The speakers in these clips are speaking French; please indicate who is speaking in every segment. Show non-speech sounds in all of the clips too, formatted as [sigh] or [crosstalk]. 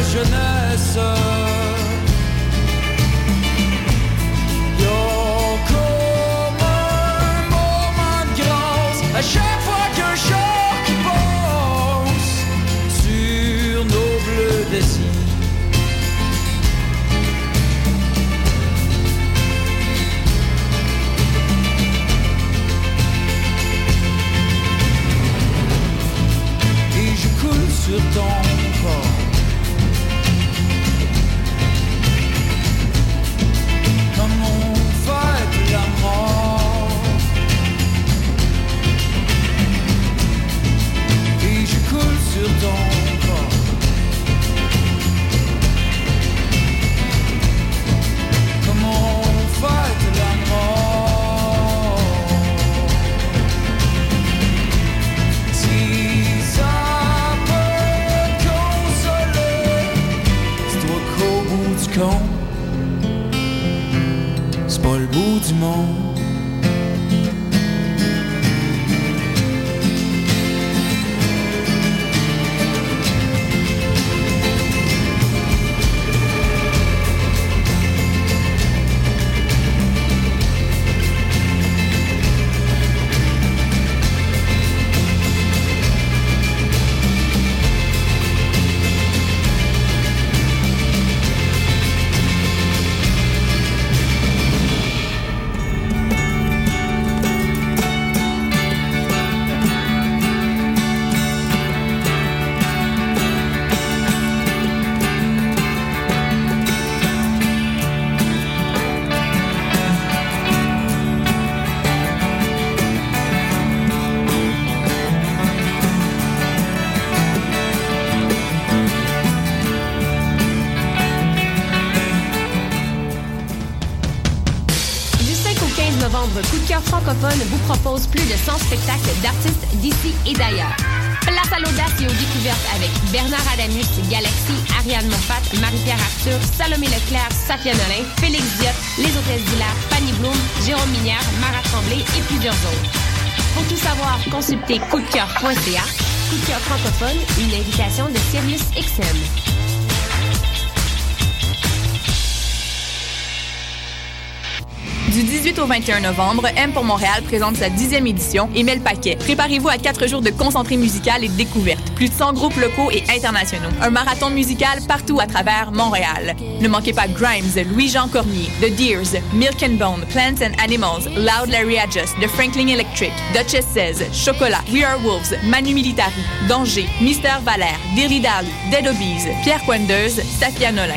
Speaker 1: jeunesse. Y'a comme un moment de grâce à chaque fois qu'un char qui passe sur nos bleus décis. et je coule sur ton corps. Comme on fête la mort. Et je coule sur ton corps. Comme on fête la mort. Si ça peut te consoler, c'est toi qu'au bout du compte, c'est pas le bout du monde.
Speaker 2: Du 5 au 15 novembre, Coup de cœur francophone vous propose plus de 100 spectacles d'artistes d'ici et d'ailleurs. Place à l'audace et aux découvertes avec Bernard Adamus, Galaxy, Ariane Moffat, Marie-Pierre Arthur, Salomé Leclerc, Safia Nolin, Félix Diop, Les Hôtesses Villard, Fanny Bloom, Jérôme Minière, Mara Tremblay et plusieurs autres. Pour tout savoir, consultez coupdecoeur.ca. Coup de cœur francophone, une invitation de Sirius XM.
Speaker 3: Du 18 au 21 novembre, M pour Montréal présente sa dixième édition et met le paquet. Préparez-vous à quatre jours de concentré musical et de découverte. Plus de 100 groupes locaux et internationaux. Un marathon musical partout à travers Montréal. Ne manquez pas Grimes, Louis-Jean Cormier, The Deers, Milk and Bone, Plants and Animals, Loud Larry Adjust, The Franklin Electric, Duchess 16, Chocolat, We Are Wolves, Manu Militari, Danger, Mister Valère, Dirty Daly, Dead Obies, Pierre Quenders, Safia Nolin.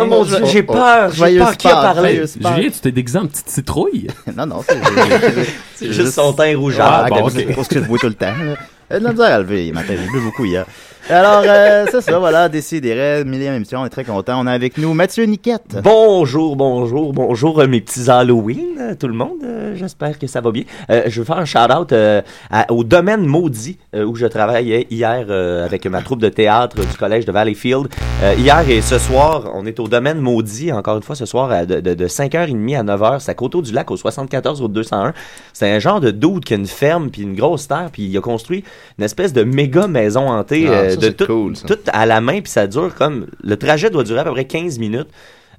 Speaker 4: oh, mon Dieu, j'ai peur, j'ai
Speaker 5: Joyeuse
Speaker 4: peur qu'il a
Speaker 5: Pâques,
Speaker 4: parlé.
Speaker 5: joyeuse Pâques.
Speaker 6: Julien, tu t'es déguisé en petite citrouille.
Speaker 5: [laughs] Non, non, c'est c'est-
Speaker 7: C'est juste son teint rougeâtre.
Speaker 5: Ah,
Speaker 6: bon, ok.
Speaker 5: que- c'est pour ce que je vois tout le temps. là. Elle a de la misère à lever, il matin, j'ai bu beaucoup hier. Alors, euh, c'est ça, voilà, Décidérez, millième émission, on est très content. On a avec nous Mathieu Niquette.
Speaker 7: Bonjour, bonjour, bonjour euh, mes petits Halloween, euh, tout le monde. Euh, J'espère que ça va bien. Euh, je veux faire un shout-out euh, à- au domaine maudit euh, où je travaillais hier euh, avec ma troupe de théâtre du collège de Valleyfield. Euh, hier et ce soir, on est au domaine maudit, encore une fois ce soir, à de, de- de 5h30 à 9h. C'est à Coteau du Lac, au 74 au 201. C'est un genre de dude qui a une ferme, puis une grosse terre, puis il a construit une espèce de méga maison hantée
Speaker 8: Ah,
Speaker 7: euh,
Speaker 8: ça,
Speaker 7: de
Speaker 8: c'est
Speaker 7: tout,
Speaker 8: cool, ça.
Speaker 7: tout à la main, puis ça dure comme. Le trajet doit durer à peu près 15 minutes.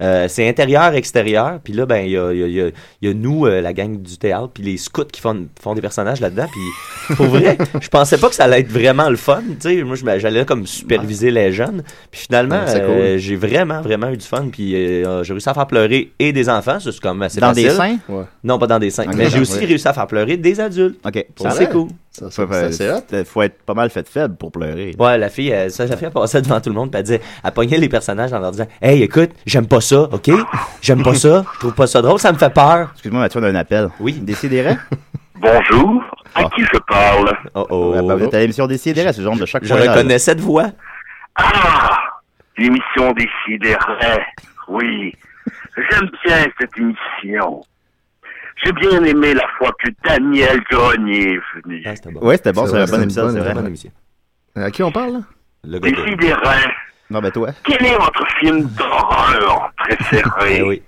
Speaker 7: Euh, c'est intérieur, extérieur. Puis là, ben, il y a, il y a- il y a- il y a nous, euh, la gang du théâtre, puis les scouts qui font, font des personnages là-dedans.
Speaker 8: [laughs]
Speaker 7: Puis pour vrai, je pensais pas que ça allait être vraiment le fun. Tu sais, moi, je me- j'allais comme superviser les jeunes. Puis finalement,
Speaker 8: Ouais, c'est cool.
Speaker 7: euh, j'ai vraiment, vraiment eu du fun. Puis euh, j'ai réussi à faire pleurer et des enfants. Ça, c'est comme assez
Speaker 5: Dans
Speaker 7: facile.
Speaker 5: des seins? Ouais.
Speaker 7: Non, pas dans des seins.
Speaker 5: Ok.
Speaker 7: mais j'ai aussi
Speaker 5: Ouais.
Speaker 7: réussi à faire pleurer des adultes.
Speaker 5: OK.
Speaker 7: Ça, c'est cool.
Speaker 5: Ça,
Speaker 7: ça, ça, c'est hot.
Speaker 5: Faut, être pas mal fait faible pour pleurer.
Speaker 7: Ouais, la fille, euh, ça, la fille, elle passait devant tout le monde, puis elle disait, elle pognait les personnages en leur disant, hey, écoute, j'aime pas ça, ok? J'aime pas ça, je trouve pas ça drôle, ça me fait peur.
Speaker 5: Excuse-moi, Mathieu, on a un appel. Ah.
Speaker 7: Oui.
Speaker 5: Décidérez?
Speaker 9: [laughs] Bonjour, à qui je parle
Speaker 7: Oh oh.
Speaker 5: Bah, vous êtes à l'émission Décidérez, ce genre de choc.
Speaker 7: Je reconnais cette voix.
Speaker 9: Ah, L'émission des sidérés. Oui, j'aime bien cette émission. J'ai bien aimé la fois que Daniel Grenier est venu.
Speaker 5: Ouais, c'était bon,
Speaker 9: C'est
Speaker 5: c'est un
Speaker 9: vrai,
Speaker 5: bon
Speaker 9: c'est
Speaker 5: épisode,
Speaker 9: une
Speaker 5: c'est
Speaker 9: bonne-
Speaker 5: vrai.
Speaker 9: bonne
Speaker 8: À qui on parle?
Speaker 7: Le
Speaker 9: Des sidérés.
Speaker 5: Non, ben toi.
Speaker 9: Quel est votre film d'horreur préféré
Speaker 5: Eh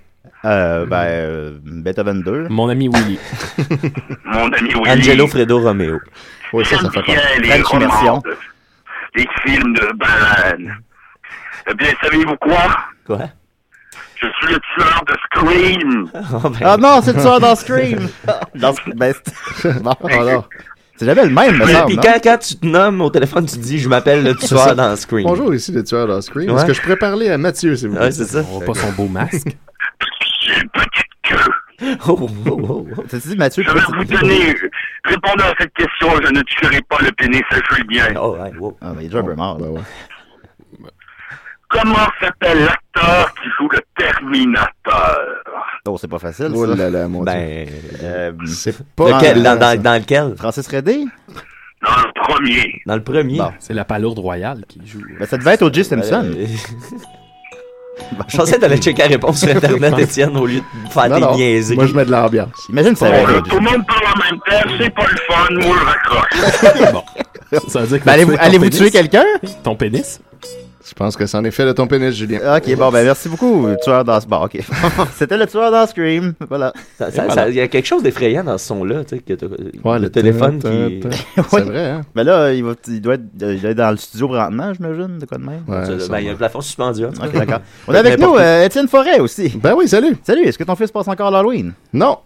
Speaker 5: Euh, ben, euh, Beethoven 2.
Speaker 4: Mon ami Willy.
Speaker 9: [laughs] Mon ami Willy.
Speaker 7: Angelo Fredo Romeo.
Speaker 5: Oui,
Speaker 9: J'aime bien les
Speaker 5: French immersion.
Speaker 9: romans, de- les films de banane. Eh bien, savez-vous quoi
Speaker 7: Quoi?
Speaker 9: Je suis le tueur de Scream.
Speaker 5: Ah non, c'est le tueur
Speaker 9: [laughs]
Speaker 5: dans Scream! dans ben, [laughs]
Speaker 7: [laughs]
Speaker 5: c'est- C'est jamais le même, me
Speaker 7: Puis
Speaker 5: semble. hein?
Speaker 7: puis
Speaker 5: non?
Speaker 7: quand, quand tu te nommes au téléphone, tu dis, je m'appelle le tueur dans Scream.
Speaker 8: Bonjour, ici le tueur dans Scream. Est-ce
Speaker 7: Ouais.
Speaker 8: que je pourrais parler à Mathieu, s'il vous plaît?
Speaker 7: Ouais, c'est ça. On voit pas son beau
Speaker 8: [laughs]
Speaker 7: masque. Oh, oh, oh, oh.
Speaker 5: T'as dit, Mathieu,
Speaker 9: Je vais vous donner. Répondez à cette question, je ne tuerai pas le pénis à Julien.
Speaker 7: Oh, ouais, wow.
Speaker 5: Ah, ben, il est déjà un peu mort. là.
Speaker 9: Comment s'appelle l'acteur qui joue le Terminator
Speaker 5: Oh, c'est pas facile,
Speaker 8: Oh
Speaker 5: ça.
Speaker 8: là là, mon
Speaker 7: ben,
Speaker 5: euh,
Speaker 8: c'est
Speaker 7: Lequel- dans, dans- dans lequel?
Speaker 5: Francis Redé?
Speaker 9: Dans le premier.
Speaker 7: Dans le premier.
Speaker 4: C'est la palourde royale qui joue.
Speaker 5: Ben, ça devait être O.J. Simpson.
Speaker 7: Euh, Je pensais que t'allais checker la réponse sur
Speaker 5: [laughs]
Speaker 7: Internet, Étienne, au lieu de faire
Speaker 8: Non,
Speaker 7: des
Speaker 8: non.
Speaker 7: niaiseries.
Speaker 8: Moi, je mets de l'ambiance.
Speaker 5: Imagine ça
Speaker 9: Oh, là, tout le monde parle en même temps, c'est pas le fun, moi je raccroche.
Speaker 4: Ça veut dire que
Speaker 5: Ben, allez-vous-
Speaker 4: tu es ton
Speaker 5: allez-vous
Speaker 4: pénis.
Speaker 5: tuer quelqu'un?
Speaker 4: Ton pénis?
Speaker 8: Je pense que c'en est fait de ton pénis, Julien.
Speaker 5: Ok, bon, ben merci beaucoup, le tueur dans... Ah, Bon, ok. C'était le tueur dans Scream, voilà.
Speaker 7: Ça- [laughs] ça- ça- Il y a quelque chose d'effrayant dans ce son-là, tu sais, que t'as- euh, le, téléphone qui... [laughs]
Speaker 5: C'est vrai, hein? Mais là, il, va, il doit être euh, il doit être dans le studio présentement, j'imagine, de quoi de même.
Speaker 7: Ben, il y a un plafond suspendu. en tout cas.
Speaker 5: Ok, [laughs]
Speaker 7: [laughs]
Speaker 5: d'accord. On est avec nous,
Speaker 7: N'importe
Speaker 5: euh, Étienne Forêt aussi.
Speaker 8: Ben oui, salut.
Speaker 5: Salut, est-ce que ton fils passe encore l'Halloween?
Speaker 8: Non.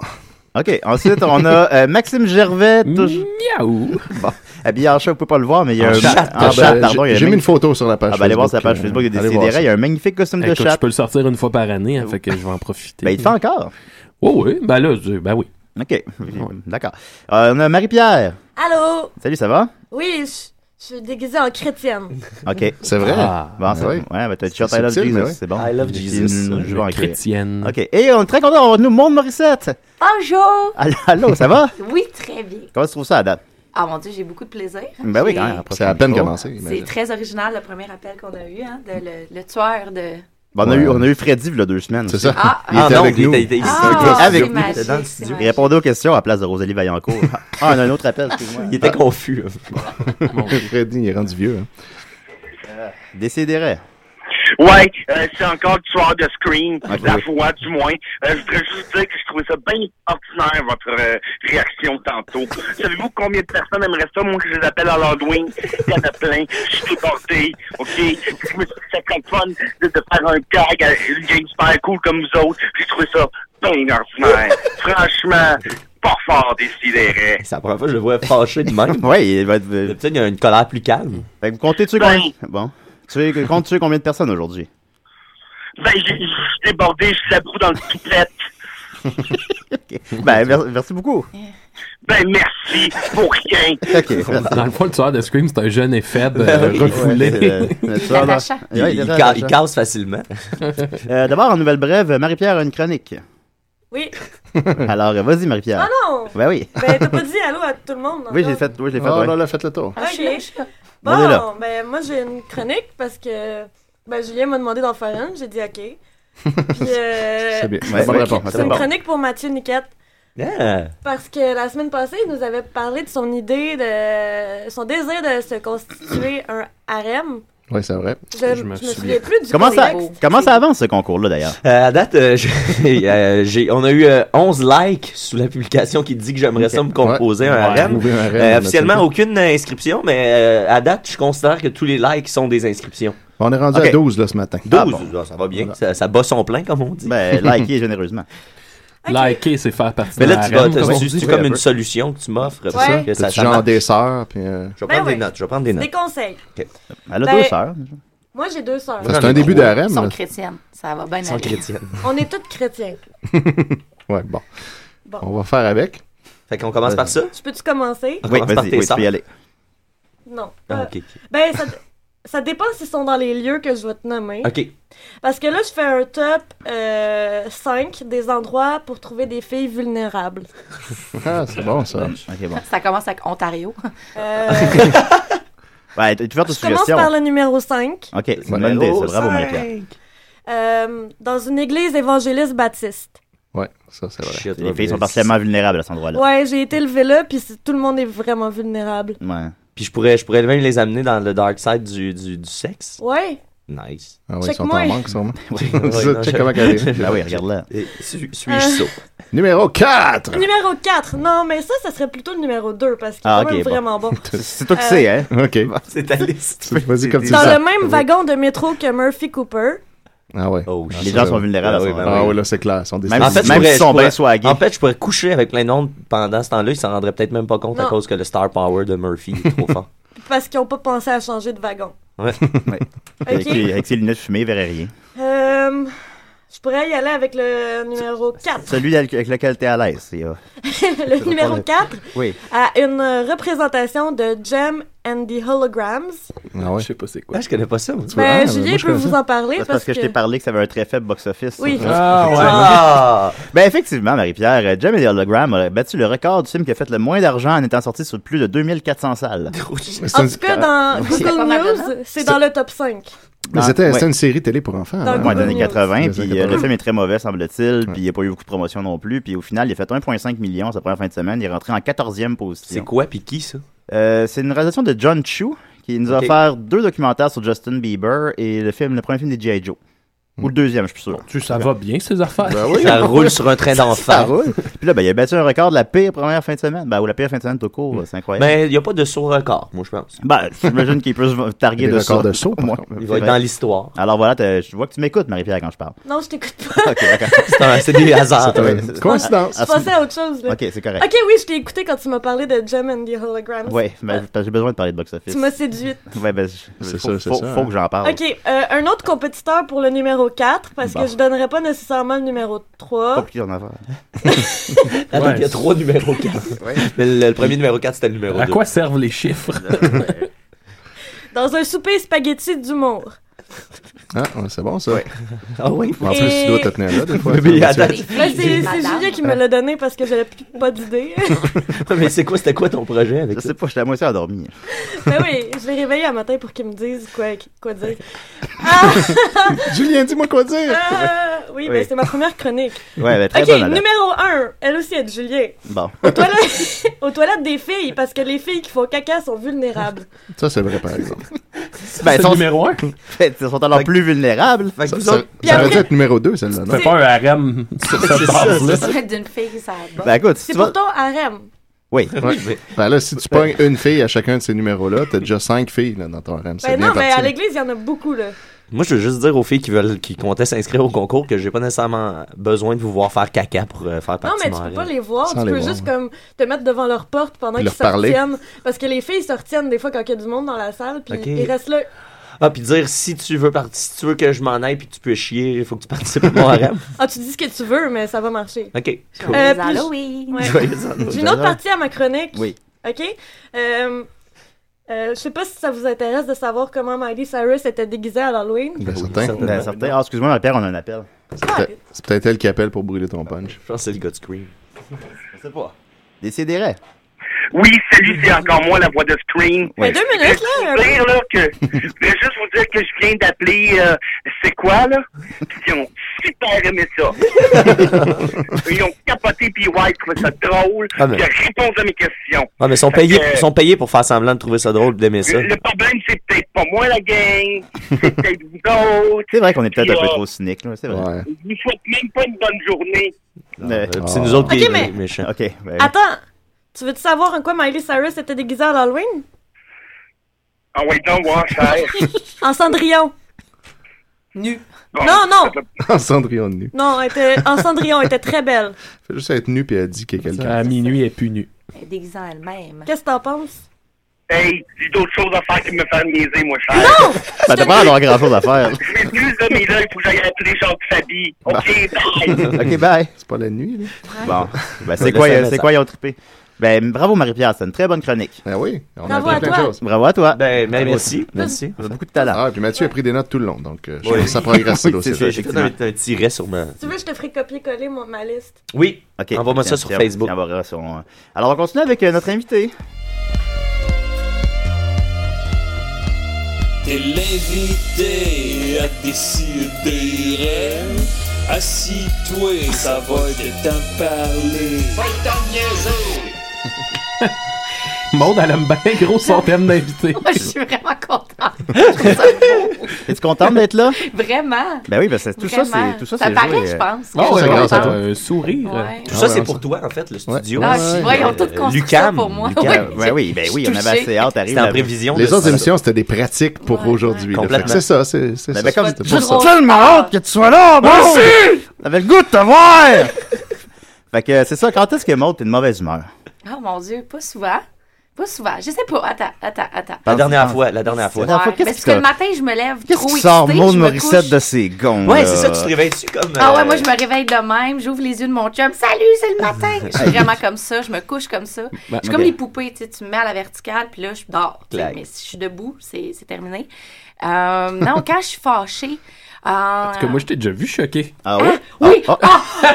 Speaker 5: Ok, ensuite, on a euh, Maxime Gervais. toujours-
Speaker 4: Miaou!
Speaker 5: Bon, habillé en chat, vous pouvez pas le voir, mais il y a
Speaker 8: En
Speaker 5: un.
Speaker 8: chat.
Speaker 5: en
Speaker 8: Ah,
Speaker 5: chat,
Speaker 8: ben,
Speaker 5: pardon, il y a
Speaker 8: j'ai
Speaker 5: un
Speaker 8: mis une
Speaker 5: magnifique-
Speaker 8: photo sur la page
Speaker 5: Ah, ben, allez voir sa
Speaker 8: Facebook,
Speaker 5: page
Speaker 8: euh,
Speaker 5: Facebook de
Speaker 8: allez voir
Speaker 5: Décidéré.
Speaker 8: ça.
Speaker 5: Il y a un magnifique costume de
Speaker 4: Écoute,
Speaker 5: chat.
Speaker 4: Je peux le sortir une fois par année, hein, fait que je vais en profiter.
Speaker 5: Ben, il te fait encore.
Speaker 4: Oui, oui, ben là, je- ben oui.
Speaker 5: Ok, d'accord. Euh, on a Marie-Pierre.
Speaker 10: Allô?
Speaker 5: Salut, ça va?
Speaker 10: Oui, je, je suis déguisée en chrétienne.
Speaker 5: Ok.
Speaker 8: C'est vrai?
Speaker 5: Ah, bon, c'est
Speaker 8: Ah oui.
Speaker 5: Ouais, ben, t'as
Speaker 8: C'est
Speaker 5: shot I love
Speaker 8: subtil, mais
Speaker 5: Jesus,
Speaker 8: oui.
Speaker 5: c'est bon.
Speaker 7: I love
Speaker 5: Puis,
Speaker 7: Jesus.
Speaker 5: nous, nous, je vais en créer.
Speaker 4: Chrétienne.
Speaker 5: Ok, et on est très content d'avoir nous, Monde Morissette.
Speaker 10: Bonjour!
Speaker 5: Allô, allô, ça va?
Speaker 10: [laughs] Oui, très bien.
Speaker 5: Comment tu trouves ça à date?
Speaker 10: Ah mon Dieu, j'ai beaucoup de plaisir.
Speaker 5: Ben oui,
Speaker 10: J'ai-
Speaker 5: quand même. après
Speaker 8: C'est
Speaker 5: le
Speaker 8: à peine
Speaker 5: micro.
Speaker 8: commencé.
Speaker 10: C'est très original le premier appel qu'on a eu, hein, de le, le tueur de.
Speaker 5: Bon, Ben, on, a
Speaker 8: Ouais.
Speaker 5: eu, on a eu Freddy il y a deux semaines.
Speaker 8: C'est
Speaker 5: aussi.
Speaker 8: ça.
Speaker 10: Ah.
Speaker 8: Il était
Speaker 7: non,
Speaker 8: avec
Speaker 7: il
Speaker 8: nous.
Speaker 7: était- il était ici.
Speaker 10: Ah,
Speaker 5: Il était
Speaker 10: c'est
Speaker 5: avec
Speaker 10: magique,
Speaker 5: nous.
Speaker 10: c'est magique.
Speaker 5: Il répondait aux questions à la place de Rosalie Vaillancourt.
Speaker 7: [laughs]
Speaker 5: Ah, on a un autre appel, excuse-moi. Ah.
Speaker 7: Il était confus.
Speaker 8: [laughs] Freddy, il est rendu vieux. hein.
Speaker 9: [laughs]
Speaker 5: Décédérait.
Speaker 9: Ouais, euh, c'est encore le tueur de Scream,
Speaker 5: Ok.
Speaker 9: la voix du moins. Euh, je voudrais juste dire que je trouvais ça bien ordinaire, votre euh, réaction tantôt. Savez-vous combien de personnes aimeraient ça, moi, que je les appelle à l'Halloween? Il y en a plein. Je suis débordé, OK? Je me suis dit que ça serait le fun de, de faire un gag à une game super cool comme vous autres. J'ai trouvé ça bien ordinaire. Franchement, pas fort, décidéré.
Speaker 7: C'est la première fois que je le vois fâché de même.
Speaker 5: Ouais, il va être. euh,
Speaker 7: Peut-être qu'il Ah, y a une colère plus calme.
Speaker 5: Fait que vous comptez-tu combien. Bon. Tu comptes-tu combien de personnes aujourd'hui? [laughs]
Speaker 9: Ben, j'ai- je suis débordé, je suis dans le toupette.
Speaker 5: Ben, mer- merci beaucoup.
Speaker 9: Ben, merci pour rien.
Speaker 5: Ok.
Speaker 4: [laughs]
Speaker 5: Ben
Speaker 4: Dans le fond, le tueur de Scream, c'est un jeune et faible, euh,
Speaker 7: oui.
Speaker 4: refoulé.
Speaker 10: attachant.
Speaker 7: Il, il ca- il casse facilement.
Speaker 5: Euh, D'abord, en nouvelle brève, Marie-Pierre a une
Speaker 8: [laughs]
Speaker 5: chronique.
Speaker 10: Oui.
Speaker 5: Alors, euh, vas-y, Marie-Pierre.
Speaker 10: Ah non!
Speaker 5: Ben oui. [laughs]
Speaker 10: Ben, t'as pas dit allô à tout le monde.
Speaker 5: Oui, j'ai fait, oui, je l'ai fait.
Speaker 8: Ah,
Speaker 5: ouais.
Speaker 8: là, là, faites le tour.
Speaker 10: Ok. Bon,
Speaker 5: On est là.
Speaker 10: ben moi j'ai une chronique parce que ben, Julien m'a demandé d'en faire une, j'ai dit ok.
Speaker 5: [laughs]
Speaker 10: Puis, euh,
Speaker 5: C'est bien, c'est une bonne réponse.
Speaker 10: C'est
Speaker 5: C'est
Speaker 10: une
Speaker 5: bon.
Speaker 10: chronique pour Mathieu Niquette.
Speaker 7: Yeah.
Speaker 10: Parce que la semaine passée, il nous avait parlé de son idée, de son désir de se constituer un harem.
Speaker 8: Oui, c'est vrai.
Speaker 10: Je, je me souviens plus du
Speaker 5: Comment ça,
Speaker 10: contexte.
Speaker 5: comment ça avance ce concours-là d'ailleurs?
Speaker 7: Euh, à date, euh, j'ai- [laughs] euh, j'ai- on a eu euh, 11 likes sous la publication qui dit que j'aimerais ça me composer
Speaker 8: Ouais.
Speaker 7: un harem.
Speaker 8: Ouais, un harem,
Speaker 7: Euh, officiellement,
Speaker 8: là,
Speaker 7: aucune inscription, mais euh, à date, je considère que tous les likes sont des inscriptions.
Speaker 8: On est rendu
Speaker 7: Ok.
Speaker 8: à 12 là, ce matin.
Speaker 7: 12, ah, ça va bien, ça, ça bat son plein, comme on dit. [laughs]
Speaker 5: Ben, likez généreusement.
Speaker 4: Liker, c'est faire partie
Speaker 7: Mais
Speaker 4: de
Speaker 7: là,
Speaker 4: la
Speaker 7: tu vas,
Speaker 4: reine,
Speaker 7: t'as-
Speaker 4: comme on
Speaker 7: c'est
Speaker 4: dit.
Speaker 7: c'est comme une solution que tu m'offres.
Speaker 10: C'est ça.
Speaker 7: que
Speaker 8: T'as-tu genre
Speaker 7: marche.
Speaker 8: des sœurs, puis, euh,
Speaker 7: Je vais prendre
Speaker 10: Ben
Speaker 7: des
Speaker 10: oui.
Speaker 7: notes, je vais prendre des notes.
Speaker 10: Des conseils.
Speaker 7: Ok.
Speaker 5: Elle a
Speaker 10: Ben,
Speaker 5: deux sœurs.
Speaker 10: Moi j'ai deux sœurs.
Speaker 8: Ben, c'est un début d'harem.
Speaker 2: Sont
Speaker 8: là.
Speaker 2: chrétiennes. Ça va bien
Speaker 8: Sont
Speaker 2: aller.
Speaker 5: [laughs]
Speaker 8: chrétiennes.
Speaker 10: On est toutes chrétiens.
Speaker 8: [laughs] ouais, bon.
Speaker 10: Bon.
Speaker 8: On va faire avec. Euh,
Speaker 7: Fait qu'on commence par ça?
Speaker 10: Je peux-tu commencer?
Speaker 7: On commence par tes sœurs.
Speaker 10: Non.
Speaker 7: Ah,
Speaker 10: Euh,
Speaker 7: ok, ok.
Speaker 10: Ben, ça, ça dépend s'ils sont dans les lieux que je vais te nommer.
Speaker 7: Ok.
Speaker 10: Parce que là, je fais un top 5 des endroits pour trouver des filles vulnérables.
Speaker 8: Ah, c'est bon ça.
Speaker 5: [laughs] Ok, bon.
Speaker 2: Ça commence avec Ontario.
Speaker 10: Euh,
Speaker 5: Ouais, tu fais tes
Speaker 10: je commence
Speaker 5: suggestions.
Speaker 10: par le numéro 5,
Speaker 5: Ok, c'est une
Speaker 10: [laughs]
Speaker 5: bonne idée, [laughs]
Speaker 8: Oh,
Speaker 5: c'est bravo,
Speaker 8: cinq.
Speaker 5: Marie-Pierre.
Speaker 10: Euh, dans une église évangéliste baptiste.
Speaker 8: Ouais, ça c'est vrai.
Speaker 5: Les filles sont partiellement vulnérables à cet endroit-là.
Speaker 10: Ouais, j'ai été élevée là, puis c'est- tout le monde est vraiment vulnérable.
Speaker 7: Puis je pourrais, je pourrais même les amener dans le dark side du, du, du sexe.
Speaker 10: Ouais.
Speaker 7: Nice.
Speaker 8: Ah oui,
Speaker 10: Check
Speaker 8: ils sont
Speaker 10: moi.
Speaker 8: en
Speaker 10: [laughs]
Speaker 8: manque sûrement.
Speaker 7: Oui, oui,
Speaker 8: Ça,
Speaker 7: non,
Speaker 8: [laughs] check
Speaker 7: je-
Speaker 8: comment qu'elle est.
Speaker 7: Ah oui,
Speaker 5: regarde-la.
Speaker 7: Et suis- Suis-je
Speaker 10: Ben Euh.
Speaker 7: saut?
Speaker 8: Numéro 4!
Speaker 10: Numéro 4, non, mais ça, ça serait plutôt le numéro 2, parce qu'il est
Speaker 8: Ah,
Speaker 10: quand
Speaker 8: ok,
Speaker 10: même
Speaker 8: bon.
Speaker 10: vraiment
Speaker 8: [laughs]
Speaker 10: bon.
Speaker 5: [laughs]
Speaker 10: Euh,
Speaker 5: C'est toi qui sais, hein?
Speaker 8: Ok.
Speaker 7: C'est ta
Speaker 8: [laughs]
Speaker 7: liste.
Speaker 8: Vas-y comme tu
Speaker 10: Dans
Speaker 8: le
Speaker 10: le
Speaker 8: sens.
Speaker 10: même wagon de métro que Murphy Cooper.
Speaker 8: Ah ouais.
Speaker 5: Les gens sont vulnérables à
Speaker 7: Ah
Speaker 5: ce
Speaker 7: oui,
Speaker 5: moment-là.
Speaker 7: ben oui.
Speaker 8: Ah ouais, là c'est clair. Ils sont
Speaker 7: Même,
Speaker 8: décédés.
Speaker 7: en fait, je
Speaker 5: Même
Speaker 7: pourrais-
Speaker 5: s'ils sont
Speaker 7: je pourrais-
Speaker 5: bien swagués.
Speaker 7: En fait, je pourrais coucher avec plein de monde pendant ce temps-là. Ils s'en rendraient peut-être même pas compte à
Speaker 10: Non.
Speaker 7: cause que le star power de Murphy est trop
Speaker 5: [laughs]
Speaker 7: fort.
Speaker 10: Parce qu'ils n'ont pas pensé à changer de wagon.
Speaker 7: Ouais.
Speaker 5: Avec ses- avec ses lunettes fumées, il verrait rien.
Speaker 10: Euh, je pourrais y aller avec le numéro 4.
Speaker 5: Celui avec avec lequel t'es à l'aise. c'est, euh,
Speaker 10: [laughs] le numéro 4
Speaker 5: Oui.
Speaker 10: à une représentation de Gem and the Holograms.
Speaker 8: Ah ouais. ah, Je
Speaker 4: sais pas c'est quoi.
Speaker 7: je connais pas ça. moi.
Speaker 10: Ben, Julien peut vous en parler.
Speaker 5: C'est parce que, je t'ai parlé que ça avait un très faible box-office. ça.
Speaker 10: Oui.
Speaker 5: [laughs]
Speaker 7: Ah, ouais.
Speaker 5: Ah. ben effectivement, Marie-Pierre, euh, Jem et the Hologram a battu le record du film qui a fait le moins d'argent en étant sorti sur plus de
Speaker 8: [laughs]
Speaker 5: 2400 salles.
Speaker 10: En tout cas, dans
Speaker 5: Oui.
Speaker 10: Google News, c'est dans le top 5.
Speaker 8: Mais c'était
Speaker 5: Ah, Ouais.
Speaker 8: c'était une série télé pour enfants.
Speaker 10: Dans
Speaker 8: hein?
Speaker 10: le
Speaker 5: Ouais, des années
Speaker 10: News.
Speaker 5: 80,
Speaker 8: Des années
Speaker 5: puis euh, le
Speaker 8: 80.
Speaker 5: film est très mauvais, semble-t-il, puis il n'y a pas eu beaucoup de promotion non plus, puis au final, il a fait 1,5 million sa première fin de semaine, il est rentré en 14e position.
Speaker 7: C'est quoi, puis qui, ça?
Speaker 5: Euh, c'est une réalisation de John Chu, qui nous a
Speaker 7: Ok.
Speaker 5: offert deux documentaires sur Justin Bieber et le film, le premier film des G.I. Joe. Ou le deuxième, je suis sûr.
Speaker 4: Tu, ça va bien, ces affaires?
Speaker 5: Ben oui.
Speaker 7: Hmm.
Speaker 5: [laughs]
Speaker 7: Ça roule sur un train
Speaker 5: Ça, ça
Speaker 7: d'enfer.
Speaker 5: roule. Puis là, ben, il a battu un record de la pire première fin de semaine. Ben, ou la pire fin de semaine tout court, c'est incroyable.
Speaker 7: Mais Ben, il n'y a pas de saut record, moi, je pense.
Speaker 5: Ben, j'imagine qu'il peut se targuer
Speaker 7: Des
Speaker 5: de
Speaker 7: records
Speaker 5: ça.
Speaker 7: de
Speaker 5: [laughs]
Speaker 7: saut, par
Speaker 5: Moi,
Speaker 7: contre. Il
Speaker 5: c'est
Speaker 7: va être
Speaker 5: vrai.
Speaker 7: dans l'histoire.
Speaker 5: Alors voilà, t'as- je vois que tu m'écoutes, Marie-Pierre, quand
Speaker 7: [laughs]
Speaker 5: je parle.
Speaker 10: Non, je t'écoute pas.
Speaker 5: Ok, d'accord.
Speaker 7: C'est un- c'est des hasards.
Speaker 5: C'est un-
Speaker 7: Ouais.
Speaker 5: c'est-
Speaker 10: Coïncidence. [laughs] Je pensais à autre chose. là.
Speaker 5: Ah, Ok, c'est correct.
Speaker 10: Ok, oui, je t'ai écouté quand tu m'as parlé de Gem and the Holograms.
Speaker 5: Ouais, ben, j'ai- j'ai besoin de parler de box-office.
Speaker 10: Tu m'as séduite.
Speaker 5: Ouais, ben,
Speaker 8: C'est
Speaker 5: c'est
Speaker 8: ça,
Speaker 5: faut,
Speaker 8: c'est
Speaker 5: faut,
Speaker 8: ça,
Speaker 5: faut
Speaker 8: hein.
Speaker 5: que j'en parle. Bah.
Speaker 10: Ok, euh, un autre compétiteur pour le numéro 4, parce
Speaker 5: Bon.
Speaker 10: que je donnerais pas nécessairement le numéro 3.
Speaker 5: Compliqué d'en avoir.
Speaker 7: [laughs] Attends,
Speaker 4: Ouais.
Speaker 7: il y a trois
Speaker 5: [laughs]
Speaker 7: numéros [laughs] 4. Mais le, le premier numéro 4, c'était le numéro 2.
Speaker 4: À quoi servent les chiffres?
Speaker 10: Dans un souper spaghetti d'humour.
Speaker 8: Ah, ouais, c'est bon ça.
Speaker 7: Ah oui.
Speaker 8: En plus,
Speaker 10: Et-
Speaker 8: tu dois te tenir là des fois.
Speaker 7: Mais il y a-
Speaker 8: Mathieu.
Speaker 7: attends.
Speaker 10: Là, c'est c'est Julien qui me l'a donné parce que j'avais plus- pas
Speaker 8: [laughs]
Speaker 10: d'idée.
Speaker 7: Mais c'est quoi, c'était quoi ton projet avec
Speaker 5: Je sais pas, j'étais à moitié endormi.
Speaker 10: Mais oui, je l'ai réveillé un matin pour qu'il me dise quoi, quoi
Speaker 8: [laughs]
Speaker 10: dire.
Speaker 8: Julien, dis-moi quoi dire.
Speaker 10: Ah, oui, ben
Speaker 5: Oui.
Speaker 10: c'est ma première chronique.
Speaker 5: [laughs] Ouais, ben, très
Speaker 10: ok,
Speaker 5: bonne, elle.
Speaker 10: numéro 1, elle aussi est de Julien.
Speaker 5: Bon.
Speaker 10: Aux toilettes, [laughs] aux toilettes des filles, parce que les filles qui font caca sont
Speaker 5: [laughs]
Speaker 10: vulnérables.
Speaker 8: Ça, c'est vrai, par exemple.
Speaker 5: Ben,
Speaker 4: c'est
Speaker 5: sont- Ben,
Speaker 4: le numéro
Speaker 5: [laughs]
Speaker 4: 1.
Speaker 5: Ils sont alors plus vulnérables.
Speaker 7: Fait que
Speaker 8: Ça,
Speaker 7: vous
Speaker 8: ça-
Speaker 7: autres,
Speaker 10: Puis
Speaker 8: ça aurait
Speaker 10: après-
Speaker 8: dû être numéro 2, celle-là. non?
Speaker 4: C'est pas un harem sur
Speaker 10: [laughs]
Speaker 4: cette base-là.
Speaker 2: C'est d'une fille qui ça bat.
Speaker 5: Ben, écoute, si
Speaker 10: C'est
Speaker 5: tu vas.
Speaker 10: pourtant harem.
Speaker 5: [laughs] Oui.
Speaker 8: Ouais. Ben là, si tu pognes une fille à chacun de ces numéros-là, t'as déjà cinq filles là, dans ton REM. C'est
Speaker 10: Ben
Speaker 8: bien
Speaker 10: non, mais à
Speaker 8: parti.
Speaker 10: l'église, il y en a beaucoup, là.
Speaker 7: Moi, je veux juste dire aux filles qui veulent, qui comptaient s'inscrire au concours que j'ai pas nécessairement besoin de vous voir faire caca pour euh, faire
Speaker 10: Non,
Speaker 7: partie
Speaker 10: mais
Speaker 7: de
Speaker 10: tu
Speaker 7: mon
Speaker 10: peux
Speaker 7: rêve.
Speaker 10: pas les voir.
Speaker 7: Sans
Speaker 10: tu
Speaker 7: les
Speaker 10: peux
Speaker 7: voir,
Speaker 10: juste
Speaker 7: ouais.
Speaker 10: comme te mettre devant leur porte pendant
Speaker 8: Puis
Speaker 10: qu'ils
Speaker 8: leur
Speaker 10: se
Speaker 8: parler.
Speaker 10: retiennent. Parce que les filles se retiennent des fois quand il y a du monde dans la salle, puis
Speaker 7: Ok.
Speaker 10: ils restent là.
Speaker 7: Ah, puis dire si tu veux parti- si tu veux que je m'en aille puis que tu peux chier, il faut que tu participes [laughs] à mon harem.
Speaker 10: Ah, tu dis ce que tu veux, mais ça va marcher.
Speaker 7: OK. Cool.
Speaker 2: Joyeux
Speaker 10: Euh, puis-
Speaker 2: Halloween.
Speaker 10: Ouais.
Speaker 7: Joyeux Halloween.
Speaker 10: J'ai une autre partie à ma chronique.
Speaker 5: Oui.
Speaker 10: OK? Euh, euh, je sais pas si ça vous intéresse de savoir comment Miley Cyrus était déguisée à Halloween.
Speaker 8: Ben, certain.
Speaker 5: Ben, certain. Ah, excuse-moi, Marie-Pierre, on a un appel.
Speaker 8: C'est peut-être- C'est peut-être elle qui appelle pour brûler ton punch.
Speaker 7: Je pense que c'est le gars de Scream.
Speaker 5: Je sais pas. Décidérez.
Speaker 9: Oui, salut, c'est encore moi, la voix de Scream.
Speaker 10: Mais deux minutes,
Speaker 9: Je
Speaker 10: là. euh,
Speaker 9: voulais vous dire, là, que, je voulais juste vous dire que je viens d'appeler, euh, c'est quoi, là? Puis ils ont super aimé ça. ils ont capoté, puis ouais, ils trouvaient ça drôle.
Speaker 7: Ah, mais-
Speaker 9: Ils ont répondu à mes questions.
Speaker 7: Ouais, mais ils sont
Speaker 9: Fait
Speaker 7: payés,
Speaker 9: que-
Speaker 7: ils sont payés pour faire semblant de trouver ça drôle et d'aimer ça.
Speaker 9: Le problème, c'est peut-être pas moi, la gang. C'est peut-être vous autres.
Speaker 5: C'est vrai qu'on est peut-être un
Speaker 9: Puis,
Speaker 5: peu
Speaker 9: euh,
Speaker 5: trop cynique, là, c'est vrai.
Speaker 9: Je vous souhaite même pas une bonne journée.
Speaker 5: Mais-
Speaker 7: puis c'est nous autres qui
Speaker 10: Ok,
Speaker 7: sommes
Speaker 10: mais-
Speaker 7: méchants.
Speaker 5: OK, ben,
Speaker 10: Attends, tu veux-tu savoir en quoi Miley Cyrus était déguisée à Halloween?
Speaker 9: Ah ouais, donc, ouais, ça aide.
Speaker 10: [laughs] En Cendrillon.
Speaker 9: Nu.
Speaker 10: Non, non,
Speaker 8: [laughs] En Cendrillon nu.
Speaker 10: non, elle était en Cendrillon, elle était très belle.
Speaker 8: Fait juste être nu puis elle dit qu'il y a quelqu'un.
Speaker 4: À minuit, elle est plus nue.
Speaker 10: Elle est déguisée elle-même. Qu'est-ce que t'en penses?
Speaker 9: Hey, j'ai d'autres choses à faire que me faire niaiser, moi, cher.
Speaker 5: ça devrait avoir grand chose à faire.
Speaker 9: Je m'excuse, là, mais là, il faut que j'aille appeler Jean-Fabi. OK, bye.
Speaker 5: Bah. [laughs] OK, bye.
Speaker 8: C'est pas la nuit, là.
Speaker 5: [laughs] Bon, ben,
Speaker 8: Laisse
Speaker 5: c'est quoi,
Speaker 8: un
Speaker 5: euh, c'est
Speaker 8: message.
Speaker 5: quoi, ils ont trippé? Ben, bravo Marie-Pierre, c'est une très bonne chronique.
Speaker 8: Ben oui, on
Speaker 10: Bravo appris à plein de toi. choses.
Speaker 5: Bravo à toi.
Speaker 7: Ben, ben, merci, merci.
Speaker 5: On a beaucoup de talent.
Speaker 8: Ah, puis Mathieu a pris des notes tout le long, donc euh, je
Speaker 7: Oui.
Speaker 8: pense que ça
Speaker 7: [laughs]
Speaker 8: progresse
Speaker 7: Oui,
Speaker 8: le dossier.
Speaker 7: c'est ça, J'ai fait un, un tiret sur ma...
Speaker 10: Tu veux, je te ferai copier-coller mon, ma liste.
Speaker 7: Oui,
Speaker 5: OK.
Speaker 7: envoie-moi ça
Speaker 5: Tiens,
Speaker 7: sur
Speaker 5: tiens,
Speaker 7: Facebook.
Speaker 5: tiens, on va sur- on- Alors, on continue avec euh, notre [laughs] invité.
Speaker 11: T'es l'invité à décider. Assis-toi, ça va de t'en parler. Va t'en niaiser!
Speaker 4: Maud, elle aime bien gros son thème d'invité.
Speaker 2: Moi, je suis vraiment contente.
Speaker 5: Es-tu contente d'être là?
Speaker 2: Vraiment.
Speaker 5: Ben oui, ben, c'est tout ça,
Speaker 2: Vraiment.
Speaker 5: c'est tout ça,
Speaker 2: Ça
Speaker 5: c'est
Speaker 2: paraît,
Speaker 5: joué,
Speaker 2: je
Speaker 5: euh,
Speaker 2: pense.
Speaker 4: Ah ouais,
Speaker 2: Ça
Speaker 4: ouais,
Speaker 2: grâce à
Speaker 4: t'as
Speaker 2: toi.
Speaker 4: un sourire.
Speaker 2: Ouais.
Speaker 7: Tout ça, c'est pour toi, en fait, le studio. Euh,
Speaker 2: Ah, je- ouais, ils ont tout construit ça
Speaker 7: Lucam,
Speaker 2: pour moi.
Speaker 7: Lucam.
Speaker 2: Oui. Ouais, oui, ben oui, on avait assez hâte, arrive
Speaker 7: C'était en
Speaker 2: la-
Speaker 7: prévision.
Speaker 8: Les
Speaker 7: de
Speaker 8: autres
Speaker 7: ça.
Speaker 8: émissions, c'était des pratiques pour aujourd'hui. là. Fait que
Speaker 7: Complètement.
Speaker 8: C'est ça, c'est c'est
Speaker 5: Ben,
Speaker 8: ça.
Speaker 5: ben, comme-
Speaker 8: c'était
Speaker 5: je
Speaker 8: pour
Speaker 5: suis
Speaker 8: ça.
Speaker 5: tellement hâte que tu sois là, bon!
Speaker 8: Merci!
Speaker 5: J'avais le goût de te voir! [laughs] fait que euh, c'est ça, quand est-ce que Maud, t'es de mauvaise humeur?
Speaker 10: Ah,
Speaker 2: Oh mon Dieu, pas souvent. Pas souvent. Je sais pas. Attends, attends, attends.
Speaker 7: La dernière fois, la dernière fois.
Speaker 5: La dernière fois,
Speaker 2: Mais
Speaker 5: qu'est-ce
Speaker 2: parce
Speaker 5: qui
Speaker 2: que le
Speaker 5: t'a-
Speaker 2: matin, je me lève
Speaker 5: qu'est-ce
Speaker 2: trop
Speaker 5: qui
Speaker 2: excitée,
Speaker 5: sort Maud
Speaker 2: je me couche.
Speaker 5: Morissette de ses gonds?
Speaker 7: Ouais,
Speaker 5: là?
Speaker 7: c'est ça, tu te réveilles-tu comme...
Speaker 2: Ah ouais,
Speaker 7: euh,
Speaker 2: moi je me réveille de même, j'ouvre les yeux de mon chum, salut, c'est le matin. Je suis vraiment comme ça, je me couche comme ça.
Speaker 7: Ben,
Speaker 2: je suis comme
Speaker 7: ok.
Speaker 2: les poupées, tu sais, tu me mets à la verticale, puis là, je dors. tu sais,
Speaker 7: Clac.
Speaker 2: Mais si je suis debout, c'est c'est terminé. Euh, non, quand je suis fâchée. euh,
Speaker 4: Parce que moi, je t'ai déjà vu choqué.
Speaker 5: Ah oui?
Speaker 2: oui! Ah,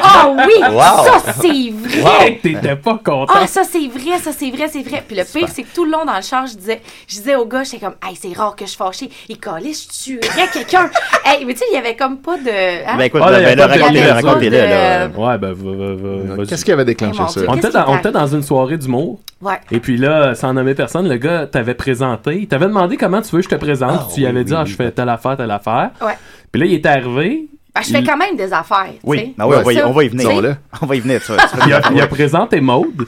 Speaker 2: ah
Speaker 5: [laughs]
Speaker 2: oui!
Speaker 4: Wow.
Speaker 2: Ça, c'est vrai!
Speaker 4: T'étais pas content.
Speaker 2: Ah, ça, c'est vrai, ça, c'est vrai, c'est vrai. Puis le pire, c'est que tout le long dans le char, je disais, je disais au gars, j'étais comme, hey, c'est rare que je suis fâchée. Il collait, je tuerais
Speaker 5: [laughs]
Speaker 2: quelqu'un. hey, mais tu sais, il y avait comme pas de. hein?
Speaker 5: Ben écoute,
Speaker 4: Ah,
Speaker 5: là,
Speaker 4: là, y a
Speaker 5: ben, là,
Speaker 4: pas de
Speaker 5: racontez-le,
Speaker 4: raison
Speaker 5: racontez-le.
Speaker 2: de-
Speaker 5: là.
Speaker 4: Ouais, ben, va- va- va- vas-y.
Speaker 8: Euh, Qu'est-ce qui avait déclenché
Speaker 2: Eh, mon Dieu,
Speaker 8: ça?
Speaker 4: On
Speaker 2: Qu'est-ce
Speaker 4: était,
Speaker 2: qui
Speaker 4: dans, on
Speaker 2: t'arrive?
Speaker 4: était dans une soirée d'humour.
Speaker 2: Ouais.
Speaker 4: Et puis là, sans nommer personne, le gars t'avait présenté. Il t'avait demandé comment tu veux que je te présente. tu lui avais dit, ah, je fais telle affaire, telle affaire.
Speaker 2: Ouais.
Speaker 4: Puis là, il est arrivé.
Speaker 2: Ben, je fais
Speaker 4: il-
Speaker 2: quand même des affaires. tu sais.
Speaker 5: Oui, ben oui, on va y-
Speaker 2: Ça,
Speaker 5: on va y
Speaker 2: tu sais.
Speaker 5: venir. On va y venir, tu vois.
Speaker 4: [laughs] il, a, il a présenté Maude.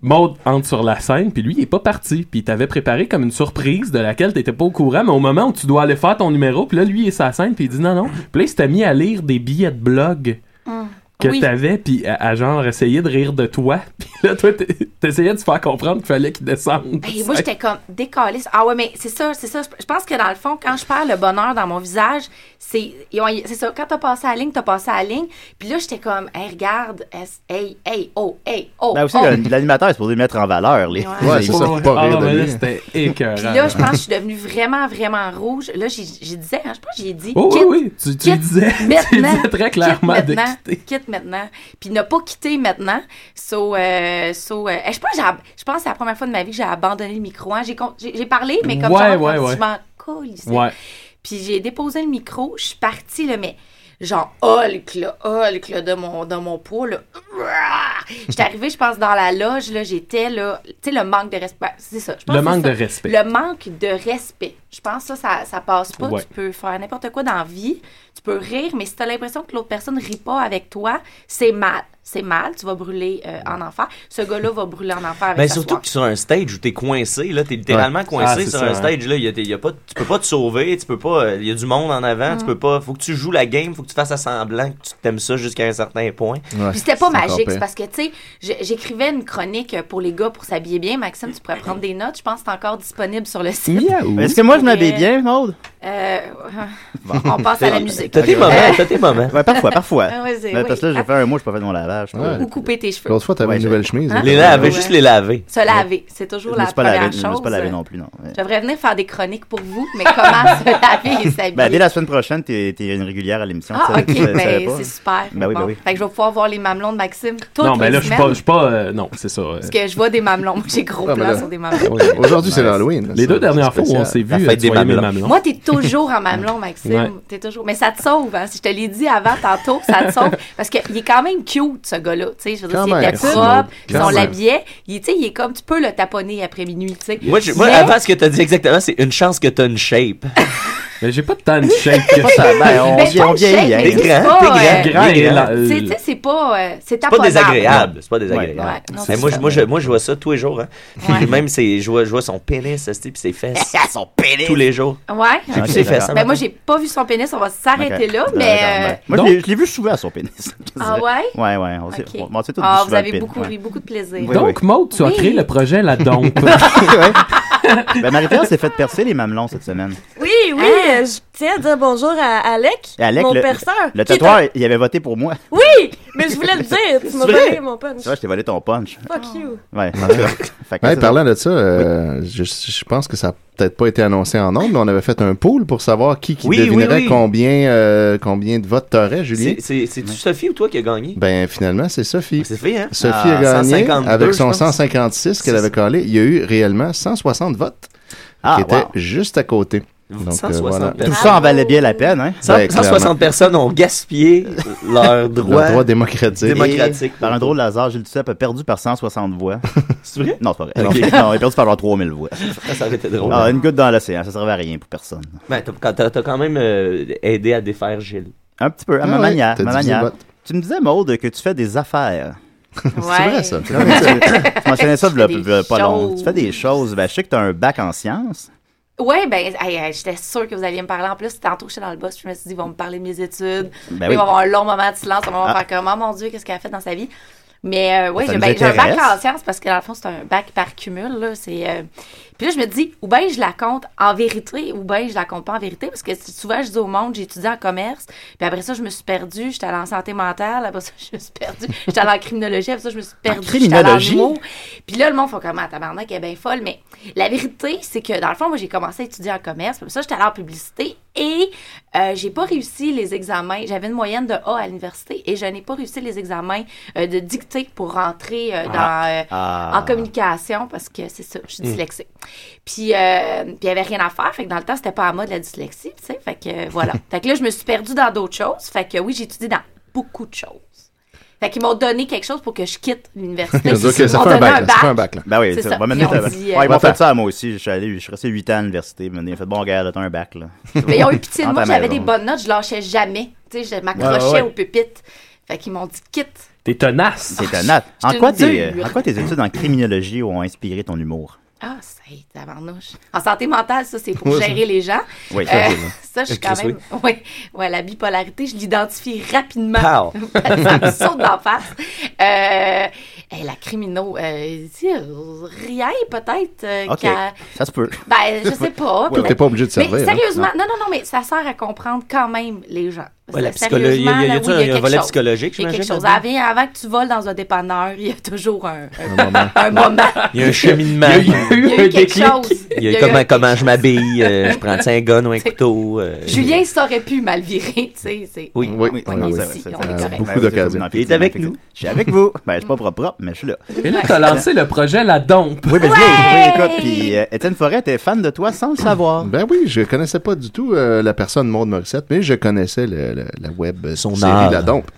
Speaker 4: Maude entre sur la scène, puis lui, il est pas parti. Puis il t'avait préparé comme une surprise de laquelle t'étais pas au courant, mais au moment où tu dois aller faire ton numéro, puis là, lui, il est sa scène, puis il dit non, non. Puis là, il s'était mis à lire des billets de blog
Speaker 12: Mm.
Speaker 2: Hum.
Speaker 4: que
Speaker 2: Oui.
Speaker 4: t'avais, puis à, à genre essayer de rire de toi. [laughs] Puis là, toi, t'es- t'essayais de te faire comprendre qu'il fallait qu'il descende.
Speaker 2: Hey, Ben, moi, j'étais comme décalée. Ah ouais, mais c'est ça, c'est ça. Je pense que dans le fond, quand je perds le bonheur dans mon visage, c'est ils ont- c'est ça. Quand t'as passé à la ligne, t'as passé à la ligne. Puis là, j'étais comme, hey, regarde, est- hey, hey, oh, hey, oh.
Speaker 5: Ben aussi,
Speaker 2: oh.
Speaker 5: le- l'animateur est supposé mettre en valeur les.
Speaker 2: Ouais,
Speaker 5: les-
Speaker 8: c'est ça, faut pas
Speaker 4: Ah,
Speaker 8: rire de
Speaker 4: mais là,
Speaker 8: lui.
Speaker 4: c'était écœurant.
Speaker 2: Puis
Speaker 5: [laughs]
Speaker 2: là, je pense que je suis devenue vraiment, vraiment rouge. Là, j'ai j'ai disais, hein, je pense que j'ai dit.
Speaker 4: Oh, oui,
Speaker 2: quitte,
Speaker 4: oui, tu, tu
Speaker 2: quitte
Speaker 4: disais, [laughs] tu
Speaker 2: maintenant,
Speaker 4: disais très clairement
Speaker 2: quitte
Speaker 4: de
Speaker 2: maintenant, quitte maintenant. Puis ne pas quitter maintenant. So, euh, so, euh, je, pense que j'ai ab- je pense que c'est la première fois de ma vie que j'ai abandonné le micro. hein. J'ai con- J'ai j'ai parlé, mais comme
Speaker 4: Ouais,
Speaker 2: genre,
Speaker 4: ouais,
Speaker 2: comme si
Speaker 4: ouais.
Speaker 2: je m'en coulissais.
Speaker 4: Ouais.
Speaker 2: Puis j'ai déposé le micro, je suis partie, là, mais genre oh, Hulk, là, Hulk, là, de mon, de mon poids, là. Ouah! J'étais arrivée, je pense, dans la loge, là, j'étais, là, tu sais, le manque de respect. C'est ça. je pense
Speaker 4: Le
Speaker 2: que
Speaker 4: manque
Speaker 2: c'est
Speaker 4: de
Speaker 2: ça.
Speaker 4: respect.
Speaker 2: Le manque de respect. Je pense que ça, ça, ça passe pas.
Speaker 4: Ouais.
Speaker 2: Tu peux faire n'importe quoi dans la vie, tu peux rire, mais si t'as l'impression que l'autre personne rit pas avec toi, c'est mal. C'est mal, tu vas brûler euh, en enfer. Ce gars-là va brûler en enfer avec
Speaker 7: Mais
Speaker 2: sa
Speaker 7: Ben, surtout
Speaker 2: soirée.
Speaker 7: que sur un stage où t'es coincé, là, t'es littéralement
Speaker 4: Ouais. Ah,
Speaker 7: coincé
Speaker 4: c'est
Speaker 7: sur
Speaker 4: ça,
Speaker 7: un
Speaker 4: hein.
Speaker 7: stage, là, y a, des- y a pas, tu peux pas te sauver, tu peux pas, euh, y a du monde en avant,
Speaker 2: Mm.
Speaker 7: tu peux pas, faut que tu joues la game, faut que tu fasses à semblant que tu t'aimes ça jusqu'à un certain point.
Speaker 2: Puis c'était pas magique, c'est parce que, tu sais, je- j'écrivais une chronique pour les gars pour s'habiller bien. Maxime, tu pourrais prendre des notes. Je pense que c'est encore disponible sur le site.
Speaker 5: Est-ce que moi je m'habille
Speaker 2: Euh,
Speaker 5: bien, Maude?
Speaker 2: Euh, [laughs] on passe à la musique.
Speaker 7: T'as tes
Speaker 2: Ok.
Speaker 7: moments, t'as tes moments.
Speaker 5: Ouais, parfois, parfois.
Speaker 2: Ah, vas-y,
Speaker 5: Mais Parce que là,
Speaker 2: oui.
Speaker 5: j'ai fait un mois, j'ai pas fait mon lavage.
Speaker 4: Ah
Speaker 2: Ou couper tes cheveux.
Speaker 8: L'autre fois, t'avais
Speaker 5: Ouais,
Speaker 8: une
Speaker 5: j'ai-
Speaker 8: nouvelle chemise.
Speaker 2: Hein?
Speaker 7: Les laver, juste les laver.
Speaker 2: Se laver, c'est toujours
Speaker 5: Je me
Speaker 2: la
Speaker 5: suis pas
Speaker 2: première
Speaker 5: lavé,
Speaker 2: chose.
Speaker 5: je me suis pas lavé non plus, non. Ouais.
Speaker 2: Je devrais venir faire des chroniques pour vous, mais comment se [laughs] laver et s'habiller?
Speaker 5: Ben, dès la semaine prochaine, t'es t'es une régulière à l'émission.
Speaker 2: ah,
Speaker 5: tu
Speaker 2: ok,
Speaker 5: sais, tu savais
Speaker 2: ben,
Speaker 5: pas.
Speaker 2: c'est super.
Speaker 5: Ben oui, ben
Speaker 2: Bon.
Speaker 5: oui.
Speaker 2: Fait que je vais pouvoir voir les mamelons de Maxime toutes
Speaker 4: Non, mais
Speaker 2: les
Speaker 4: là, je suis
Speaker 2: semaines.
Speaker 4: pas. je suis pas euh, non, c'est ça. euh,
Speaker 2: Parce que je vois des mamelons. Moi, J'ai gros
Speaker 4: Ah, ben
Speaker 2: plans
Speaker 4: là.
Speaker 2: sur des mamelons.
Speaker 8: Ah, Aujourd'hui, c'est l'Halloween.
Speaker 4: Les deux dernières fois où on s'est vu, euh, tu voyais mes mamelons.
Speaker 2: Moi, t'es
Speaker 7: [laughs]
Speaker 2: toujours en mamelon, Maxime.
Speaker 4: Ouais.
Speaker 2: T'es toujours. Mais ça te sauve, hein. Si je te l'ai dit avant, tantôt, ça
Speaker 7: [laughs]
Speaker 2: te sauve. Parce qu'il est quand même cute, ce gars-là. Tu sais, je veux dire,
Speaker 7: Quand
Speaker 2: s'il
Speaker 7: même.
Speaker 2: était
Speaker 7: Merci,
Speaker 2: propre,
Speaker 7: Maud.
Speaker 2: si
Speaker 7: Quand
Speaker 2: on
Speaker 7: même.
Speaker 2: l'habillait, il, tu sais, il est comme, tu peux le taponner après minuit, tu sais.
Speaker 7: Moi, je- moi,
Speaker 2: Mais-
Speaker 7: avant, ce que t'as dit exactement, c'est une chance que t'as une shape.
Speaker 4: [laughs] Mais j'ai pas
Speaker 2: [laughs]
Speaker 4: tant de shape que
Speaker 7: Pas ça,
Speaker 4: ça.
Speaker 7: ben, on- Mais on pas de vieillit, shape, hein. mais
Speaker 4: T'es
Speaker 7: c'est
Speaker 4: grand,
Speaker 7: pas,
Speaker 4: t'es
Speaker 7: euh,
Speaker 4: grand. T'es grand. et la-
Speaker 2: Tu sais, tu sais, c'est pas. euh, c'est
Speaker 7: C'est pas
Speaker 2: taponable.
Speaker 7: désagréable, c'est pas désagréable.
Speaker 2: Ouais, non,
Speaker 7: Mais
Speaker 2: c'est
Speaker 7: moi,
Speaker 2: ça.
Speaker 7: je, moi, je, moi, je vois ça tous les jours. Hein. Puis [laughs] Même, ses- je vois, je vois son pénis, esti, puis ses
Speaker 2: [laughs]
Speaker 7: fesses. son pénis! Tous les jours.
Speaker 2: Ouais.
Speaker 7: J'ai plus ses fesses. hein,
Speaker 2: Ben, moi,
Speaker 7: maintenant.
Speaker 2: j'ai pas vu son pénis. On va s'arrêter là,
Speaker 5: D'accord,
Speaker 2: mais. euh,
Speaker 5: ben. Moi, je l'ai- je l'ai vu souvent à son pénis. [laughs] je
Speaker 2: Ah
Speaker 5: dirais.
Speaker 2: ouais?
Speaker 5: Ouais, ouais. On s'est
Speaker 2: euh,
Speaker 5: on- on s'est tous
Speaker 2: Ah,
Speaker 5: vu
Speaker 2: vous
Speaker 5: souvent
Speaker 2: avez
Speaker 5: le pénis,
Speaker 2: beaucoup
Speaker 5: ouais.
Speaker 2: ri, beaucoup de plaisir.
Speaker 5: Oui,
Speaker 4: Donc,
Speaker 5: oui.
Speaker 4: Maud, tu as
Speaker 2: Oui.
Speaker 4: créé le projet
Speaker 5: [laughs]
Speaker 4: La Dompe.
Speaker 5: Ben, Marie-Pierre s'est fait percer les mamelons cette semaine.
Speaker 10: Oui, oui, euh, je tiens à dire bonjour à Alec,
Speaker 5: Et Alec,
Speaker 10: mon
Speaker 5: le,
Speaker 10: perceur.
Speaker 5: le
Speaker 10: qui est
Speaker 5: tatoueur, il avait voté pour moi.
Speaker 10: un- Oui, mais je voulais le dire, tu m'as
Speaker 5: C'est vrai?
Speaker 10: volé mon punch.
Speaker 5: [laughs] Tu vois, je t'ai volé ton punch.
Speaker 10: Fuck you.
Speaker 5: Ouais. Fait que
Speaker 8: Ouais,
Speaker 5: c'est ça.
Speaker 8: parlant de ça, euh, je, je pense que ça n'a peut-être pas été annoncé en nombre, mais on avait fait un pool pour savoir qui, qui
Speaker 7: Oui,
Speaker 8: devinerait
Speaker 7: oui, oui.
Speaker 8: Combien, euh, combien de votes t'aurais, Julien.
Speaker 7: C'est- c'est- C'est-tu Sophie ou toi qui as gagné?
Speaker 8: Ben finalement, c'est Sophie.
Speaker 7: Sophie, hein?
Speaker 8: Sophie
Speaker 7: Ah,
Speaker 8: a gagné
Speaker 7: 152,
Speaker 8: avec son
Speaker 7: je pense.
Speaker 8: 156 qu'elle avait collé. Il y a eu réellement 160 votes
Speaker 5: Ah,
Speaker 8: qui étaient
Speaker 5: wow.
Speaker 8: juste à côté. Donc, euh,
Speaker 7: 160
Speaker 8: voilà.
Speaker 7: personnes.
Speaker 5: Tout ça en valait bien la peine, hein?
Speaker 7: Cent- 160 personnes ont gaspillé leur droit,
Speaker 8: Leur droit démocratique.
Speaker 7: démocratique.
Speaker 5: Par un drôle de hasard, Gilles Duceppe a perdu par 160 voix.
Speaker 7: [laughs] C'est vrai?
Speaker 5: Non, c'est pas vrai.
Speaker 7: Ok.
Speaker 5: Non, il a perdu par genre 3000 voix.
Speaker 7: [laughs] Ça aurait été drôle.
Speaker 5: Ah, une goutte dans l'océan, ça servait à rien pour personne.
Speaker 7: Ben, t'as- quand- t'as t'as quand même euh, aidé à défaire Gilles.
Speaker 5: Un petit peu, à
Speaker 7: Ah
Speaker 5: ma
Speaker 7: ouais,
Speaker 5: manière.
Speaker 7: t'as
Speaker 5: ma
Speaker 7: divisé le
Speaker 5: manière.
Speaker 7: vote.
Speaker 5: Tu me disais, Maude, que tu fais des affaires.
Speaker 2: C'est vrai,
Speaker 8: ça.
Speaker 5: Tu tu mentionnais ça
Speaker 2: Je fais
Speaker 5: v'là-
Speaker 2: des
Speaker 5: v'là pas long.
Speaker 2: choses.
Speaker 5: Tu fais des choses. Ben, je sais que tu as un bac en sciences.
Speaker 2: Ouais, ben, hey, hey, j'étais sûre que vous alliez me parler. En plus, tantôt, j'étais dans le bus, puis je me suis dit, ils vont me parler de mes études.
Speaker 5: Ben
Speaker 2: Ils
Speaker 5: oui.
Speaker 2: vont avoir un long moment de silence. On va
Speaker 5: Ah.
Speaker 2: faire comme, oh mon Dieu, qu'est-ce qu'elle a fait dans sa vie? Mais euh, ouais,
Speaker 5: Ça
Speaker 2: j'ai
Speaker 5: nous
Speaker 2: ben, j'ai un bac
Speaker 5: intéresse.
Speaker 2: en sciences parce que dans le fond, c'est un bac par cumul. Là, c'est, euh, Puis là, je me dis, ou bien je la compte en vérité, ou bien je la compte pas en vérité. Parce que souvent, je dis au monde, j'ai étudié en commerce. Puis après ça, je me suis perdue. J'étais allée en santé mentale. Après ça, [laughs] je me suis perdue. J'étais allée en criminologie. Après ça, je me suis perdue. J'étais allée en
Speaker 5: criminologie?
Speaker 2: humour. Puis là, le monde fait comment, tabarnak, elle est bien folle. Mais la vérité, c'est que dans le fond, moi, j'ai commencé à étudier en commerce. Puis ça, j'étais allée en publicité et euh, j'ai pas réussi les examens. J'avais une moyenne de A à l'université et je n'ai pas réussi les examens euh, de dictée pour rentrer euh, dans,
Speaker 5: Ah.
Speaker 2: euh,
Speaker 5: Ah.
Speaker 2: en communication parce que c'est ça, je suis
Speaker 5: Mm.
Speaker 2: dyslexique. Puis euh, puis il y avait rien à faire. Fait que dans le temps, c'était pas à moi de la dyslexie, tu sais. Fait que euh,
Speaker 8: [laughs]
Speaker 2: voilà. fait que là, je me suis perdue dans d'autres choses. Fait que oui, j'ai étudié dans beaucoup de choses. Fait qu'ils m'ont donné quelque chose pour que je quitte
Speaker 8: [laughs]
Speaker 2: l'université.
Speaker 8: Ça veut dire que
Speaker 2: Ils
Speaker 8: ça
Speaker 2: m'ont
Speaker 8: fait
Speaker 2: donné
Speaker 8: un bac, là, ça fait un bac, là.
Speaker 5: Ben oui,
Speaker 2: C'est
Speaker 5: ça
Speaker 2: ça.
Speaker 5: va mener
Speaker 2: Puis on
Speaker 5: ta-
Speaker 2: dit, euh,
Speaker 5: Ouais, ils m'ont
Speaker 8: Attends.
Speaker 5: fait ça à moi aussi. Je suis, allé, je suis resté 8 ans à l'université. Ils m'ont fait bon, gars, t'as un bac. Là.
Speaker 2: Mais ben, ils ont eu
Speaker 5: [laughs]
Speaker 2: pitié de
Speaker 5: Dans
Speaker 2: moi,
Speaker 5: ta
Speaker 2: j'avais
Speaker 5: maison.
Speaker 2: des bonnes notes, je lâchais jamais. Tu sais, je m'accrochais
Speaker 5: Ouais, ouais.
Speaker 2: aux pupites. Fait qu'ils m'ont dit quitte.
Speaker 4: T'es tenace.
Speaker 5: T'es tenace.
Speaker 2: Je
Speaker 5: En
Speaker 2: te
Speaker 5: quoi,
Speaker 2: le
Speaker 5: tes,
Speaker 2: dis.
Speaker 5: en quoi tes études en criminologie ont inspiré ton humour?
Speaker 2: Ah, c'est tabarnouche. En santé mentale, ça, c'est pour
Speaker 5: Oui, ça-
Speaker 2: gérer les gens.
Speaker 5: Oui,
Speaker 2: Euh,
Speaker 5: ça, c'est là.
Speaker 2: ça, je suis quand
Speaker 5: Chris,
Speaker 2: même. Oui, ouais, la bipolarité, je l'identifie rapidement.
Speaker 5: Pow.
Speaker 2: [laughs] ça me saute d'en face. Euh, hey, la crimino, euh, tu sais, euh, rien peut-être euh,
Speaker 5: OK,
Speaker 2: qu'à-
Speaker 5: ça se peut.
Speaker 2: Ben, je sais pas.
Speaker 5: Ouais.
Speaker 2: mais-
Speaker 5: T'es pas obligé de
Speaker 2: mais
Speaker 5: servir, hein?
Speaker 2: Sérieusement, non. non, non, mais ça sert à comprendre quand même les gens.
Speaker 7: Ouais, la psycholo-
Speaker 2: Sérieusement,
Speaker 7: il y a- il y a-
Speaker 2: là,
Speaker 7: il y a-tu
Speaker 2: oui,
Speaker 7: un
Speaker 2: quelque
Speaker 7: volet
Speaker 2: chose.
Speaker 7: psychologique,
Speaker 2: Il y a quelque
Speaker 7: j'imagine,
Speaker 2: chose.
Speaker 7: là-dedans?
Speaker 2: Avant, avant que tu voles dans un dépanneur, il y a toujours un, un-
Speaker 7: moment.
Speaker 2: un moment.
Speaker 7: Il y a un cheminement.
Speaker 2: Il y a eu,
Speaker 7: Il y a eu
Speaker 2: quelque chose.
Speaker 7: Il y a eu
Speaker 2: eu
Speaker 7: comment,
Speaker 2: un-
Speaker 7: comment je m'habille, euh, je prends un gun ou un couteau. euh,
Speaker 2: [laughs] Julien, ça aurait pu mal virer, tu sais. c'est-
Speaker 7: Oui, oui,
Speaker 2: on- on est
Speaker 7: oui, oui,
Speaker 2: ici,
Speaker 7: oui,
Speaker 2: on est
Speaker 7: c'est-
Speaker 2: correct.
Speaker 7: beaucoup
Speaker 5: Ben oui,
Speaker 7: d'occasions.
Speaker 5: c'est-
Speaker 7: Il est avec nous.
Speaker 5: Je suis avec vous. Ben, je suis pas propre, propre, mais je suis là.
Speaker 4: Et là, t'as lancé le projet La Dompe.
Speaker 5: Oui, ben, je l'ai- oui, écoute, puis euh, Étienne Forêt était fan de toi sans le savoir.
Speaker 8: Ben oui, je connaissais pas du tout euh, la personne Maud Morissette, mais je connaissais le- le- la web euh, série
Speaker 7: art.
Speaker 8: La Dompe.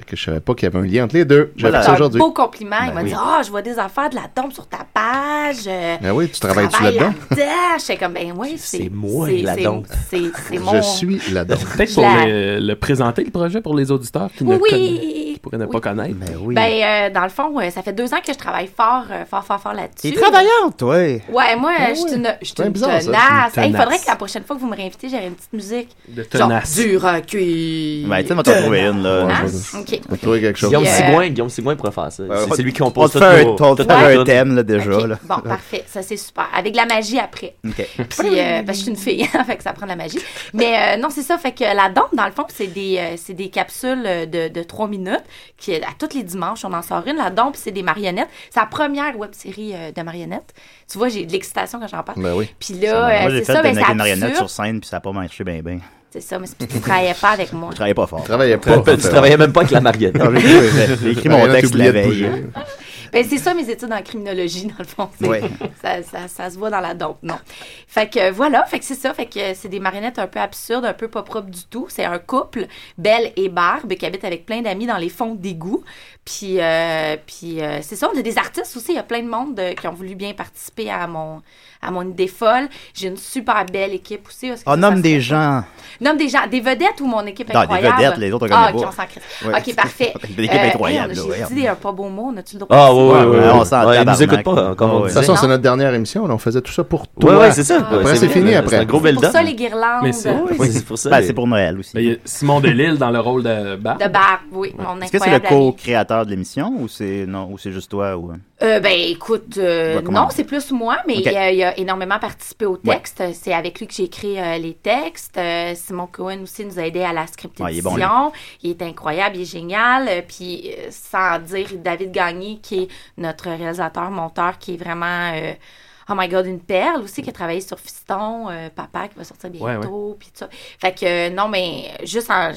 Speaker 8: Fait que je savais pas qu'il y avait un lien entre les deux. J'ai
Speaker 2: Voilà.
Speaker 8: appris
Speaker 2: C'est
Speaker 8: ça
Speaker 2: un
Speaker 8: aujourd'hui.
Speaker 2: beau compliment. il
Speaker 8: Ben
Speaker 2: m'a
Speaker 8: oui.
Speaker 2: dit Ah, je vois des affaires de la tombe sur ta page. euh,
Speaker 8: Ben oui, tu travailles-tu
Speaker 2: travaille
Speaker 8: là-dedans?
Speaker 2: là-dedans. J'étais comme Ben oui, c'est.
Speaker 4: C'est moi,
Speaker 2: c'est-
Speaker 4: la
Speaker 2: c'est-
Speaker 4: dompe.
Speaker 2: C'est c'est mon.
Speaker 8: suis la
Speaker 4: [laughs] Peut-être pour
Speaker 2: La-
Speaker 4: le, le présenter, le projet, pour les auditeurs qui ne
Speaker 2: Oui,
Speaker 4: conna- qui je pourrais ne pas connaître. Mais oui.
Speaker 2: Ben, euh, dans le fond, euh, ça fait deux ans que je travaille fort, euh, fort, fort, fort là-dessus.
Speaker 13: T'es travaillante, ouais.
Speaker 2: Ouais, moi, je suis une, je suis
Speaker 13: bien
Speaker 2: une
Speaker 13: bizarre, ça.
Speaker 2: tenace.
Speaker 13: Une
Speaker 2: Hey, Il faudrait
Speaker 13: tenace.
Speaker 2: que la prochaine fois que vous me réinvitez, j'aurai une petite musique.
Speaker 4: De
Speaker 7: tenace.
Speaker 2: Genre, du recueil.
Speaker 5: Ben, tu sais, on va t'en trouver une, là.
Speaker 2: Hein?
Speaker 5: Ouais, je-
Speaker 2: OK.
Speaker 5: On va trouver quelque chose.
Speaker 7: Guillaume
Speaker 5: Yeah.
Speaker 7: Sigouin, Guillaume Sigouin pourrait faire ça.
Speaker 5: Ouais,
Speaker 7: C'est- C'est lui qui
Speaker 5: on
Speaker 7: compose
Speaker 5: te
Speaker 7: tout.
Speaker 5: fait un-
Speaker 7: nos-
Speaker 5: on te
Speaker 7: toutes
Speaker 5: fait
Speaker 7: nos
Speaker 5: un
Speaker 7: tunes.
Speaker 5: thème, là, déjà, [laughs] là.
Speaker 2: Bon, parfait. Ça, c'est super. Avec de la magie après.
Speaker 5: OK.
Speaker 2: Puis, euh, parce que je suis une fille, hein, [laughs] fait que ça prend de la magie. Mais euh, non, c'est ça, fait que la dent, dans le fond, c'est des, euh, c'est des capsules euh, de, de 3 minutes qui, euh, à tous les dimanches, on en sort une. La dent, puis c'est des marionnettes. C'est la première web-série euh, de marionnettes. Tu vois, j'ai de l'excitation quand j'en parle.
Speaker 5: Ben oui.
Speaker 2: Puis
Speaker 5: Ça m'a-
Speaker 2: là, euh,
Speaker 5: moi, j'ai
Speaker 2: c'est
Speaker 5: fait
Speaker 2: ça,
Speaker 5: des
Speaker 2: mais c'est
Speaker 5: Naked marionnettes
Speaker 2: absurde.
Speaker 5: sur scène, puis ça n'a pas marché bien, bien.
Speaker 2: C'est ça, mais c'est parce que tu travaillais pas avec moi.
Speaker 5: Je travaillais pas fort. Tu
Speaker 8: travaillais
Speaker 7: pas. Tu travaillais même pas avec la marionnette.
Speaker 5: Non, j'ai écrit- j'ai écrit mon
Speaker 7: Marionnette
Speaker 5: texte la
Speaker 7: oubliait de
Speaker 5: veille.
Speaker 7: bouger.
Speaker 2: Ben, c'est ça mes études en criminologie, dans le fond. C'est-
Speaker 5: Ouais.
Speaker 2: Ça, ça- ça se voit dans la dompe, non. Fait que euh, voilà, fait que c'est ça. Fait que euh, c'est des marionnettes un peu absurdes, un peu pas propres du tout. C'est un couple, Belle et Barbe, qui habitent avec plein d'amis dans les fonds d'égout. Puis, euh, puis euh, c'est ça, on a des artistes aussi. Il y a plein de monde euh, qui ont voulu bien participer à mon, à mon idée folle. J'ai une super belle équipe aussi. parce que
Speaker 5: On
Speaker 2: ça,
Speaker 5: nomme
Speaker 2: ça-
Speaker 5: des gens.
Speaker 2: Nomme des gens, des vedettes ou mon équipe
Speaker 5: Ah. Non, des
Speaker 2: incroyable?
Speaker 5: vedettes, les autres, on
Speaker 2: Ah,
Speaker 5: connaît
Speaker 2: ok,
Speaker 5: pas.
Speaker 2: on s'en crisse.
Speaker 5: Ouais.
Speaker 2: Ok, parfait.
Speaker 5: [laughs] Des équipes incroyables,
Speaker 2: hey, on-
Speaker 5: là,
Speaker 2: J'ai
Speaker 5: ouais.
Speaker 2: dit un pas beau mot, on a-tu le droit
Speaker 7: Ah,
Speaker 2: de
Speaker 7: ouais,
Speaker 2: dire?
Speaker 7: ouais, ouais.
Speaker 5: on s'en
Speaker 7: Ouais, ils nous
Speaker 5: tabarnak.
Speaker 7: écoute pas, comme on
Speaker 8: De
Speaker 7: dit.
Speaker 8: toute façon,
Speaker 2: Non.
Speaker 8: c'est notre dernière émission. là. On faisait tout ça pour
Speaker 7: Ouais,
Speaker 8: toi.
Speaker 7: ouais, c'est ça. Ouais,
Speaker 8: Après, c'est
Speaker 7: vrai,
Speaker 8: fini.
Speaker 7: c'est
Speaker 8: après.
Speaker 7: un gros
Speaker 2: C'est
Speaker 7: bel
Speaker 2: pour ça
Speaker 7: dent.
Speaker 2: les guirlandes.
Speaker 4: Mais c'est
Speaker 7: Oui,
Speaker 4: oui.
Speaker 7: c'est pour ça.
Speaker 5: Ben,
Speaker 7: les-
Speaker 5: c'est pour Noël aussi.
Speaker 4: Ben, il y a Simon Delille dans le rôle de Barbe.
Speaker 2: De barbe, oui, mon
Speaker 5: Est-ce que c'est le
Speaker 2: incroyable ami.
Speaker 5: co-créateur de l'émission ou c'est non ou c'est juste toi ou
Speaker 2: Euh, ben écoute, euh,
Speaker 5: Bah, comment-
Speaker 2: non, c'est plus moi, mais
Speaker 5: Ok.
Speaker 2: il, a, il a énormément participé au
Speaker 5: Ouais.
Speaker 2: texte. C'est avec lui que j'ai écrit euh, les textes. Euh, Simon Cohen aussi nous a aidé à la script
Speaker 5: Ouais, il est bon,
Speaker 2: édition. il, est incroyable, il est génial. Euh, Puis euh, sans dire David Gagné, qui est notre réalisateur, monteur, qui est vraiment euh, Oh my God, une perle aussi qui a travaillé sur Fiston, euh, Papa qui va sortir
Speaker 4: Ouais,
Speaker 2: bientôt, puis tout ça. Fait que euh, non, mais juste en,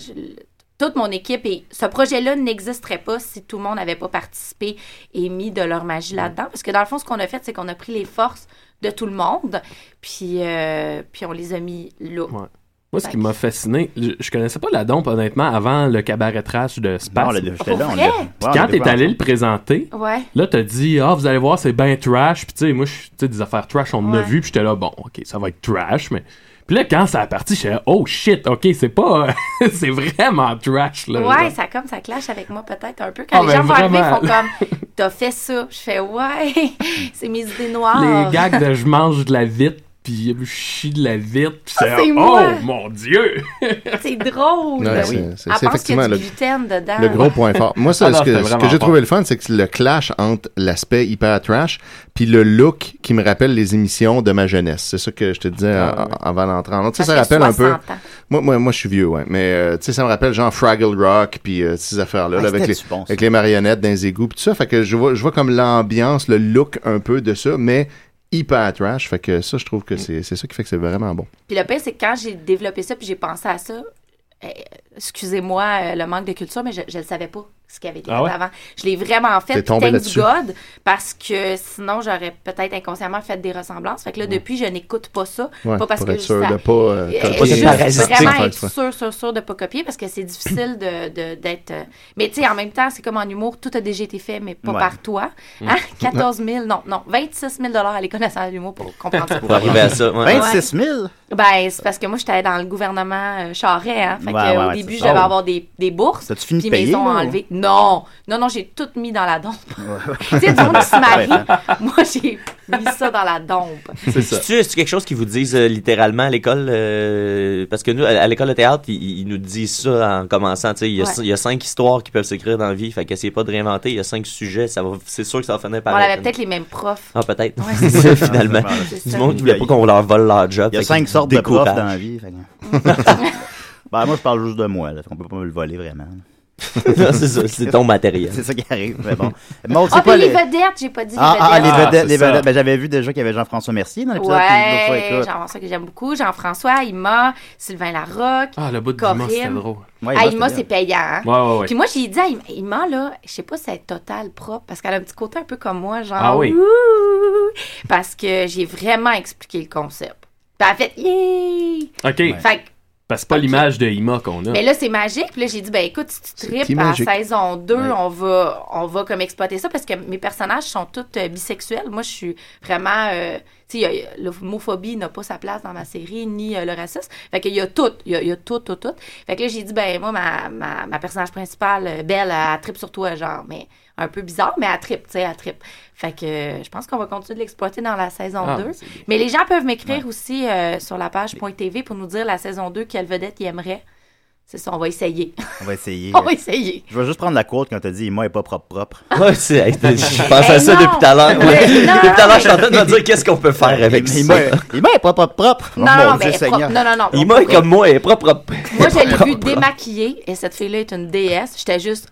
Speaker 2: toute mon équipe et ce projet-là n'existerait pas si tout le monde n'avait pas participé et mis de leur magie là-dedans. Parce que dans le fond, ce qu'on a fait, c'est qu'on a pris les forces de tout le monde, puis, euh, puis on les a mis là.
Speaker 4: Ouais. Moi, ce qui
Speaker 2: Ben,
Speaker 4: m'a fasciné, je, je connaissais pas la dompe, honnêtement, avant le cabaret trash de Space.
Speaker 5: Non, on l'a déjà- j'étais là, on
Speaker 2: Pour l'a- vrai? ouais,
Speaker 4: Puis
Speaker 5: on l'a
Speaker 4: quand t'es
Speaker 5: découvert
Speaker 4: allé
Speaker 5: ensemble.
Speaker 4: le présenter,
Speaker 2: Ouais.
Speaker 4: là, t'as dit, ah, vous allez voir, c'est bien trash. Puis, tu sais, moi, je- tu sais, des affaires trash, on en a
Speaker 2: Ouais.
Speaker 4: vu. Puis, j'étais là, bon, OK, ça va être trash, mais. Puis là, quand ça a parti, j'étais là, oh shit, OK, c'est pas. [laughs] c'est vraiment trash, là.
Speaker 2: ouais,
Speaker 4: Genre.
Speaker 2: ça comme ça clash avec moi peut-être un peu. Quand
Speaker 4: Ah,
Speaker 2: les gens
Speaker 4: ben,
Speaker 2: vont arriver, ils font
Speaker 4: vraiment. [laughs]
Speaker 2: comme T'as fait ça. Je fais Ouais, [laughs] c'est mes idées noires.
Speaker 4: Les gags de je mange de la vite, puis je chie de la vite, puis c'est,
Speaker 2: Ah, c'est
Speaker 4: oh
Speaker 2: moi!
Speaker 4: mon dieu!
Speaker 2: [laughs] C'est drôle.
Speaker 8: Ouais,
Speaker 4: Ben
Speaker 2: Elle
Speaker 8: c'est- c'est- c'est
Speaker 2: pense qu'il y a
Speaker 8: effectivement
Speaker 2: du
Speaker 8: le-
Speaker 2: gluten dedans.
Speaker 8: Le gros point fort. Moi, ça,
Speaker 4: Ah non,
Speaker 8: ce que,
Speaker 4: c'était
Speaker 8: ce que
Speaker 4: vraiment
Speaker 8: j'ai
Speaker 4: fort.
Speaker 8: trouvé le fun, c'est que le clash entre l'aspect hyper trash puis le look qui me rappelle les émissions de ma jeunesse. C'est ça que je te disais
Speaker 2: Ah
Speaker 8: en- en- avant d'entrer en autre. Ça, ça
Speaker 2: fait
Speaker 8: rappelle un peu.
Speaker 2: 60 ans.
Speaker 8: Moi, moi, moi, je suis vieux, ouais. Mais euh, tu sais, ça me rappelle genre Fraggle Rock puis euh, ces affaires-là,
Speaker 4: Ah,
Speaker 8: là,
Speaker 5: Ouais,
Speaker 8: avec,
Speaker 5: c'était
Speaker 8: les,
Speaker 5: du bon, ça.
Speaker 8: avec les marionnettes dans les égouts puis tout ça. Fait que je vois, je vois comme l'ambiance, le look un peu de ça, mais hyper trash. Fait que ça, je trouve
Speaker 2: Mm.
Speaker 8: que c'est c'est ça qui fait que c'est vraiment bon.
Speaker 2: Puis le pire, c'est que quand j'ai développé ça, puis j'ai pensé à ça, euh, excusez-moi euh, le manque de culture, mais je ne le savais pas, ce qu'il y avait été
Speaker 8: Ah
Speaker 2: fait
Speaker 8: ouais?
Speaker 2: avant. Je l'ai vraiment
Speaker 8: T'es
Speaker 2: fait, puis
Speaker 8: tombé
Speaker 2: thanks
Speaker 8: là-dessus.
Speaker 2: God, parce que sinon, j'aurais peut-être inconsciemment fait des ressemblances. Fait que là, depuis, je n'écoute pas ça.
Speaker 8: Ouais,
Speaker 2: pas parce
Speaker 8: pour
Speaker 2: que
Speaker 8: être
Speaker 2: je-
Speaker 8: sûr
Speaker 2: ça-
Speaker 8: de pas, euh,
Speaker 2: Euh,
Speaker 8: copier. Pas
Speaker 2: juste
Speaker 8: de parasitique,
Speaker 2: Vraiment
Speaker 8: faire
Speaker 2: être
Speaker 8: ça.
Speaker 2: sûr, sûr, sûr de pas copier, parce que c'est difficile de, de- d'être... euh, Mais tu sais, en même temps, c'est comme en humour, tout a déjà été fait, mais pas
Speaker 8: Ouais.
Speaker 2: par toi. Hein? [laughs]
Speaker 8: Mm.
Speaker 2: 14 000, non, non, 26 000 à l'École nationale de l'humour pour comprendre ça.
Speaker 7: Pour arriver à ça. ouais.
Speaker 5: 26 000?
Speaker 2: Ben, c'est parce que moi, j'étais dans le gouvernement euh, Charest, hein. Fait
Speaker 5: Ouais,
Speaker 2: que,
Speaker 5: ouais,
Speaker 2: au
Speaker 5: ouais,
Speaker 2: début,
Speaker 5: c'est
Speaker 2: je devais
Speaker 5: ça.
Speaker 2: avoir des, des bourses.
Speaker 5: T'as-tu fini de
Speaker 2: puis ils me les
Speaker 5: payer,
Speaker 2: ont
Speaker 5: là?
Speaker 2: enlées. Non, non, non, j'ai tout mis dans la dompe. [laughs] tu sais, du monde qui se marie. moi, j'ai mis ça dans la dompe. [laughs]
Speaker 7: C'est C'est quelque chose qu'ils vous disent euh, littéralement à l'école euh, parce que nous à, à l'école de théâtre ils, ils nous disent ça en commençant, tu sais, il y a
Speaker 2: Ouais.
Speaker 7: il y a cinq histoires qui peuvent s'écrire dans la vie, fait qu'essayez pas de réinventer, il y a cinq sujets, ça va c'est sûr que ça va finir
Speaker 2: On
Speaker 7: par
Speaker 2: avait peut-être les mêmes profs.
Speaker 7: Ah, peut-être.
Speaker 2: Ouais,
Speaker 7: c'est ça,
Speaker 2: c'est ça.
Speaker 7: finalement.
Speaker 2: C'est
Speaker 7: Du
Speaker 2: ça.
Speaker 7: monde qui voulait pas qu'on leur vole leur job.
Speaker 5: Il y a
Speaker 7: fait
Speaker 5: cinq
Speaker 7: qu'ils
Speaker 5: sortes de profs
Speaker 7: découpagent.
Speaker 5: dans la vie. fait que-
Speaker 7: [laughs]
Speaker 5: ben, moi, je parle juste de moi. Là, on peut pas me le voler vraiment.
Speaker 7: [laughs] Non, c'est ça, c'est ton matériel.
Speaker 5: c'est ça qui arrive. Mais bon. Maud, c'est
Speaker 2: Ah,
Speaker 5: quoi
Speaker 2: puis les
Speaker 5: le-
Speaker 2: vedettes, j'ai pas dit les
Speaker 5: Ah, ah,
Speaker 2: vedettes.
Speaker 5: les
Speaker 7: Ah,
Speaker 5: vedettes.
Speaker 7: c'est
Speaker 5: les
Speaker 7: ça.
Speaker 5: vedettes. Ben, j'avais vu déjà qu'il y avait Jean-François Mercier dans l'épisode. puis l'autre fois,
Speaker 2: Ouais,
Speaker 5: écoute.
Speaker 2: Jean-François que j'aime beaucoup. Jean-François, Ima, Sylvain Larocque.
Speaker 4: Ah, le bout de Dumas, c'était
Speaker 2: Corinne.
Speaker 4: drôle.
Speaker 5: Ouais,
Speaker 2: ah,
Speaker 5: Ima,
Speaker 2: Ima,
Speaker 5: c'était
Speaker 2: c'est payant. hein.
Speaker 4: Ouais, ouais, ouais.
Speaker 2: Puis moi, j'ai dit à Ima- Ima, là, je sais pas si elle est totale propre, parce qu'elle a un petit côté un peu comme moi, genre.
Speaker 4: Ah oui.
Speaker 2: Ouh! Parce que j'ai vraiment expliqué le concept. Puis elle a fait, yay!
Speaker 4: OK.
Speaker 2: Fait que
Speaker 4: Parce que c'est pas l'image de Ima qu'on a.
Speaker 2: mais là, c'est magique. Puis là, j'ai dit, ben écoute, si tu tripes à
Speaker 4: magique.
Speaker 2: saison 2, on, va, on va comme exploiter ça parce que mes personnages sont tous euh, bisexuels. Moi, je suis vraiment. euh, Tu sais, il y a- il y a- l'homophobie n'a pas sa place dans ma série, ni euh, le racisme. Fait qu'il y a tout. Il y a, il y a tout, tout, tout. Fait que là, j'ai dit, ben, moi, ma, ma, ma personnage principale, euh, Belle, elle tripe sur toi, genre, mais un peu bizarre, mais elle tripe, tu sais, elle tripe. Fait que euh, je pense qu'on va continuer de l'exploiter dans la saison
Speaker 14: Ah,
Speaker 2: 2.
Speaker 14: c'est bien.
Speaker 2: Mais les gens peuvent m'écrire aussi euh, sur la page .tv pour nous dire la saison 2, quelle vedette ils aimeraient. C'est ça, on va essayer.
Speaker 5: On va essayer.
Speaker 2: [laughs] On va essayer.
Speaker 5: Je vais juste prendre la quote quand t'as dit moi est pas propre propre.
Speaker 7: Ouais, c'est- hey, je pense
Speaker 5: Eh
Speaker 7: à ça
Speaker 5: non!
Speaker 7: depuis tout à l'heure.
Speaker 2: [laughs]
Speaker 5: Ouais,
Speaker 7: depuis
Speaker 5: non,
Speaker 7: tout à l'heure, je suis en
Speaker 5: mais-
Speaker 7: train de me [laughs] dire qu'est-ce qu'on peut faire avec ça. Oh
Speaker 5: Il est propre propre.
Speaker 2: Non, non, mais propre. Non, non, non.
Speaker 7: Il m'a comme moi, il est propre propre.
Speaker 2: Moi, je l'ai vue démaquillée et cette fille-là est une déesse. J'étais juste.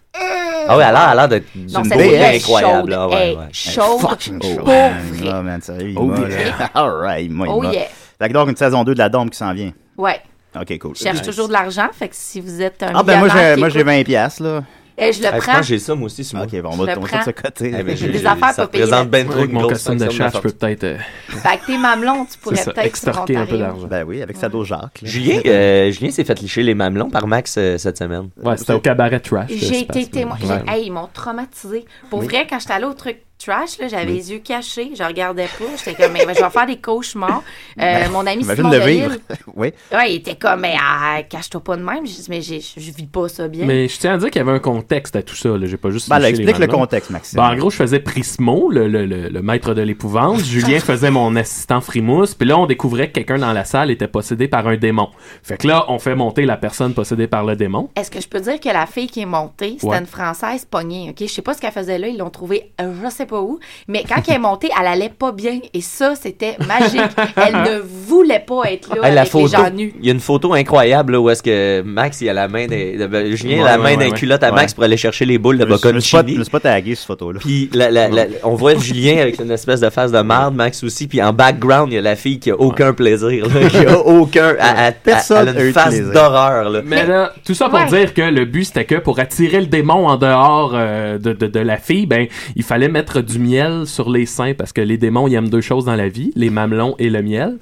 Speaker 7: Ah ouais, elle a elle a l'air d'être
Speaker 2: Non,
Speaker 7: une
Speaker 2: cette
Speaker 7: beauté
Speaker 2: déesse
Speaker 7: incroyable.
Speaker 2: chaude.
Speaker 7: là, ouais,
Speaker 2: Hey,
Speaker 7: ouais.
Speaker 2: chaude.
Speaker 5: Fucking
Speaker 2: Pour
Speaker 5: show.
Speaker 2: vrai.
Speaker 5: Ah, man, sérieux, il
Speaker 2: Oh,
Speaker 5: m'a,
Speaker 2: yeah.
Speaker 5: là. [laughs] All right, moi, il
Speaker 2: Oh,
Speaker 5: m'a.
Speaker 2: yeah.
Speaker 5: Fait que donc, une saison 2 de la Dôme qui s'en vient.
Speaker 2: Ouais.
Speaker 5: OK, cool.
Speaker 2: Je cherche toujours de l'argent. Fait que si vous êtes un.
Speaker 5: Ah, ben, moi,
Speaker 2: millionnaire
Speaker 5: j'ai,
Speaker 2: qui
Speaker 5: moi, j'ai
Speaker 2: écoute-
Speaker 5: 20 piastres, là.
Speaker 2: Eh, je le prends.
Speaker 7: ça, moi aussi,
Speaker 5: OK, bon, on
Speaker 2: Je
Speaker 5: va
Speaker 2: le
Speaker 5: on va
Speaker 2: prends.
Speaker 5: tout se coter.
Speaker 7: Eh ben,
Speaker 2: j'ai des affaires pas payées
Speaker 7: représente ben
Speaker 2: là-dessus.
Speaker 7: trop
Speaker 4: Avec
Speaker 7: une
Speaker 4: mon
Speaker 7: grosse
Speaker 4: costume de
Speaker 7: faction
Speaker 4: chat, je
Speaker 7: force.
Speaker 4: peux peut-être. euh,
Speaker 2: Fait que t'es mamelon, tu pourrais
Speaker 4: C'est ça,
Speaker 2: peut-être.
Speaker 4: extorquer un peu
Speaker 2: remplir.
Speaker 4: d'argent.
Speaker 5: Ben oui, avec sa dose Jacques. là.
Speaker 7: Julien, euh, Julien s'est fait licher les mamelons par Max euh, cette semaine.
Speaker 4: Ouais, c'était au cabaret trash.
Speaker 2: J'ai été témoin. j'ai-
Speaker 7: Ouais.
Speaker 2: Hey, ils m'ont traumatisé. Pour
Speaker 7: Oui.
Speaker 2: vrai, quand j'étais allée au truc trash, là, j'avais
Speaker 7: Oui.
Speaker 2: les yeux cachés, je regardais pas. J'étais comme, mais, je vais faire des cauchemars. Euh,
Speaker 5: Ben,
Speaker 2: mon ami
Speaker 5: imagine
Speaker 2: Simon
Speaker 5: le
Speaker 2: Delille-
Speaker 5: vivre. [laughs] oui.
Speaker 2: Ouais, il était comme, mais ah, cache-toi pas de même. J'ai dit, mais j'ai- je vis pas ça bien.
Speaker 4: Mais je tiens à dire qu'il y avait un contexte à tout ça. là. J'ai pas juste.
Speaker 5: Ben,
Speaker 4: liché
Speaker 5: là,
Speaker 4: les
Speaker 5: explique le
Speaker 4: mamelons.
Speaker 5: contexte, Maxime.
Speaker 4: Ben, en gros, je faisais Prismo, le, le- le- le maître de
Speaker 2: [laughs]
Speaker 4: l'épouvante. Julien faisait mon assistant Frimousse. Puis là, on découvrait que quelqu'un dans la salle était possédé par un démon. Fait que là, on fait monter la personne possédée par le démon.
Speaker 2: Est-ce que je peux dire que la fille qui est montée, c'était
Speaker 4: Ouais.
Speaker 2: une Française pognée, OK? Je sais pas ce qu'elle faisait là, ils l'ont trouvée euh, je sais pas où, mais quand elle est montée, elle allait pas bien et ça, c'était magique.
Speaker 5: [laughs]
Speaker 2: elle ne voulait pas être là
Speaker 5: Ah,
Speaker 7: Hey,
Speaker 2: avec
Speaker 7: la
Speaker 2: les
Speaker 7: photo,
Speaker 2: gens nus.
Speaker 7: il y a une photo incroyable là, où est-ce que Max il a la main des, de- ben, Julien a la
Speaker 5: Ouais,
Speaker 7: main
Speaker 5: ouais,
Speaker 7: d'un
Speaker 5: ouais,
Speaker 7: culotte à
Speaker 5: ouais.
Speaker 7: Max pour aller chercher les boules de
Speaker 5: Je me suis- je me suis
Speaker 7: Bocconcini.
Speaker 5: pas- je me suis pas tagué sur cette photo-là.
Speaker 7: Puis la- la- la- on voit Julien avec une espèce de face de marde, Max aussi. Puis en background, il y a la fille qui a aucun plaisir, là, qui a aucun. elle- elle-
Speaker 4: Personne
Speaker 7: elle
Speaker 4: a
Speaker 7: a
Speaker 4: eu de
Speaker 7: une face
Speaker 4: plaisir.
Speaker 7: d'horreur. là.
Speaker 4: Mais là, tout ça pour
Speaker 7: Ouais.
Speaker 4: dire que le but c'était que pour attirer le démon en dehors euh, de, de- de la fille, ben il fallait mettre du miel sur les seins parce que les démons ils aiment deux choses dans la vie, les mamelons et le miel.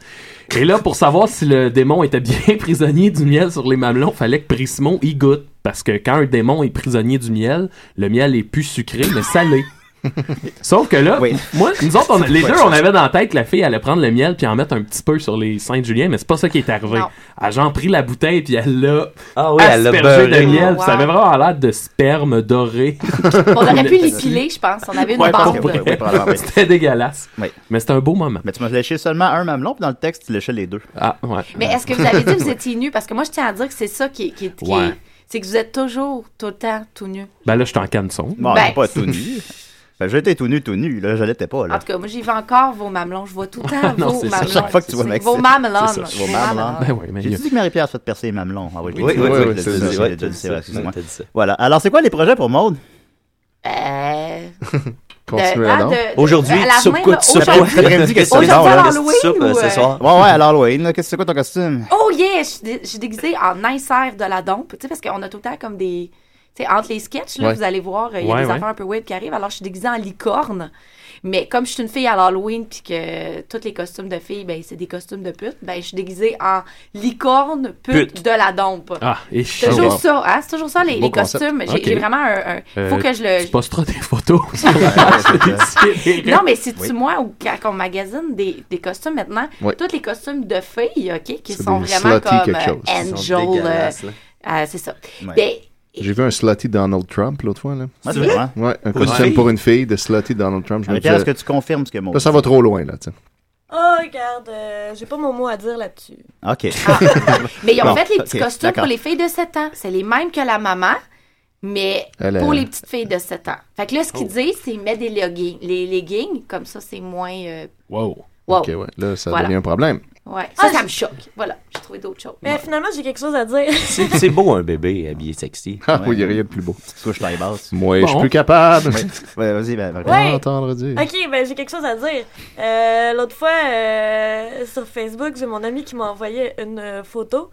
Speaker 4: Et là, pour savoir si le démon était bien [laughs] prisonnier du miel sur les mamelons, fallait que Prismon y goûte parce que quand un démon est prisonnier du miel, le miel est plus sucré mais salé. Sauf que là, moi, nous autres, on- les
Speaker 7: Ouais,
Speaker 4: deux,
Speaker 7: ça,
Speaker 4: on avait dans la tête que la fille allait prendre le miel puis en mettre un petit peu sur les seins de Julien, mais c'est pas ça qui est arrivé.
Speaker 7: Non.
Speaker 4: Elle a genre pris la bouteille puis elle l'a
Speaker 7: Ah oui, elle l'a
Speaker 4: aspergé
Speaker 7: beurré.
Speaker 4: de miel.
Speaker 7: Wow.
Speaker 4: Ça avait vraiment l'air de sperme doré.
Speaker 2: [laughs] On aurait
Speaker 4: [laughs]
Speaker 5: [laughs]
Speaker 2: pu l'épiler, je pense. On avait une
Speaker 4: Ouais,
Speaker 2: bande.
Speaker 4: pour vrai. C'était dégueulasse. Mais c'était un beau moment.
Speaker 5: Mais tu m'as léché seulement un mamelon, puis dans le texte, tu léchais les deux.
Speaker 4: Ah, ouais.
Speaker 2: Mais est-ce que vous avez dit que vous étiez nus? Parce que moi, je tiens à dire que c'est ça qui, est- qui est- qui
Speaker 4: Ouais.
Speaker 2: est... C'est que vous êtes toujours, tout le temps, tout nu.
Speaker 4: Ben là, je suis en canson.
Speaker 5: Bon,
Speaker 2: Ben.
Speaker 5: pas tout nu. Ben, j'étais tout nu, tout nu, là, je l'étais pas,
Speaker 2: En
Speaker 5: Oh là.
Speaker 2: tout cas, moi, j'y vais encore vos mamelons. Je vois tout le [laughs] temps
Speaker 5: [laughs] Non,
Speaker 2: vos
Speaker 5: c'est ça,
Speaker 2: mamelons.
Speaker 5: chaque fois que tu vois
Speaker 2: C'est-
Speaker 5: Maxime.
Speaker 2: Vos mamelons.
Speaker 5: C'est ça,
Speaker 2: Vos
Speaker 5: vos mamelons.
Speaker 2: mamelons.
Speaker 4: Ben oui, mais
Speaker 5: J'ai
Speaker 4: il y a-
Speaker 5: dit que Marie-Pierre se fait percer les mamelons. Ah,
Speaker 7: Oui, oui, oui,
Speaker 5: je
Speaker 7: c'est
Speaker 5: l'ai
Speaker 7: ça,
Speaker 5: dit,
Speaker 7: ouais,
Speaker 5: je l'ai dit,
Speaker 7: t'as dit
Speaker 5: c'est
Speaker 7: ça,
Speaker 5: vrai, excuse-moi.
Speaker 7: t'as dit ça.
Speaker 5: Voilà. Alors, c'est quoi les projets pour Maude? [laughs]
Speaker 2: Euh,
Speaker 5: Continuez
Speaker 2: ah,
Speaker 5: donc.
Speaker 2: de- de- à l'avenir, là, aujourd'hui-
Speaker 5: Aujourd'hui,
Speaker 2: Aujourd'hui,
Speaker 5: à
Speaker 2: à l'Halloween ou, euh,
Speaker 5: Ouais, ouais, à l'Halloween, là, qu'est-ce que c'est quoi ton costume?
Speaker 2: [laughs] Oh yeah, je suis dé- je suis déguisée en insert de la dompe, tu sais, parce qu'on a tout le temps comme des... Tu sais, entre les sketchs, là,
Speaker 5: Ouais.
Speaker 2: vous allez voir, il y a
Speaker 5: Ouais,
Speaker 2: des
Speaker 5: ouais.
Speaker 2: affaires un peu weird qui arrivent. Alors, je suis déguisée en licorne. Mais comme je suis une fille à l'Halloween, puis que tous les costumes de filles, ben, c'est des costumes de pute, ben, je suis déguisée en licorne pute,
Speaker 4: Pute.
Speaker 2: de la dompe.
Speaker 4: Ah, et
Speaker 2: C'est toujours ça, hein? C'est toujours ça, les,
Speaker 4: Beau
Speaker 2: les costumes.
Speaker 4: concept.
Speaker 2: J'ai j'ai
Speaker 4: Ok.
Speaker 2: vraiment un... un- faut
Speaker 4: Euh,
Speaker 2: que je le...
Speaker 4: Tu posteras des photos. [laughs]
Speaker 2: [laughs] Ah, non, mais si tu
Speaker 4: Oui.
Speaker 2: moi ou quand on magasine des, des costumes maintenant,
Speaker 4: Oui.
Speaker 2: tous les costumes de filles, OK, qui
Speaker 8: C'est
Speaker 2: sont
Speaker 8: des
Speaker 2: vraiment
Speaker 8: slutty
Speaker 2: comme
Speaker 8: quelque chose.
Speaker 2: euh,
Speaker 8: Ils
Speaker 2: Angel.
Speaker 8: sont dégueulasses,
Speaker 2: euh,
Speaker 8: là.
Speaker 2: euh, c'est ça.
Speaker 8: Ouais.
Speaker 2: Ben,
Speaker 8: J'ai vu un slutty Donald Trump l'autre fois. Là.
Speaker 5: Ah, c'est vrai?
Speaker 8: Ouais, un
Speaker 5: Pour une
Speaker 8: costume
Speaker 5: fille?
Speaker 8: pour une fille de slutty Donald Trump. me
Speaker 5: Marie-Pierre,
Speaker 8: disais-
Speaker 5: est-ce que tu confirmes ce que Maud
Speaker 8: Là, ça va trop loin, là, tu sais.
Speaker 10: Oh, regarde, euh, j'ai pas mon mot à dire là-dessus.
Speaker 8: [laughs]
Speaker 5: OK.
Speaker 2: mais ils ont
Speaker 5: Bon,
Speaker 2: fait les petits
Speaker 5: ok,
Speaker 2: costumes pour
Speaker 5: d'accord.
Speaker 2: les filles de 7 ans. C'est les mêmes que la maman, mais
Speaker 5: Elle,
Speaker 2: pour
Speaker 5: euh,
Speaker 2: les petites filles de 7 ans. Fait que là, ce qu'ils
Speaker 8: Ah Oh.
Speaker 2: disent, c'est mettre des leggings. Les leggings, comme ça, c'est moins... euh,
Speaker 4: Wow.
Speaker 2: Wow.
Speaker 8: OK, ouais. Là, ça
Speaker 2: Voilà.
Speaker 8: devient un problème.
Speaker 2: ouais. Ça, ça me choque. Voilà, j'ai trouvé d'autres choses.
Speaker 10: Mais finalement, j'ai quelque chose à
Speaker 8: [laughs]
Speaker 10: dire. [laughs]
Speaker 7: C'est c'est beau un bébé habillé sexy.
Speaker 8: Ah oui, il n'y a rien de plus beau.
Speaker 5: Couche les basses.
Speaker 8: Moi, je suis
Speaker 7: Bon.
Speaker 8: plus capable.
Speaker 5: Ouais, ouais, vas-y, ben,
Speaker 10: Ouais.
Speaker 5: Marie-Pierre.
Speaker 8: entendre dire.
Speaker 10: Ok, ben j'ai quelque chose à dire. Euh, L'autre fois, euh, sur Facebook, j'ai mon ami qui m'a envoyé une euh, photo.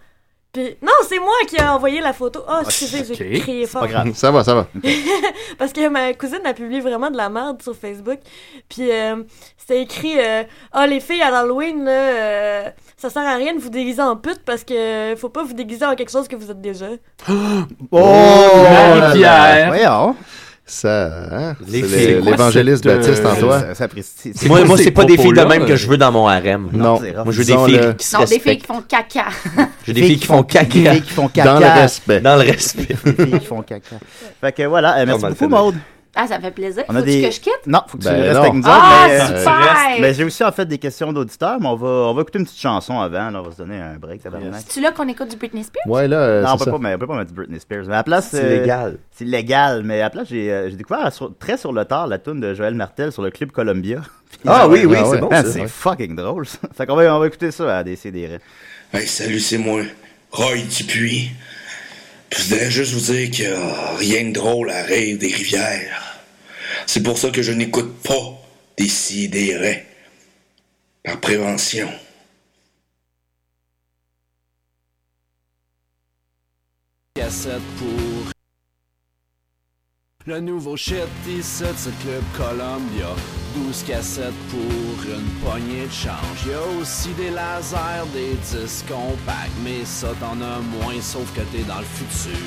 Speaker 10: Puis non, c'est moi qui ai envoyé la photo. Oh, excusez, j'ai
Speaker 8: Ah, Ok.
Speaker 10: crié
Speaker 8: C'est
Speaker 10: fort.
Speaker 8: pas grave. [laughs] Ça va, ça va.
Speaker 10: [laughs] Parce que ma cousine a publié vraiment de la merde sur Facebook. Puis euh, c'était écrit euh, Ah, les filles à l'Halloween, là, euh, ça sert à rien de vous déguiser en pute parce que faut pas vous déguiser en quelque chose que vous êtes déjà.
Speaker 5: Oh!
Speaker 4: Marie-Pierre.
Speaker 5: Voyons.
Speaker 8: ça, hein?
Speaker 7: Les
Speaker 8: C'est
Speaker 7: filles.
Speaker 8: l'é- l'évangéliste
Speaker 7: C'est quoi cette,
Speaker 8: Baptiste en
Speaker 7: euh,
Speaker 8: toi.
Speaker 7: ça- ça apprécie- c'est Moi- quoi moi, ces c'est pas des filles de propos-là, même que euh? je veux dans mon harem. Non, c'est rare. Moi, je veux des filles
Speaker 8: le-
Speaker 7: qui se
Speaker 2: Non, des filles
Speaker 7: respectent.
Speaker 2: qui font
Speaker 8: [laughs]
Speaker 2: caca.
Speaker 7: J'ai des filles qui font caca.
Speaker 5: Des filles qui font caca.
Speaker 7: Dans le respect. Dans le respect.
Speaker 5: Des filles qui font caca. Fait que voilà, euh, merci
Speaker 7: Pas mal
Speaker 5: beaucoup,
Speaker 7: fait.
Speaker 5: Maude.
Speaker 2: Ah, ça me fait plaisir.
Speaker 5: On a
Speaker 2: Faut-tu
Speaker 5: des-
Speaker 2: que je quitte?
Speaker 5: Non, faut que tu
Speaker 8: Ben
Speaker 5: restes
Speaker 8: non.
Speaker 5: avec nous autres,
Speaker 2: Ah,
Speaker 5: mais, euh,
Speaker 2: super!
Speaker 5: tu restes. Mais j'ai aussi en fait des questions d'auditeurs, mais on va, on va écouter une petite chanson avant. là, on va se donner un break, tabarnak.
Speaker 2: C'est-tu là qu'on écoute du Britney Spears?
Speaker 8: Ouais, là,
Speaker 5: non, on
Speaker 8: c'est
Speaker 5: peut
Speaker 8: ça.
Speaker 5: pas, mais on peut pas mettre du Britney Spears. Mais à la place,
Speaker 8: C'est
Speaker 5: euh,
Speaker 8: légal.
Speaker 5: C'est légal, mais à la place, j'ai euh, j'ai découvert sur- très sur le tard la tune de Joël Martel sur le clip Columbia.
Speaker 7: Ah oui, oui, Ah c'est ouais. bon,
Speaker 5: Man,
Speaker 7: ça.
Speaker 5: C'est
Speaker 7: Ouais.
Speaker 5: fucking drôle. Ça. Fait qu'on va, on va écouter ça à DCDR.
Speaker 11: Hey, salut, c'est moi, Roy Dupuis. Je voudrais juste vous dire qu'il n'y a rien de drôle à rire des rivières. C'est pour ça que je n'écoute pas des sidérés. Par prévention.
Speaker 15: Cassette pour le nouveau shit ici c'est Club Columbia 12 cassettes pour une poignée de change Y'a aussi des lasers, des disques compacts Mais ça t'en as moins sauf que t'es dans le futur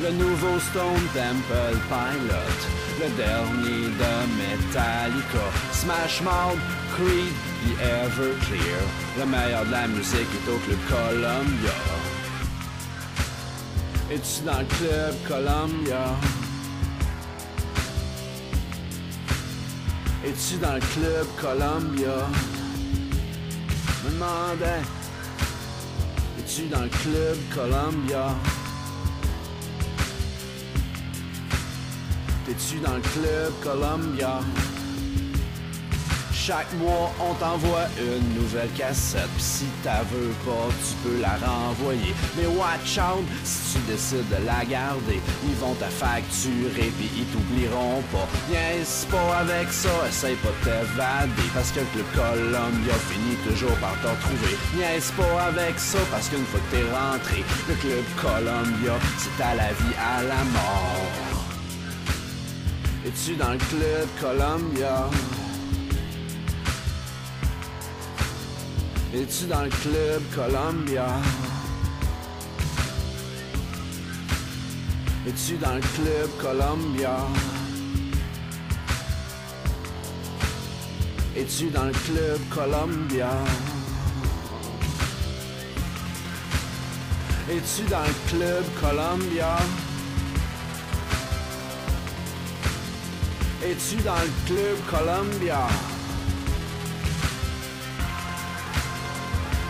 Speaker 15: Le nouveau Stone Temple Pilot Le dernier de Metallica Smash Mouth, Creed puis Everclear Le meilleur de la musique est au Club Columbia Es-tu dans le club Columbia? Es-tu dans le club Columbia? Je me demandais. Es-tu dans le club Columbia? T'es-tu dans le club Columbia? Chaque mois, on t'envoie une nouvelle cassette. Pis si t'as veux pas, tu peux la renvoyer. Mais watch out si tu décides de la garder. Ils vont te facturer pis ils t'oublieront pas. Niaise pas avec ça, essaye pas de t'évader. Parce que le Club Columbia finit toujours par t'en trouver. Niaise pas avec ça parce qu'une fois que t'es rentré, le Club Columbia, c'est à la vie, à la mort. Es-tu dans le Club Columbia? Es-tu dans le club Columbia? Es-tu dans le club Columbia? Es-tu dans le club Columbia? Es-tu dans le club Columbia? Es-tu dans le club Columbia?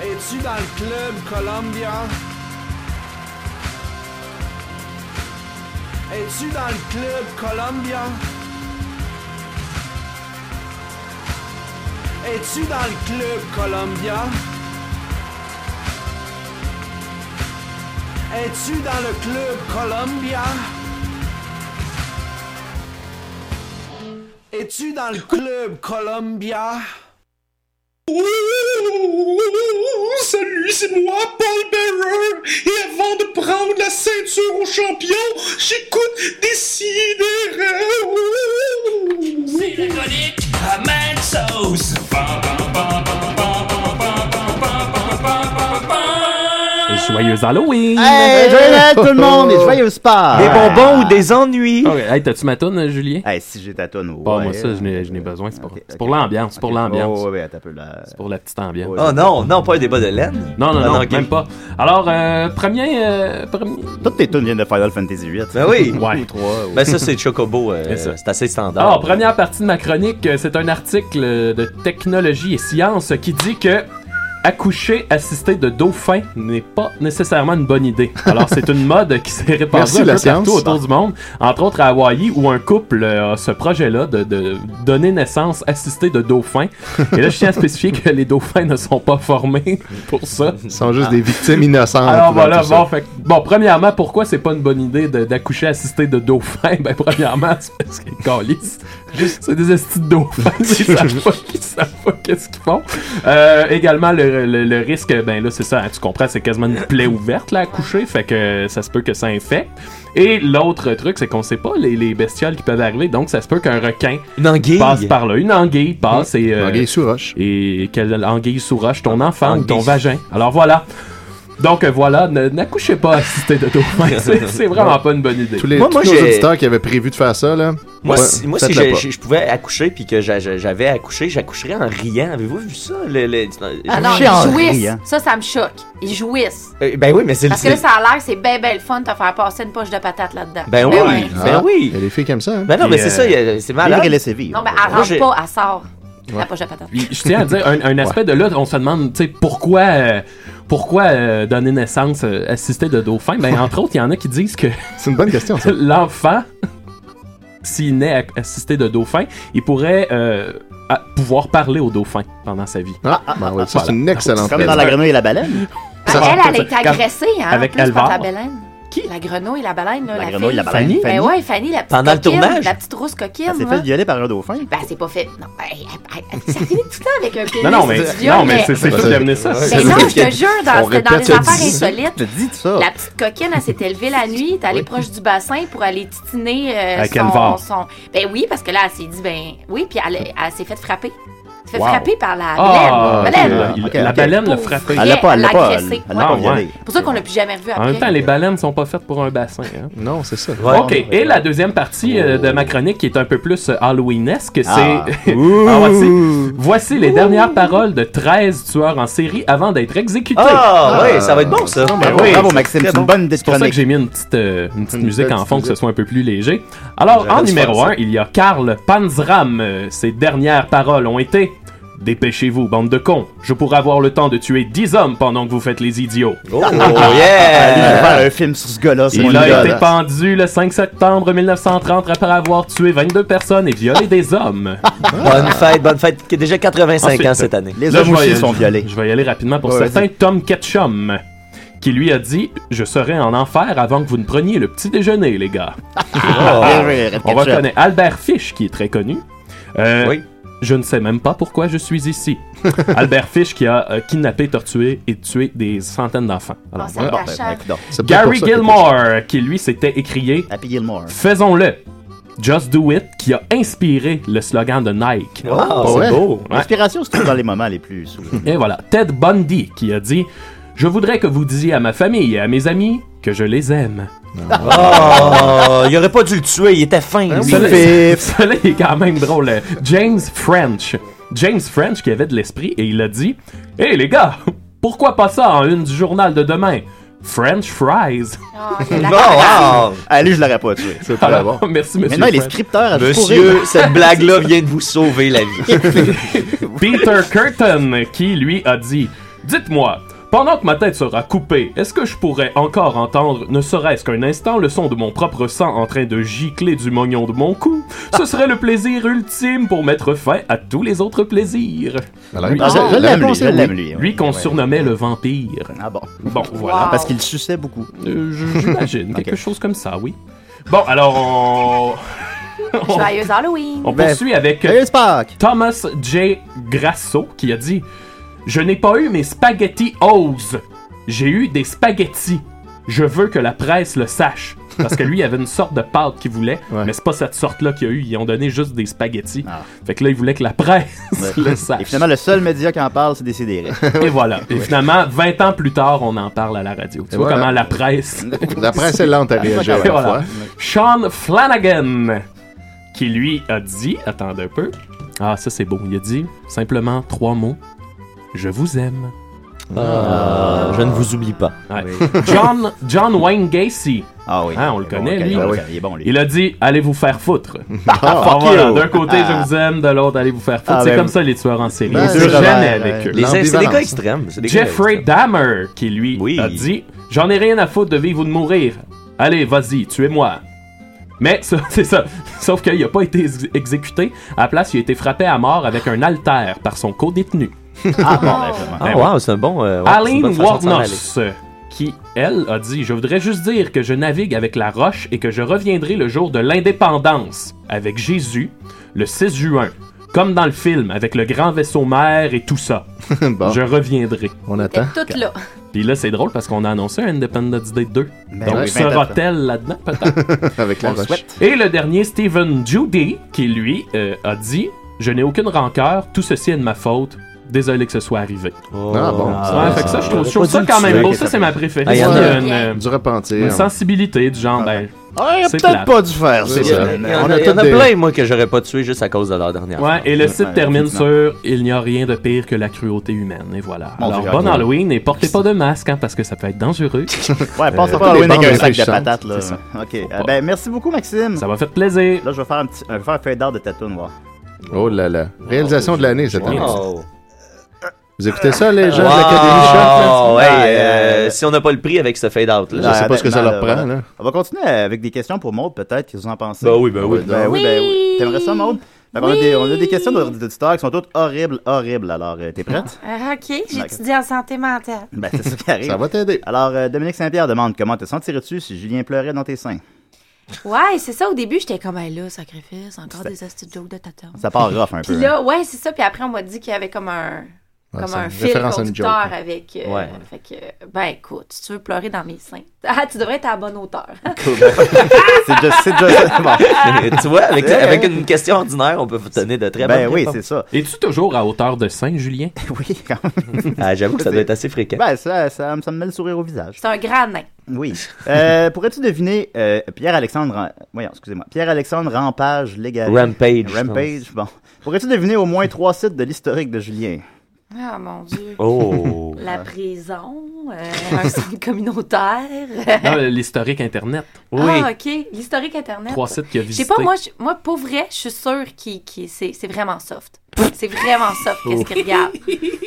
Speaker 15: Es-tu dans le club Columbia? Es-tu dans le club Columbia? Es-tu dans le club Columbia? Es-tu dans le club Columbia? Es-tu dans le club Columbia?
Speaker 14: Salut, c'est moi, Paul Bearer, et avant de prendre la ceinture au champion, j'écoute des
Speaker 15: C'est la chronique à Mad Sauce.
Speaker 4: Joyeux Halloween!
Speaker 5: Hey, joyeux Noël, tout le monde, et joyeux Pâques! Des bonbons
Speaker 4: ou des ennuis! hey, t'as-tu ma toune, Julien?
Speaker 5: Hey, si j'ai ta toune, ouais.
Speaker 4: Pas moi, ça, je n'ai je n'ai besoin. C'est pour, c'est pour l'ambiance, c'est pour
Speaker 5: Ok.
Speaker 4: l'ambiance.
Speaker 5: Oh, ouais, attends un peu, là.
Speaker 4: C'est pour la petite ambiance.
Speaker 5: Oh
Speaker 7: Ah, non, non, pas un débat de laine.
Speaker 4: Non, non,
Speaker 7: Ah,
Speaker 4: non,
Speaker 7: non, ok.
Speaker 4: même pas. Alors, euh, premier, euh, premier...
Speaker 5: Toutes tes tunes viennent de Final Fantasy VIII.
Speaker 7: Ben oui.
Speaker 4: Ouais.
Speaker 5: Ou trois, ou-
Speaker 7: Ben ça,
Speaker 5: [laughs]
Speaker 7: c'est Chocobo. euh, c'est assez standard.
Speaker 4: Alors, Ah, première partie de ma chronique, euh, c'est un article euh, de technologie et science qui dit que accoucher assisté de dauphin n'est pas nécessairement une bonne idée. Alors, c'est une mode
Speaker 8: [laughs]
Speaker 4: qui s'est
Speaker 8: Merci,
Speaker 4: répandue un
Speaker 8: la
Speaker 4: peu partout
Speaker 8: science.
Speaker 4: autour du monde, entre autres à Hawaï, où un couple euh, a ce projet-là de, de donner naissance assistée de dauphins. Et là, je tiens à spécifier que les dauphins ne sont pas formés [laughs] pour ça. Ah.
Speaker 8: Ils sont juste des victimes innocentes.
Speaker 4: Alors
Speaker 8: dans
Speaker 4: voilà,
Speaker 8: tout ça.
Speaker 4: bon, fait, que- bon, premièrement, pourquoi c'est pas une bonne idée de- d'accoucher assisté de dauphins? [laughs] Ben, premièrement, c'est parce qu'ils calissent. C'est des estis de dauphins, ils savent pas, ils savent pas qu'est-ce qu'ils font. Euh, également, le, le- le risque, ben là, c'est ça, hein, tu comprends, c'est quasiment une plaie ouverte, là, à coucher, fait que ça se peut que ça infecte. Et l'autre truc, c'est qu'on sait pas les, les bestioles qui peuvent arriver, donc ça se peut qu'un requin passe par là. Une anguille passe et. euh,
Speaker 8: Une anguille
Speaker 4: sous roche. Et quelle anguille sous roche? Ton enfant ou ton vagin. Alors voilà. Donc euh, voilà, ne- n'accouchez pas assisté de
Speaker 8: [laughs]
Speaker 4: dauphin. C'est- C'est vraiment pas une bonne idée.
Speaker 8: Tous les, tous nos auditeurs qui avaient prévu de faire ça, là.
Speaker 7: Moi,
Speaker 8: ouais,
Speaker 7: si, moi, si
Speaker 8: faites-le
Speaker 7: je,
Speaker 8: pas.
Speaker 7: je- je pouvais accoucher puis que j'a- j'a- j'avais accouché, j'accoucherais en riant. Avez-vous vu ça? Le, le-
Speaker 2: Ah non,
Speaker 7: Accoucher en
Speaker 2: ils jouissent.
Speaker 5: hein.
Speaker 7: riant.
Speaker 2: Ça, ça me choque. Ils jouissent.
Speaker 7: Euh, ben oui, mais c'est le.
Speaker 2: Parce que là, ça a l'air, c'est bien, bien le fun de te faire passer une poche de patate là-dedans.
Speaker 7: Ben oui,
Speaker 2: ouais.
Speaker 7: ben oui.
Speaker 8: Ah, Il y a des filles comme ça. hein.
Speaker 7: Ben non,
Speaker 4: Puis,
Speaker 7: mais c'est ça,
Speaker 4: euh,
Speaker 7: il y a- c'est malade.
Speaker 4: vivre et laisser vivre.
Speaker 2: Non, mais
Speaker 4: Moi,
Speaker 2: elle rentre
Speaker 4: j'ai-
Speaker 2: pas, elle sort. La
Speaker 4: Ouais.
Speaker 2: poche de patate.
Speaker 4: Puis, je tiens à dire un, un aspect de là, on se demande, tu sais, pourquoi, euh, pourquoi euh, donner naissance euh, assistée de dauphin Ben entre autres, il y en a qui disent que
Speaker 8: c'est une bonne question.
Speaker 4: [laughs] L'enfant, s'il naît ac- assisté de dauphin, il pourrait euh, à- pouvoir parler au dauphin pendant sa vie.
Speaker 8: Ah,
Speaker 2: Ben
Speaker 5: ah,
Speaker 8: ouais, ça, c'est une excellente
Speaker 5: Comme dans la grenouille et la baleine.
Speaker 2: Ah, elle, elle a été agressée, hein,
Speaker 4: avec
Speaker 2: en plus, par
Speaker 4: Alvar.
Speaker 2: la baleine. Qui? La grenouille, la baleine, là, la,
Speaker 5: grenouille,
Speaker 2: fille.
Speaker 5: la baleine. Fanny?
Speaker 2: Ben ouais, Fanny, la petite
Speaker 5: Pendant le
Speaker 2: coquine,
Speaker 5: tournage?
Speaker 2: La petite rousse coquine.
Speaker 5: Elle s'est
Speaker 2: ouais.
Speaker 5: fait violer par un dauphin.
Speaker 2: Ben, c'est pas fait. Non, ben, elle- elle- elle- ça finit tout le temps avec un pénis.
Speaker 5: Non, non, mais-
Speaker 2: du viol,
Speaker 5: non, mais c'est- c'est
Speaker 2: Ben,
Speaker 5: tout devenu ça.
Speaker 2: Ben
Speaker 5: C'est-
Speaker 2: non, je
Speaker 5: c'est-
Speaker 2: te jure, dans,
Speaker 5: on
Speaker 2: c'était dans
Speaker 5: répète,
Speaker 2: les
Speaker 5: tu
Speaker 2: affaires
Speaker 5: dis-
Speaker 2: insolites,
Speaker 5: tu dis ça.
Speaker 2: la petite coquine, elle s'est élevée la nuit, elle est allée proche du bassin pour aller titiner euh,
Speaker 5: Avec
Speaker 2: son,
Speaker 5: Alvar.
Speaker 2: son- Ben oui, parce que là, elle s'est dit, ben oui, puis elle, elle s'est fait frapper. Elle s'est fait
Speaker 4: Wow.
Speaker 2: frapper par la
Speaker 4: Ah,
Speaker 2: baleine. baleine.
Speaker 4: ok, il- La baleine l'a frappé.
Speaker 2: Elle l'a pas- elle l'a pas- elle- elle l'a pas
Speaker 4: Ah, ouais.
Speaker 2: violée. C'est pour ça qu'on l'a plus jamais revu
Speaker 4: En
Speaker 2: après.
Speaker 4: même temps, les baleines sont pas faites pour un bassin. hein.
Speaker 8: Non, c'est ça.
Speaker 4: Ok, et la deuxième partie euh, de ma chronique qui est un peu plus euh, Halloweenesque, c'est.
Speaker 8: Ah.
Speaker 4: [laughs] Ah, voici, voici les dernières paroles de 13 tueurs en série avant d'être exécutés.
Speaker 7: Ah, ouais, ça va être bon, ça.
Speaker 4: Ben
Speaker 7: Bravo,
Speaker 4: oui,
Speaker 7: bravo,
Speaker 4: c'est
Speaker 7: Maxime,
Speaker 4: très
Speaker 7: c'est une
Speaker 4: bon.
Speaker 7: bonne
Speaker 4: C'est pour ça que
Speaker 7: chronique.
Speaker 4: j'ai mis une petite, euh, une petite musique
Speaker 7: belle
Speaker 4: en
Speaker 7: petite
Speaker 4: fond, que ce soit un peu plus léger. Alors,
Speaker 7: J'aurais
Speaker 4: en
Speaker 7: dû
Speaker 4: numéro
Speaker 7: faire ça.
Speaker 4: 1, il y a Karl Panzram. Euh, Ses dernières paroles ont été Dépêchez-vous, bande de cons. Je pourrais avoir le temps de tuer 10 hommes pendant que vous faites les idiots.
Speaker 7: Oh, [laughs]
Speaker 5: Ah, Allez, on va faire un film sur ce gars-là. c'est
Speaker 4: Il
Speaker 5: mon
Speaker 4: a
Speaker 5: idole.
Speaker 4: été pendu le 5 septembre 1930 après avoir tué 22 personnes et violé des hommes.
Speaker 7: [laughs] Bonne fête, bonne fête, qui est déjà 85 ans cette année.
Speaker 4: Là, je vais y- Je vais y aller rapidement pour
Speaker 7: Ouais,
Speaker 4: certains. Tom Ketchum, qui lui a dit Je serai en enfer avant que vous ne preniez le petit déjeuner, les
Speaker 5: [laughs]
Speaker 4: gars.
Speaker 5: Bien joué,
Speaker 4: On
Speaker 5: Ketchum.
Speaker 4: reconnaît Albert Fish, qui est très connu. Euh, Je ne sais même pas pourquoi je suis
Speaker 5: [laughs]
Speaker 4: ici. Albert Fish qui a euh, kidnappé, torturé et tué des centaines d'enfants. Alors,
Speaker 5: Ah, ça
Speaker 4: voilà.
Speaker 5: m'achève. Ben, coudonc. C'est peut-être
Speaker 4: Gary
Speaker 5: pour ça que-
Speaker 4: Gilmore, qui lui s'était écrié Faisons-le. Just Do It, qui a inspiré le slogan de
Speaker 7: Oh,
Speaker 4: Nike.
Speaker 5: Ah,
Speaker 4: Pour-
Speaker 5: ouais.
Speaker 4: Ouais.
Speaker 5: L'inspiration se trouve dans les moments les plus souvent.
Speaker 4: Et voilà, Ted Bundy qui a dit Je voudrais que vous disiez à ma famille et à mes amis que je les aime. [laughs]
Speaker 7: Oh, il aurait pas dû le tuer, il était fin.
Speaker 4: Ah,
Speaker 7: lui.
Speaker 4: Celui-là est quand même drôle. hein. James French. James French qui avait de l'esprit et il a dit Hé les gars, pourquoi pas ça en une du journal de demain French fries. [laughs]
Speaker 5: Allez, je l'aurais pas tué.
Speaker 4: pas Alors, bon. merci, monsieur
Speaker 5: Maintenant, il est
Speaker 4: Fred.
Speaker 5: scripteur à juste pour rire.
Speaker 7: Monsieur, cette blague-là vient de vous sauver la
Speaker 5: [laughs]
Speaker 7: vie.
Speaker 4: [laughs] Peter Curtin qui lui a dit Dites-moi, pendant que ma tête sera coupée, est-ce que je pourrais encore entendre, ne serait-ce qu'un instant, le son de mon propre sang en train de gicler du mognon de mon cou
Speaker 5: Ah.
Speaker 4: Ce serait le plaisir ultime pour mettre fin à tous les autres plaisirs.
Speaker 5: Alors, je- je l'aime, lui, je l'aime, lui, ouais.
Speaker 4: Lui qu'on
Speaker 5: Ouais.
Speaker 4: surnommait le vampire.
Speaker 5: Ah bon.
Speaker 4: Bon, voilà.
Speaker 5: Parce qu'il suçait beaucoup.
Speaker 4: Euh, j-
Speaker 5: [laughs]
Speaker 4: J'imagine, quelque chose comme ça, oui. Bon, alors on. on-
Speaker 2: Joyeux Halloween.
Speaker 4: on
Speaker 2: [laughs]
Speaker 5: Ben,
Speaker 4: poursuit avec Thomas J. Grasso qui a dit Je n'ai pas eu mes spaghettis O's. J'ai eu des spaghettis. Je veux que la presse le sache. Parce que lui, il avait une sorte de pâte qu'il voulait, mais c'est pas cette sorte-là qu'il y a eu. Ils ont donné juste des spaghettis. Fait que là, il voulait que la presse le sache.
Speaker 5: Ah. Et finalement, le seul média qui en parle, c'est Décidéré. [laughs]
Speaker 4: Et voilà. Et finalement, 20 ans plus tard, on en parle à la radio. Tu
Speaker 5: Et
Speaker 4: vois
Speaker 5: voilà.
Speaker 4: comment la presse. [laughs]
Speaker 5: La presse est lente à réagir à la
Speaker 4: Et voilà.
Speaker 5: fois.
Speaker 4: Sean Flanagan, qui lui a dit. Attendez un peu. Ah, ça c'est beau. Il a dit simplement trois mots. Je vous aime.
Speaker 7: Ah, je ne vous oublie pas.
Speaker 4: Ouais.
Speaker 7: Oui.
Speaker 4: [laughs] John, John Wayne Gacy.
Speaker 5: Ah oui.
Speaker 4: Hein, on le connaît,
Speaker 5: ok,
Speaker 4: lui.
Speaker 5: ben oui, il est bon, lui.
Speaker 4: Il a dit allez vous faire
Speaker 5: [laughs]
Speaker 4: foutre.
Speaker 5: Ah,
Speaker 4: Ah,
Speaker 5: fuck
Speaker 4: voilà.
Speaker 5: you.
Speaker 4: D'un côté,
Speaker 5: Ah.
Speaker 4: je vous aime, de l'autre, allez vous faire foutre.
Speaker 5: Ah,
Speaker 4: c'est
Speaker 5: ben,
Speaker 4: comme ça, les tueurs en série.
Speaker 5: ben,
Speaker 4: On se
Speaker 5: c'est
Speaker 4: gêne
Speaker 5: vrai,
Speaker 4: avec
Speaker 5: ouais.
Speaker 4: eux.
Speaker 5: Les- c'est des gars L'ambivalence. extrêmes, c'est des gars
Speaker 4: Jeffrey Dahmer, qui lui a dit J'en ai rien à foutre de vivre ou de mourir. Allez, vas-y, tuez-moi. Mais ça, [laughs] c'est ça. Sauf qu'il n'a pas été ex- exécuté. À la place, il a été frappé à mort avec un haltère par son co-détenu.
Speaker 5: ben,
Speaker 4: Ben
Speaker 7: Ah, Ah, wow, c'est un bon. euh, ouais, c'est une
Speaker 4: Aline
Speaker 7: bonne façon de s'en
Speaker 4: Warnos, qui, elle, a dit Je voudrais juste dire que je navigue avec la roche et que je reviendrai le jour de l'indépendance avec Jésus le 6 juin, comme dans le film, avec le grand vaisseau mère et
Speaker 7: [laughs]
Speaker 4: tout ça. Je reviendrai.
Speaker 8: On
Speaker 2: T'es toute là.
Speaker 4: Puis là, c'est drôle parce qu'on a annoncé un Independence Day 2.
Speaker 8: Ben
Speaker 4: Donc,
Speaker 8: oui,
Speaker 4: sera-t-elle là-dedans Peut-être.
Speaker 8: Avec la
Speaker 4: On le
Speaker 8: roche.
Speaker 4: souhaite. Et le dernier, Stephen Judy, qui lui euh, a dit Je n'ai aucune rancœur, tout ceci est de ma faute. Désolé que ce soit arrivé.
Speaker 8: Ah, bon.
Speaker 4: Ouais, fait que ça, je trouve, je trouve ça
Speaker 8: J'aurais pas
Speaker 4: quand
Speaker 8: dû le
Speaker 4: même
Speaker 8: tuer.
Speaker 4: beau. Ça, c'est ma préférée.
Speaker 8: Ah, il y en
Speaker 4: Il y
Speaker 8: a
Speaker 4: a une, euh,
Speaker 8: du repentir.
Speaker 4: une sensibilité du genre, ben.
Speaker 5: Ouais,
Speaker 4: c'est
Speaker 5: peut-être
Speaker 4: plate.
Speaker 5: pas dû faire ça.
Speaker 7: C'est ça. Il y en
Speaker 5: On
Speaker 7: a,
Speaker 5: a
Speaker 7: il y en
Speaker 5: tous
Speaker 7: a
Speaker 5: des-
Speaker 7: plein, moi, que j'aurais pas tué juste à cause de leur dernière.
Speaker 4: Ouais,
Speaker 7: phrase.
Speaker 4: et le site termine
Speaker 7: effectivement.
Speaker 4: sur Il n'y a rien de pire que la cruauté humaine. Et voilà.
Speaker 7: Mon
Speaker 4: Alors,
Speaker 7: Dieu,
Speaker 4: bon
Speaker 7: Dieu.
Speaker 4: Halloween et portez pas de masque hein, parce que ça peut être dangereux.
Speaker 5: Ouais, pense
Speaker 4: Euh,
Speaker 5: pas à Halloween
Speaker 4: bandes
Speaker 5: avec un sac de
Speaker 4: réfléchissantes.
Speaker 5: patates, là.
Speaker 4: C'est ça.
Speaker 5: Ok. Euh, ben, merci beaucoup, Maxime. Ça
Speaker 4: m'a fait plaisir.
Speaker 5: Là, je vais faire un petit. Je vais faire un fade d'art de Tatoon, voir.
Speaker 8: Oh là là. Réalisation de l'année cette année.
Speaker 5: Wow.
Speaker 8: Vous écoutez ça, les gens
Speaker 7: Wow,
Speaker 8: de l'Académie Shop? là?
Speaker 7: ouais, euh, si on n'a pas le prix avec ce fade-out, là,
Speaker 8: je sais pas ce que ça leur prend,
Speaker 7: [laughs]
Speaker 8: là.
Speaker 5: On va continuer avec des questions pour Maude, peut-être. Qu'est-ce que vous en pensez?
Speaker 7: Ben oui, ben oui.
Speaker 5: Ben oui, ben oui. T'aimerais ça, Maude? Fait qu'on a
Speaker 2: Oui.
Speaker 5: des- On a des questions d'auditeurs qui sont toutes horribles, horribles. Alors, euh, t'es
Speaker 2: [laughs]
Speaker 5: prête?
Speaker 2: Ah, OK,
Speaker 5: D'accord.
Speaker 2: j'étudie en santé mentale.
Speaker 5: Ben, c'est ça qui arrive.
Speaker 8: Ça va
Speaker 5: t'aider. Alors, euh, Dominique Saint-Pierre demande comment te sentirais-tu si Julien pleurait dans tes seins?
Speaker 2: Ouais, c'est ça. Au début, j'étais comme, hey, là, sacrifice, encore des astuces jokes de tata.
Speaker 5: Ça part rough un
Speaker 2: Puis
Speaker 5: peu, hein.
Speaker 2: là, ouais, c'est ça. Puis après, on m'a dit qu'il y avait comme un,
Speaker 5: Ouais,
Speaker 2: comme
Speaker 5: c'est
Speaker 2: un
Speaker 5: une
Speaker 2: fil
Speaker 5: référence à une
Speaker 2: conducteur
Speaker 5: joke, hein.
Speaker 2: avec. euh,
Speaker 5: Ouais.
Speaker 2: Fait que, ben écoute, si tu veux pleurer dans mes seins, [laughs] ah, tu devrais être à la bonne hauteur. [laughs]
Speaker 5: [laughs] c'est déjà, c'est
Speaker 7: [laughs]
Speaker 5: déjà- bon.
Speaker 7: tu vois, avec,
Speaker 5: Ouais.
Speaker 7: avec une question ordinaire, on peut vous donner de très
Speaker 5: Ben
Speaker 7: bonnes
Speaker 5: oui,
Speaker 7: réponses.
Speaker 5: c'est ça.
Speaker 4: Es-tu toujours à hauteur de Saint, Julien
Speaker 5: [laughs] Oui, quand même.
Speaker 7: Ah, J'avoue que ça doit être
Speaker 4: [laughs]
Speaker 7: assez fréquent.
Speaker 5: Ben, ça, ça, me- ça me met le sourire au visage.
Speaker 2: C'est un grand nain.
Speaker 5: Oui. Euh, pourrais-tu deviner euh, Pierre-Alexandre... Ram- Voyons, excusez-moi. Pierre-Alexandre Rampage Légal.
Speaker 7: Rampage, je
Speaker 5: Rampage, bon. Pourrais-tu deviner au moins trois sites de l'historique
Speaker 7: [laughs]
Speaker 5: de Julien?
Speaker 2: Ah mon Dieu.
Speaker 5: Oh.
Speaker 2: La prison, euh, un centre communautaire.
Speaker 4: Non, l'historique Internet.
Speaker 2: Ah, OK. L'historique Internet.
Speaker 4: Trois sites qu'il a
Speaker 2: Je sais pas,
Speaker 4: visité.
Speaker 2: moi, je- moi, pour vrai, je suis sûre qu'il qu'il- c'est c'est vraiment soft. C'est vraiment soft, qu'est-ce qu'il regarde.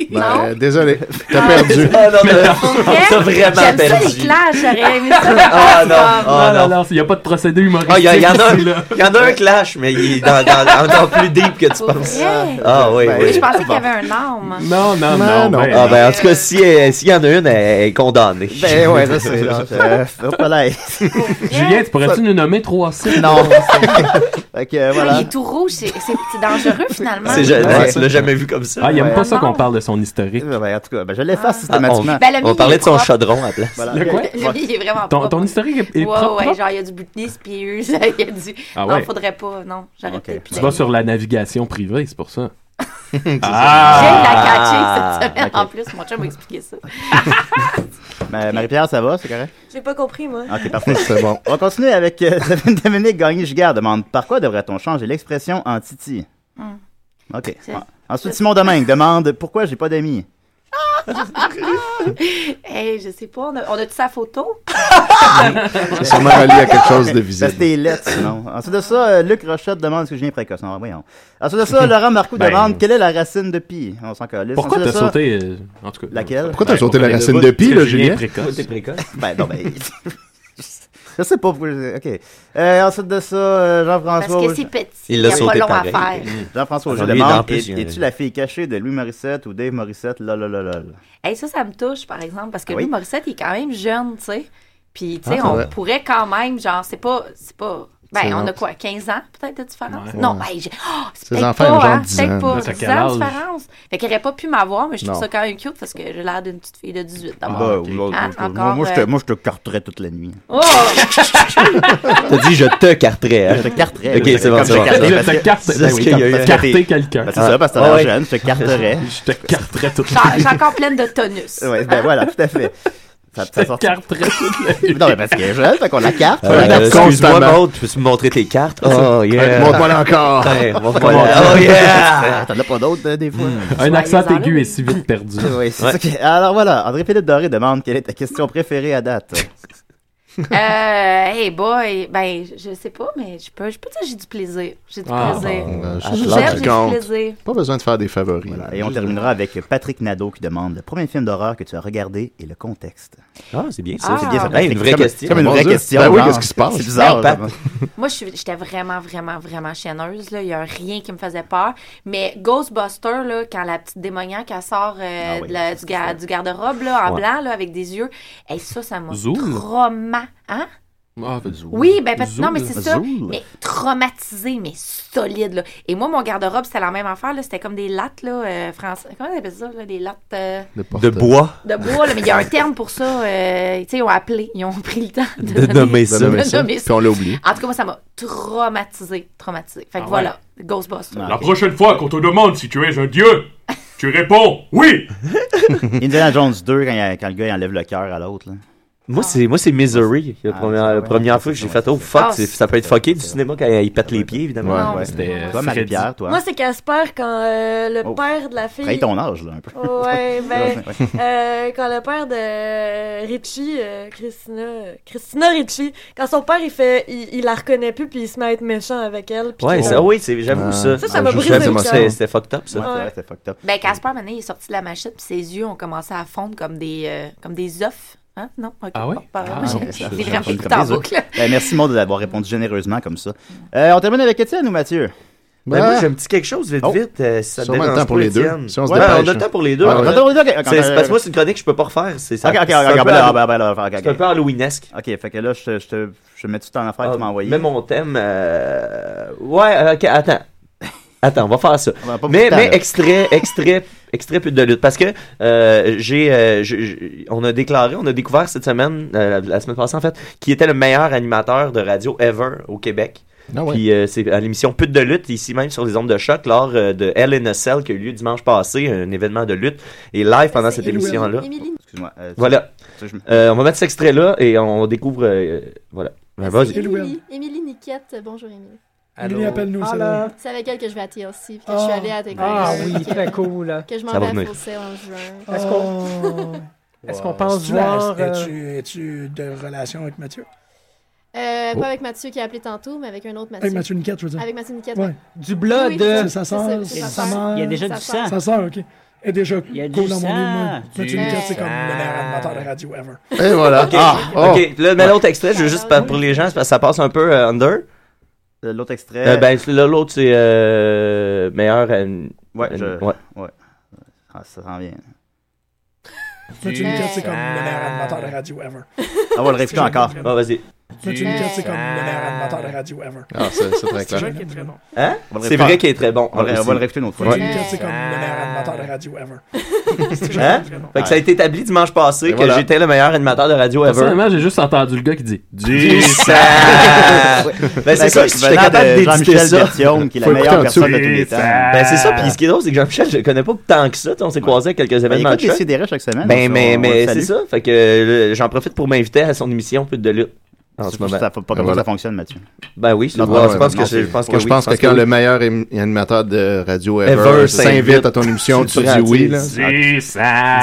Speaker 8: Ben,
Speaker 2: non?
Speaker 4: [laughs]
Speaker 8: euh, désolé, t'as perdu.
Speaker 7: Ah,
Speaker 2: [laughs]
Speaker 7: non, mais-
Speaker 2: T'as Hein? J'aime ça, les clashs, j'aurais aimé
Speaker 4: [laughs]
Speaker 2: ça.
Speaker 7: Ah non, ah non.
Speaker 4: Il n'y a pas de procédé humoristique.
Speaker 7: Ah, il y, a- il y en
Speaker 4: [laughs]
Speaker 7: a un-
Speaker 4: ici, là.
Speaker 7: il y en a un clash, mais il est dans- dans- encore plus deep que tu penses.
Speaker 2: vrai?
Speaker 7: Ah oui,
Speaker 2: Mais
Speaker 7: oui.
Speaker 2: Ben, je pensais qu'il y avait un arme. [laughs]
Speaker 4: Non, non,
Speaker 7: Ah,
Speaker 4: non. ben,
Speaker 7: ah, ben, en tout cas, si, euh, s'il y en a une, elle est condamnée.
Speaker 5: Ben ouais,
Speaker 7: [laughs]
Speaker 5: ça, c'est- non, euh, hop là.
Speaker 4: Julien, tu pourrais-tu nous nommer trois sites [laughs]
Speaker 5: Non. fait
Speaker 4: Ben
Speaker 5: que, euh,
Speaker 2: Ah,
Speaker 5: voilà.
Speaker 2: Il est tout rouge, c'est c'est- c'est dangereux finalement.
Speaker 7: C'est ja- ouais, tu l'as jamais vu comme ça.
Speaker 4: Ah, il aime
Speaker 7: Ouais.
Speaker 4: pas ça qu'on parle de son historique.
Speaker 5: Ben, en tout cas, je l'efface
Speaker 7: systématiquement.
Speaker 2: Ben, le mien,
Speaker 7: Ah, on parlait
Speaker 2: il est
Speaker 7: de son
Speaker 2: propre.
Speaker 7: chaudron à la place.
Speaker 5: Voilà.
Speaker 2: Le, [laughs] le vie, il est vraiment
Speaker 4: Ton-
Speaker 2: propre.
Speaker 4: ton historique est-
Speaker 2: ouais,
Speaker 4: est propre,
Speaker 2: Ouais,
Speaker 4: propre?
Speaker 2: genre, il y a du Britney Spears, [laughs] il y a du...
Speaker 4: Ah
Speaker 2: Non,
Speaker 4: ouais.
Speaker 2: faudrait pas, non, j'aurais peut-être pu
Speaker 4: Tu vas
Speaker 2: l'aimer.
Speaker 4: sur la navigation privée, c'est pour
Speaker 5: [laughs]
Speaker 4: ça. ah! J'ai
Speaker 2: Ah, J'ai la catché cette semaine, [laughs] en plus, mon chum m'a expliqué ça.
Speaker 5: Ma- Marie-Pierre, ça va? C'est correct?
Speaker 10: J'ai pas compris, moi.
Speaker 5: Ok, Ah,
Speaker 10: [laughs]
Speaker 5: parfait. C'est bon. On va continuer avec euh, [laughs] Dominique Gagné-Gigard demande Par quoi devrait-on changer l'expression en Titi
Speaker 2: Hmm.
Speaker 12: Hum.
Speaker 5: Ok.
Speaker 2: C'est-
Speaker 5: En- Ensuite, Simon Domingue demande Pourquoi j'ai pas d'amis
Speaker 2: [laughs] hey, je sais pas, on a, on a-tu sa
Speaker 4: [laughs]
Speaker 2: photo?
Speaker 5: C'est [laughs]
Speaker 8: sûrement relié à quelque chose de visible.
Speaker 5: C'était lettre, sinon. Ensuite de ça, euh, Luc Rochette demande Est-ce que je viens précoce Non, voyons. Ensuite
Speaker 8: [laughs]
Speaker 5: de ça, Laurent Marcoux
Speaker 4: Ben.
Speaker 5: demande Quelle est la racine de pi On s'en calisse.
Speaker 4: Pourquoi
Speaker 5: Ensuite
Speaker 4: t'as
Speaker 5: de ça-
Speaker 4: sauté, euh, Ben, en tout cas?
Speaker 5: Laquelle?
Speaker 8: Pourquoi t'as sauté la racine de pi,
Speaker 4: pile
Speaker 8: là, Julien?
Speaker 5: [laughs] Ben non, ben. Je sais pas pourquoi. je- Ok. Euh, ensuite de ça, euh, Jean-François.
Speaker 2: Parce que
Speaker 5: Auger-
Speaker 2: c'est petit, Il l'a il y a pas sauté long à pareil. faire.
Speaker 5: Mm. Jean-François Auger
Speaker 7: Alors, lui, en
Speaker 5: demande
Speaker 7: plus, il y
Speaker 5: est-
Speaker 7: a-
Speaker 5: Es-tu la fille cachée de Louis Morissette ou Dave Morissette Lolololol.
Speaker 2: Hey, ça, ça me touche, par exemple, parce que
Speaker 5: Ah Oui.
Speaker 2: lui, Morissette, il est quand même jeune, tu sais. Puis, tu sais,
Speaker 5: Ah, c'est
Speaker 2: on
Speaker 5: vrai.
Speaker 2: pourrait quand même, genre, c'est pas. C'est pas
Speaker 5: C'est
Speaker 2: ben, on
Speaker 5: long.
Speaker 2: a quoi, 15 ans peut-être de différence?
Speaker 5: Ouais.
Speaker 2: Non,
Speaker 5: Ouais.
Speaker 2: ben, j'ai. oh, c'est
Speaker 5: Ses
Speaker 2: peut-être
Speaker 5: enfants,
Speaker 2: pas,
Speaker 5: ils ont
Speaker 2: hein,
Speaker 5: 10
Speaker 2: peut-être
Speaker 5: ans.
Speaker 2: pas
Speaker 5: T'as
Speaker 2: 10
Speaker 5: quel
Speaker 2: ans de
Speaker 5: âge?
Speaker 2: différence. Fait qu'elle aurait pas pu m'avoir, mais je trouve
Speaker 5: Non.
Speaker 2: ça quand même cute parce que j'ai l'air d'une petite fille de 18 d'abord.
Speaker 5: Bah, oui, oui,
Speaker 2: Hein,
Speaker 5: oui, oui.
Speaker 2: encore,
Speaker 5: moi, je te,
Speaker 2: euh,
Speaker 5: moi, je te carterais toute la nuit.
Speaker 2: Oh! [laughs]
Speaker 7: T'as dit je te carterais. hein?
Speaker 5: Je te carterais.
Speaker 7: Ok, c'est bon,
Speaker 5: Comme
Speaker 7: c'est
Speaker 5: je
Speaker 7: bon.
Speaker 5: cartais, parce
Speaker 7: te
Speaker 5: que- parce que- parce que t'es- Ben, C'est ça, parce
Speaker 7: Ah
Speaker 5: que t'as l'air jeune, je te carterais.
Speaker 4: Je te carterais toute
Speaker 2: j'en- J'ai encore pleine de tonus.
Speaker 5: [laughs] Ouais, ben voilà, tout à fait. Ça, ça sort- [laughs]
Speaker 4: Non,
Speaker 5: mais parce qu'elle est jeune, fait qu'on la carte.
Speaker 7: Euh,
Speaker 5: on la carte
Speaker 7: Excuse-moi,
Speaker 5: constamment.
Speaker 7: Maud, tu peux me montrer tes cartes? Oh, yeah.
Speaker 5: Ouais, montre-moi-la encore.
Speaker 7: Ouais, montre-moi-la.
Speaker 5: Montre-moi-la.
Speaker 7: Oh,
Speaker 5: [laughs]
Speaker 7: yeah.
Speaker 5: T'en as pas d'autres, euh, des fois.
Speaker 7: Hmm.
Speaker 4: Un accent aigu est si vite
Speaker 5: [laughs]
Speaker 4: perdu.
Speaker 5: Oui, c'est ça que- Alors voilà, André-Philippe Doré demande quelle est ta question préférée à date.
Speaker 2: [laughs] Euh, hey boy, ben, je sais pas, mais je peux, je peux dire que j'ai du plaisir. J'ai du
Speaker 5: Ah,
Speaker 2: plaisir.
Speaker 5: bon,
Speaker 8: Euh,
Speaker 5: Ah,
Speaker 8: je- je-
Speaker 5: là,
Speaker 8: je-
Speaker 5: tu
Speaker 8: je-
Speaker 5: comptes.
Speaker 2: plaisir.
Speaker 8: Pas besoin de faire des favoris.
Speaker 5: Et on terminera avec Patrick Nadeau qui demande le premier film d'horreur que tu as regardé et le contexte.
Speaker 7: Ah, c'est bien
Speaker 2: ça. Ah. C'est
Speaker 7: bien fait. Hey, une vraie
Speaker 5: comme-
Speaker 7: question.
Speaker 5: Comme une
Speaker 7: Mon
Speaker 5: vraie
Speaker 7: Dieu.
Speaker 5: question.
Speaker 7: Ben oui,
Speaker 5: genre.
Speaker 7: qu'est-ce qui se passe?
Speaker 5: C'est bizarre.
Speaker 7: Hey, Pat.
Speaker 5: vraiment.
Speaker 2: [laughs] Moi, je suis- j'étais vraiment, vraiment, vraiment chienneuse. là. Il n'y a rien qui me faisait peur. Mais Ghostbuster, là, quand la petite démoniaque elle sort euh, de la- du, ga- du garde-robe là, en
Speaker 4: Ouais.
Speaker 2: blanc là, avec des yeux, et ça, ça m'a
Speaker 4: Zool?
Speaker 2: trauma. Hein?
Speaker 4: Ah, ben,
Speaker 2: Oui, ben parce- non, mais
Speaker 4: Zool.
Speaker 2: c'est ça.
Speaker 4: Zool.
Speaker 2: Mais traumatisé, mais solide. Là. Et moi, mon garde-robe, c'était la même affaire. là. C'était comme des lattes là, euh, françaises. Comment on appelle ça? Là? Des lattes euh,
Speaker 7: De bois.
Speaker 2: de bois. là. Mais il y a un terme pour ça. euh, tu sais, ils ont appelé. Ils ont pris le temps de,
Speaker 7: De nommer ça.
Speaker 2: de
Speaker 7: De nommer ça.
Speaker 2: nommer ça.
Speaker 7: Puis on l'a oublié.
Speaker 2: En tout cas, moi, ça m'a traumatisé. Traumatisé. Fait que
Speaker 4: Ah
Speaker 2: voilà. Ghostbusters.
Speaker 4: prochaine fois qu'on te demande si tu es un dieu,
Speaker 16: Tu réponds oui!
Speaker 5: [laughs] Indiana Jones 2, quand, il a- quand le gars il enlève le cœur à l'autre. là.
Speaker 7: Moi, c'est, moi, c'est Misery. La
Speaker 5: Ah,
Speaker 7: première, la première fois que j'ai fait, oh fuck,
Speaker 10: Ah,
Speaker 7: c'est- ça peut être fucké du cinéma quand il pète les pieds, évidemment.
Speaker 5: Ouais, ouais. C'était, Toi, euh, Marie-Pierre, Freddy. toi?
Speaker 10: Moi, c'est Casper quand euh, le
Speaker 7: Oh.
Speaker 10: père de la fille.
Speaker 5: Trahis ton âge, là, un peu.
Speaker 10: [laughs] Ouais, ben.
Speaker 5: Ouais.
Speaker 10: euh, quand le père de euh, Richie, euh, Christina, Christina Richie, quand son père, il fait. Il, il la reconnaît plus, puis il se met à être méchant avec elle. puis
Speaker 7: Ouais,
Speaker 10: que-
Speaker 7: ça, oui, c'est, j'avoue
Speaker 10: Ah.
Speaker 7: ça.
Speaker 10: Ça, ça m'a
Speaker 7: Je-
Speaker 10: brisé le
Speaker 7: j'avoue,
Speaker 10: cœur.
Speaker 7: c'était, c'était fucked up, ça.
Speaker 10: Ouais, c'est vrai,
Speaker 5: c'était fucked up.
Speaker 2: Ben, Casper, maintenant, il est sorti de la machette, puis ses yeux ont commencé à fondre comme des, euh, comme des œufs. Hein? Non? Ok,
Speaker 5: Ah oui?
Speaker 2: bon, pardon. [laughs]
Speaker 5: Ah,
Speaker 2: J'ai-
Speaker 5: non,
Speaker 2: j'ai
Speaker 5: ça,
Speaker 2: des
Speaker 5: ça,
Speaker 2: vrais
Speaker 5: ça,
Speaker 2: écoutes
Speaker 5: ça,
Speaker 2: en
Speaker 5: ça.
Speaker 2: boucle.
Speaker 5: Ben, merci, Maud, d'avoir répondu généreusement comme ça. Euh, on termine avec Étienne ou Mathieu?
Speaker 7: Ben, moi, j'ai un petit quelque chose vite, vite. euh, si ça te
Speaker 5: Oh. Sûrement
Speaker 7: dérange
Speaker 5: le temps pour
Speaker 7: pas,
Speaker 5: les deux,
Speaker 7: Étienne.
Speaker 5: si on se
Speaker 7: Ouais, ben,
Speaker 5: dépêche.
Speaker 7: on a le temps pour les deux.
Speaker 5: Ah, ouais.
Speaker 7: en fait.
Speaker 5: On a le temps pour les deux, ok, ok,
Speaker 7: C'est, c'est
Speaker 5: ok,
Speaker 7: parce que
Speaker 5: ok.
Speaker 7: moi, c'est une chronique que je peux pas refaire. C'est ça.
Speaker 5: Ok, ok, ok,
Speaker 7: c'est un
Speaker 5: ok,
Speaker 7: peu
Speaker 5: ben là,
Speaker 7: Hall-
Speaker 5: ben, ben là, ok, ok.
Speaker 7: C'est un peu halloweenesque.
Speaker 5: Ok, fait que là, je te, je te- je te mets tout en affaire, tu m'as envoyé.
Speaker 7: Mais mon thème. euh, Ouais, ok, attends. Attends, on va faire ça.
Speaker 5: beaucoup
Speaker 7: Mais,
Speaker 5: de temps,
Speaker 7: mais
Speaker 5: là.
Speaker 7: extrait, extrait, extrait de lutte. Parce que euh, j'ai, euh, je- je- on a déclaré, on a découvert cette semaine, euh, la semaine passée en fait, qui était le meilleur animateur de radio ever au Québec.
Speaker 8: Ah ouais.
Speaker 7: Puis euh, c'est à l'émission Pute de lutte, ici même sur les ondes de choc, lors euh, de Hell in a Cell qui a eu lieu dimanche passé, un événement de lutte, et live pendant cette émission-là.
Speaker 5: Excuse-moi. euh, tu-
Speaker 7: Voilà.
Speaker 5: tu- je me-
Speaker 7: Euh, on va mettre cet extrait-là et on découvre. euh, voilà. Ben, vas-y.
Speaker 12: Émilie, Émilie Niquette. Bonjour, Émilie.
Speaker 7: Allô. Émilie, appelle-nous,
Speaker 17: c'est Allô. vrai.
Speaker 12: C'est avec elle que je vais à TLC, puis que
Speaker 17: Ah.
Speaker 12: je suis allée à Takeover.
Speaker 17: Ah oui,
Speaker 12: que-
Speaker 17: très cool.
Speaker 12: Que je m'en
Speaker 7: Ça va
Speaker 12: vais à
Speaker 7: venir.
Speaker 12: Fawcett en juin.
Speaker 17: [laughs] Ah. Est-ce qu'on Euh, est-ce qu'on pense
Speaker 12: C'est-tu la-
Speaker 17: voir...
Speaker 12: es-tu-
Speaker 17: Es-tu de relation avec Mathieu?
Speaker 12: Euh,
Speaker 17: Oh.
Speaker 12: Pas avec Mathieu qui a appelé tantôt, mais avec un autre Mathieu.
Speaker 17: Avec Mathieu Niquette, je veux dire.
Speaker 12: Avec Mathieu Niquette, ouais.
Speaker 17: Ouais. Du blood. euh,
Speaker 12: Oui, c'est
Speaker 17: sa
Speaker 12: ça,
Speaker 17: sœur,
Speaker 12: c'est
Speaker 17: sa
Speaker 12: sa sœur.
Speaker 17: mère.
Speaker 12: Il y a déjà Sa du sœur. sang.
Speaker 17: Sa sœur, OK. Elle est déjà
Speaker 12: Il y a du
Speaker 17: cool dans mon
Speaker 12: sang.
Speaker 17: livre.
Speaker 12: Du
Speaker 17: Mathieu Niquette, c'est
Speaker 12: sang.
Speaker 17: comme le meilleur animateur de radio ever.
Speaker 8: Et voilà.
Speaker 7: Ok,
Speaker 8: Ah, oh.
Speaker 7: ok. Là, mais l'autre extrait, je veux juste pa- pour les gens, c'est parce que ça passe un peu euh, under.
Speaker 5: Euh, L'autre extrait.
Speaker 7: Euh, ben, c'est- là, l'autre, c'est euh, meilleur. euh,
Speaker 5: Ouais,
Speaker 7: euh,
Speaker 5: je...
Speaker 7: ouais.
Speaker 5: ouais. Ah, ça s'en vient.
Speaker 17: Mathieu Niquette, c'est comme le meilleur animateur de radio ever.
Speaker 5: Ah, on va le répéter encore.
Speaker 7: Bon, vas-y.
Speaker 17: Mathieu Niquette, c'est comme le meilleur animateur de radio ever.
Speaker 8: Ah, c'est- c'est très clair.
Speaker 17: vrai qu'il est très bon.
Speaker 7: Hein?
Speaker 5: On va le
Speaker 7: C'est
Speaker 5: répéter.
Speaker 7: vrai qu'il est très bon.
Speaker 5: On va- on va le répéter une autre fois.
Speaker 7: Ouais.
Speaker 17: Mathieu Niquette, c'est comme le meilleur animateur de radio ever.
Speaker 7: Hein? Fait que ça a été établi dimanche passé que j'étais le meilleur animateur de radio ever.
Speaker 4: Personnellement, j'ai juste entendu le gars qui dit
Speaker 7: Du sang!
Speaker 4: [laughs]
Speaker 8: [laughs]
Speaker 4: Ouais.
Speaker 7: ben, c'est ça, si j'étais capable [laughs] d'éditer
Speaker 5: Jean-Michel
Speaker 7: ça.
Speaker 5: Berthiaume, qui est la meilleure personne de tous les temps.
Speaker 7: Ben, c'est
Speaker 8: Ah.
Speaker 7: ça, puis ce qui est drôle, c'est que Jean-Michel, je le connais pas tant que ça, tu sais, on s'est croisé à quelques événements.
Speaker 5: Ben, écoute
Speaker 7: de choc.
Speaker 5: Décidérés chaque semaine,
Speaker 7: Ben,
Speaker 5: on-
Speaker 7: mais,
Speaker 5: on
Speaker 7: mais
Speaker 5: le
Speaker 7: c'est ça,
Speaker 5: salue.
Speaker 7: fait que euh, j'en profite pour m'inviter à son émission Pute de lutte. En ce
Speaker 5: pas-
Speaker 7: moment.
Speaker 5: ça- pas comme ça que ça fonctionne, Mathieu.
Speaker 7: Ben oui, c'est-
Speaker 8: Non,
Speaker 7: ouais,
Speaker 8: non,
Speaker 7: je pense
Speaker 8: non,
Speaker 7: que
Speaker 8: c'est-
Speaker 7: je pense que
Speaker 8: je pense
Speaker 7: oui,
Speaker 8: Ben, que quand le meilleur im- animateur de radio ever,
Speaker 7: Ever
Speaker 8: s'invite [laughs] à ton émission, tu dis oui. Là. Ah,
Speaker 7: Dis ça.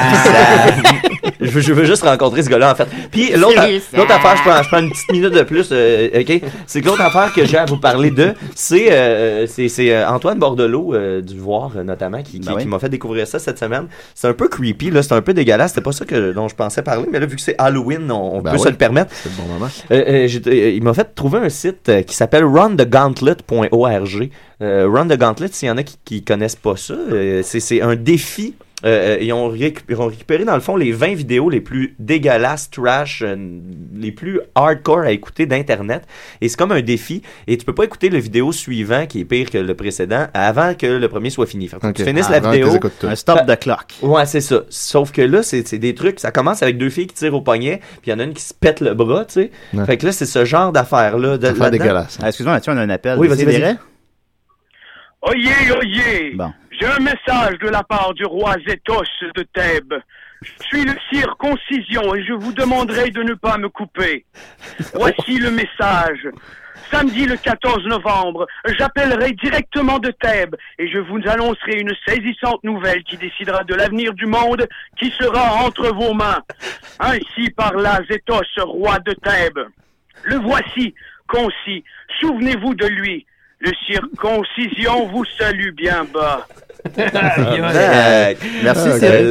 Speaker 7: [laughs] je, veux, je veux juste rencontrer ce gars-là, en fait. Puis l'autre
Speaker 8: Dis ça.
Speaker 7: l'autre affaire, je prends, je prends une petite minute de plus, euh, OK? C'est que l'autre affaire que j'ai à vous parler de, c'est euh, c'est- c'est, euh, Antoine Bordelot euh, du Voir, euh, notamment, qui, qui,
Speaker 8: Ben oui.
Speaker 7: qui m'a fait découvrir ça cette semaine. C'est un peu creepy, là. C'est un peu dégueulasse. C'était pas ça que, dont je pensais parler, mais là, vu que c'est Halloween, on, on
Speaker 8: Ben
Speaker 7: peut se
Speaker 8: oui.
Speaker 7: le permettre.
Speaker 8: C'est le bon moment.
Speaker 7: Euh, euh, j'ai- euh, il m'a fait trouver un site euh, qui s'appelle runthegauntlet.org. Euh, Run the Gauntlet, s'il y en a qui, qui connaissent pas ça, euh, c'est c'est un défi. Euh, euh, ils, ont récu- ils ont récupéré dans le fond les 20 vidéos les plus dégueulasses, trash, euh, les plus hardcore à écouter d'Internet. Et c'est comme un défi. Et tu peux pas écouter le vidéo suivant qui est pire que le précédent avant que le premier soit fini. Fait que faut que tu
Speaker 5: Ok.
Speaker 7: finisses
Speaker 5: Ah,
Speaker 7: la
Speaker 5: avant que
Speaker 7: vidéo.
Speaker 5: t'écoutes tout. Un stop de clock.
Speaker 7: Ouais, c'est ça. Sauf que là, c'est c'est des trucs. Ça commence avec deux filles qui tirent au poignet, puis il y en a une qui se pète le bras, tu sais.
Speaker 5: Ouais.
Speaker 7: Fait que là, c'est ce genre d'affaires-là. de- là-dedans.
Speaker 5: Ah, Excuse-moi, Mathieu, on a un appel.
Speaker 7: Oui, vas-y, vas-y.
Speaker 5: Décidérez?
Speaker 9: Oyez, oyez!
Speaker 5: Bon.
Speaker 9: J'ai un message de la part du roi Zétos de Thèbes. Je suis le circoncision et je vous demanderai de ne pas me couper. Voici le message. Samedi le 14 novembre, j'appellerai directement de Thèbes et je vous annoncerai une saisissante nouvelle qui décidera de l'avenir du monde qui sera entre vos mains. Ainsi parla Zétos, roi de Thèbes. Le voici, concis. Souvenez-vous de lui. Le circoncision vous salue bien bas.
Speaker 7: Ah, Tabarnak.
Speaker 5: Merci,
Speaker 7: Ah, Ok.
Speaker 5: c'est
Speaker 7: Le- le-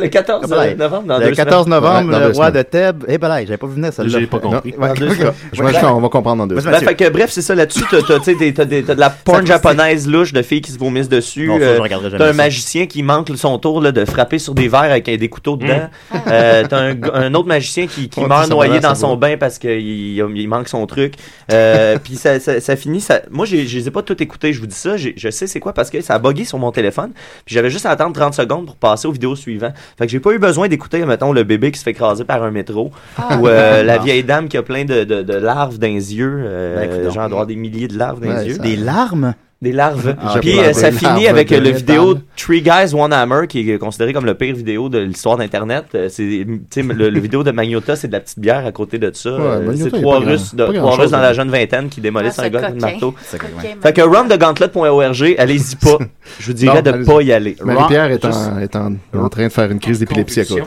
Speaker 7: le 14
Speaker 5: Eh ben,
Speaker 7: Euh, novembre, dans
Speaker 5: Le
Speaker 7: deux
Speaker 5: 14
Speaker 7: semaines.
Speaker 5: novembre,
Speaker 7: Dans
Speaker 5: le
Speaker 7: deux
Speaker 5: roi de
Speaker 7: semaines.
Speaker 5: Thèbes. Eh ben là, j'avais pas vu venir celle-là.
Speaker 8: Non.
Speaker 5: Ouais,
Speaker 8: Je
Speaker 5: ok.
Speaker 8: vois que ça, on va comprendre en deux.
Speaker 5: Ah, Vas-y,
Speaker 7: Ben,
Speaker 8: Mathieu.
Speaker 7: fait que bref, c'est ça là-dessus. T'as t'as- t'sais, des- t'as des- t'as de la porn japonaise louche de filles qui se vomissent dessus.
Speaker 5: Non, ça, je
Speaker 7: Euh,
Speaker 5: regarderai jamais
Speaker 7: T'as un
Speaker 5: ça.
Speaker 7: magicien qui manque son tour là, de frapper sur des verres avec euh, des couteaux dedans.
Speaker 5: Mm.
Speaker 7: Euh, T'as un, g- un autre magicien qui, qui
Speaker 8: Ouais,
Speaker 7: meurt
Speaker 8: ça,
Speaker 7: noyé
Speaker 8: ça,
Speaker 7: dans
Speaker 8: ça
Speaker 7: son
Speaker 8: va.
Speaker 7: bain parce qu'il il manque son truc.
Speaker 5: [laughs]
Speaker 7: Euh, Puis ça, ça, ça finit. Ça... Moi, j'ai- je les ai pas tout écoutés, je vous dis ça. J'ai- Je sais c'est quoi parce que ça a bugué sur mon téléphone. Puis j'avais juste à attendre 30 secondes pour passer aux vidéos suivantes. Fait que j'ai pas eu besoin d'écouter, mettons, le bébé qui se fait écraser par un métro
Speaker 8: Ah.
Speaker 7: ou
Speaker 5: [laughs]
Speaker 7: euh, la
Speaker 8: Non.
Speaker 7: vieille dame qui a plein de, de, de larves dans les yeux. euh,
Speaker 5: Ben, écoute
Speaker 7: genre
Speaker 5: donc.
Speaker 7: doit avoir des milliers de larves dans
Speaker 5: Ouais,
Speaker 7: les yeux.
Speaker 5: Des larmes?
Speaker 7: Des larves.
Speaker 8: Ah,
Speaker 7: Puis
Speaker 8: j'ai
Speaker 7: euh, ça
Speaker 8: des
Speaker 7: finit
Speaker 8: larves
Speaker 7: avec
Speaker 8: de
Speaker 7: euh, le
Speaker 8: métal.
Speaker 7: vidéo Three Guys One Hammer qui est considéré comme le pire vidéo de l'histoire d'Internet. Euh, C'est tu sais, le,
Speaker 8: [laughs]
Speaker 7: le vidéo de Magnota, c'est de la petite bière à côté de ça.
Speaker 8: Ouais,
Speaker 7: Euh,
Speaker 8: Magnota,
Speaker 7: c'est
Speaker 8: il y a
Speaker 7: trois
Speaker 8: pas grand-
Speaker 7: Russes, de-
Speaker 8: pas grand
Speaker 7: trois
Speaker 8: chose,
Speaker 7: Russes dans
Speaker 8: hein.
Speaker 7: la jeune vingtaine qui démolissent
Speaker 8: Ah,
Speaker 7: un
Speaker 8: ce
Speaker 7: gars avec un
Speaker 8: coquin.
Speaker 7: marteau.
Speaker 8: Ce coquin.
Speaker 7: Fait que roundthegauntlet.org, allez-y
Speaker 8: [laughs]
Speaker 7: pas. Je vous dirais
Speaker 8: Non,
Speaker 7: de
Speaker 8: allez-y.
Speaker 7: pas y aller.
Speaker 8: Marie-Pierre est,
Speaker 7: Juste- Ah,
Speaker 8: en, est en, en train de faire une crise d'épilepsie à côté.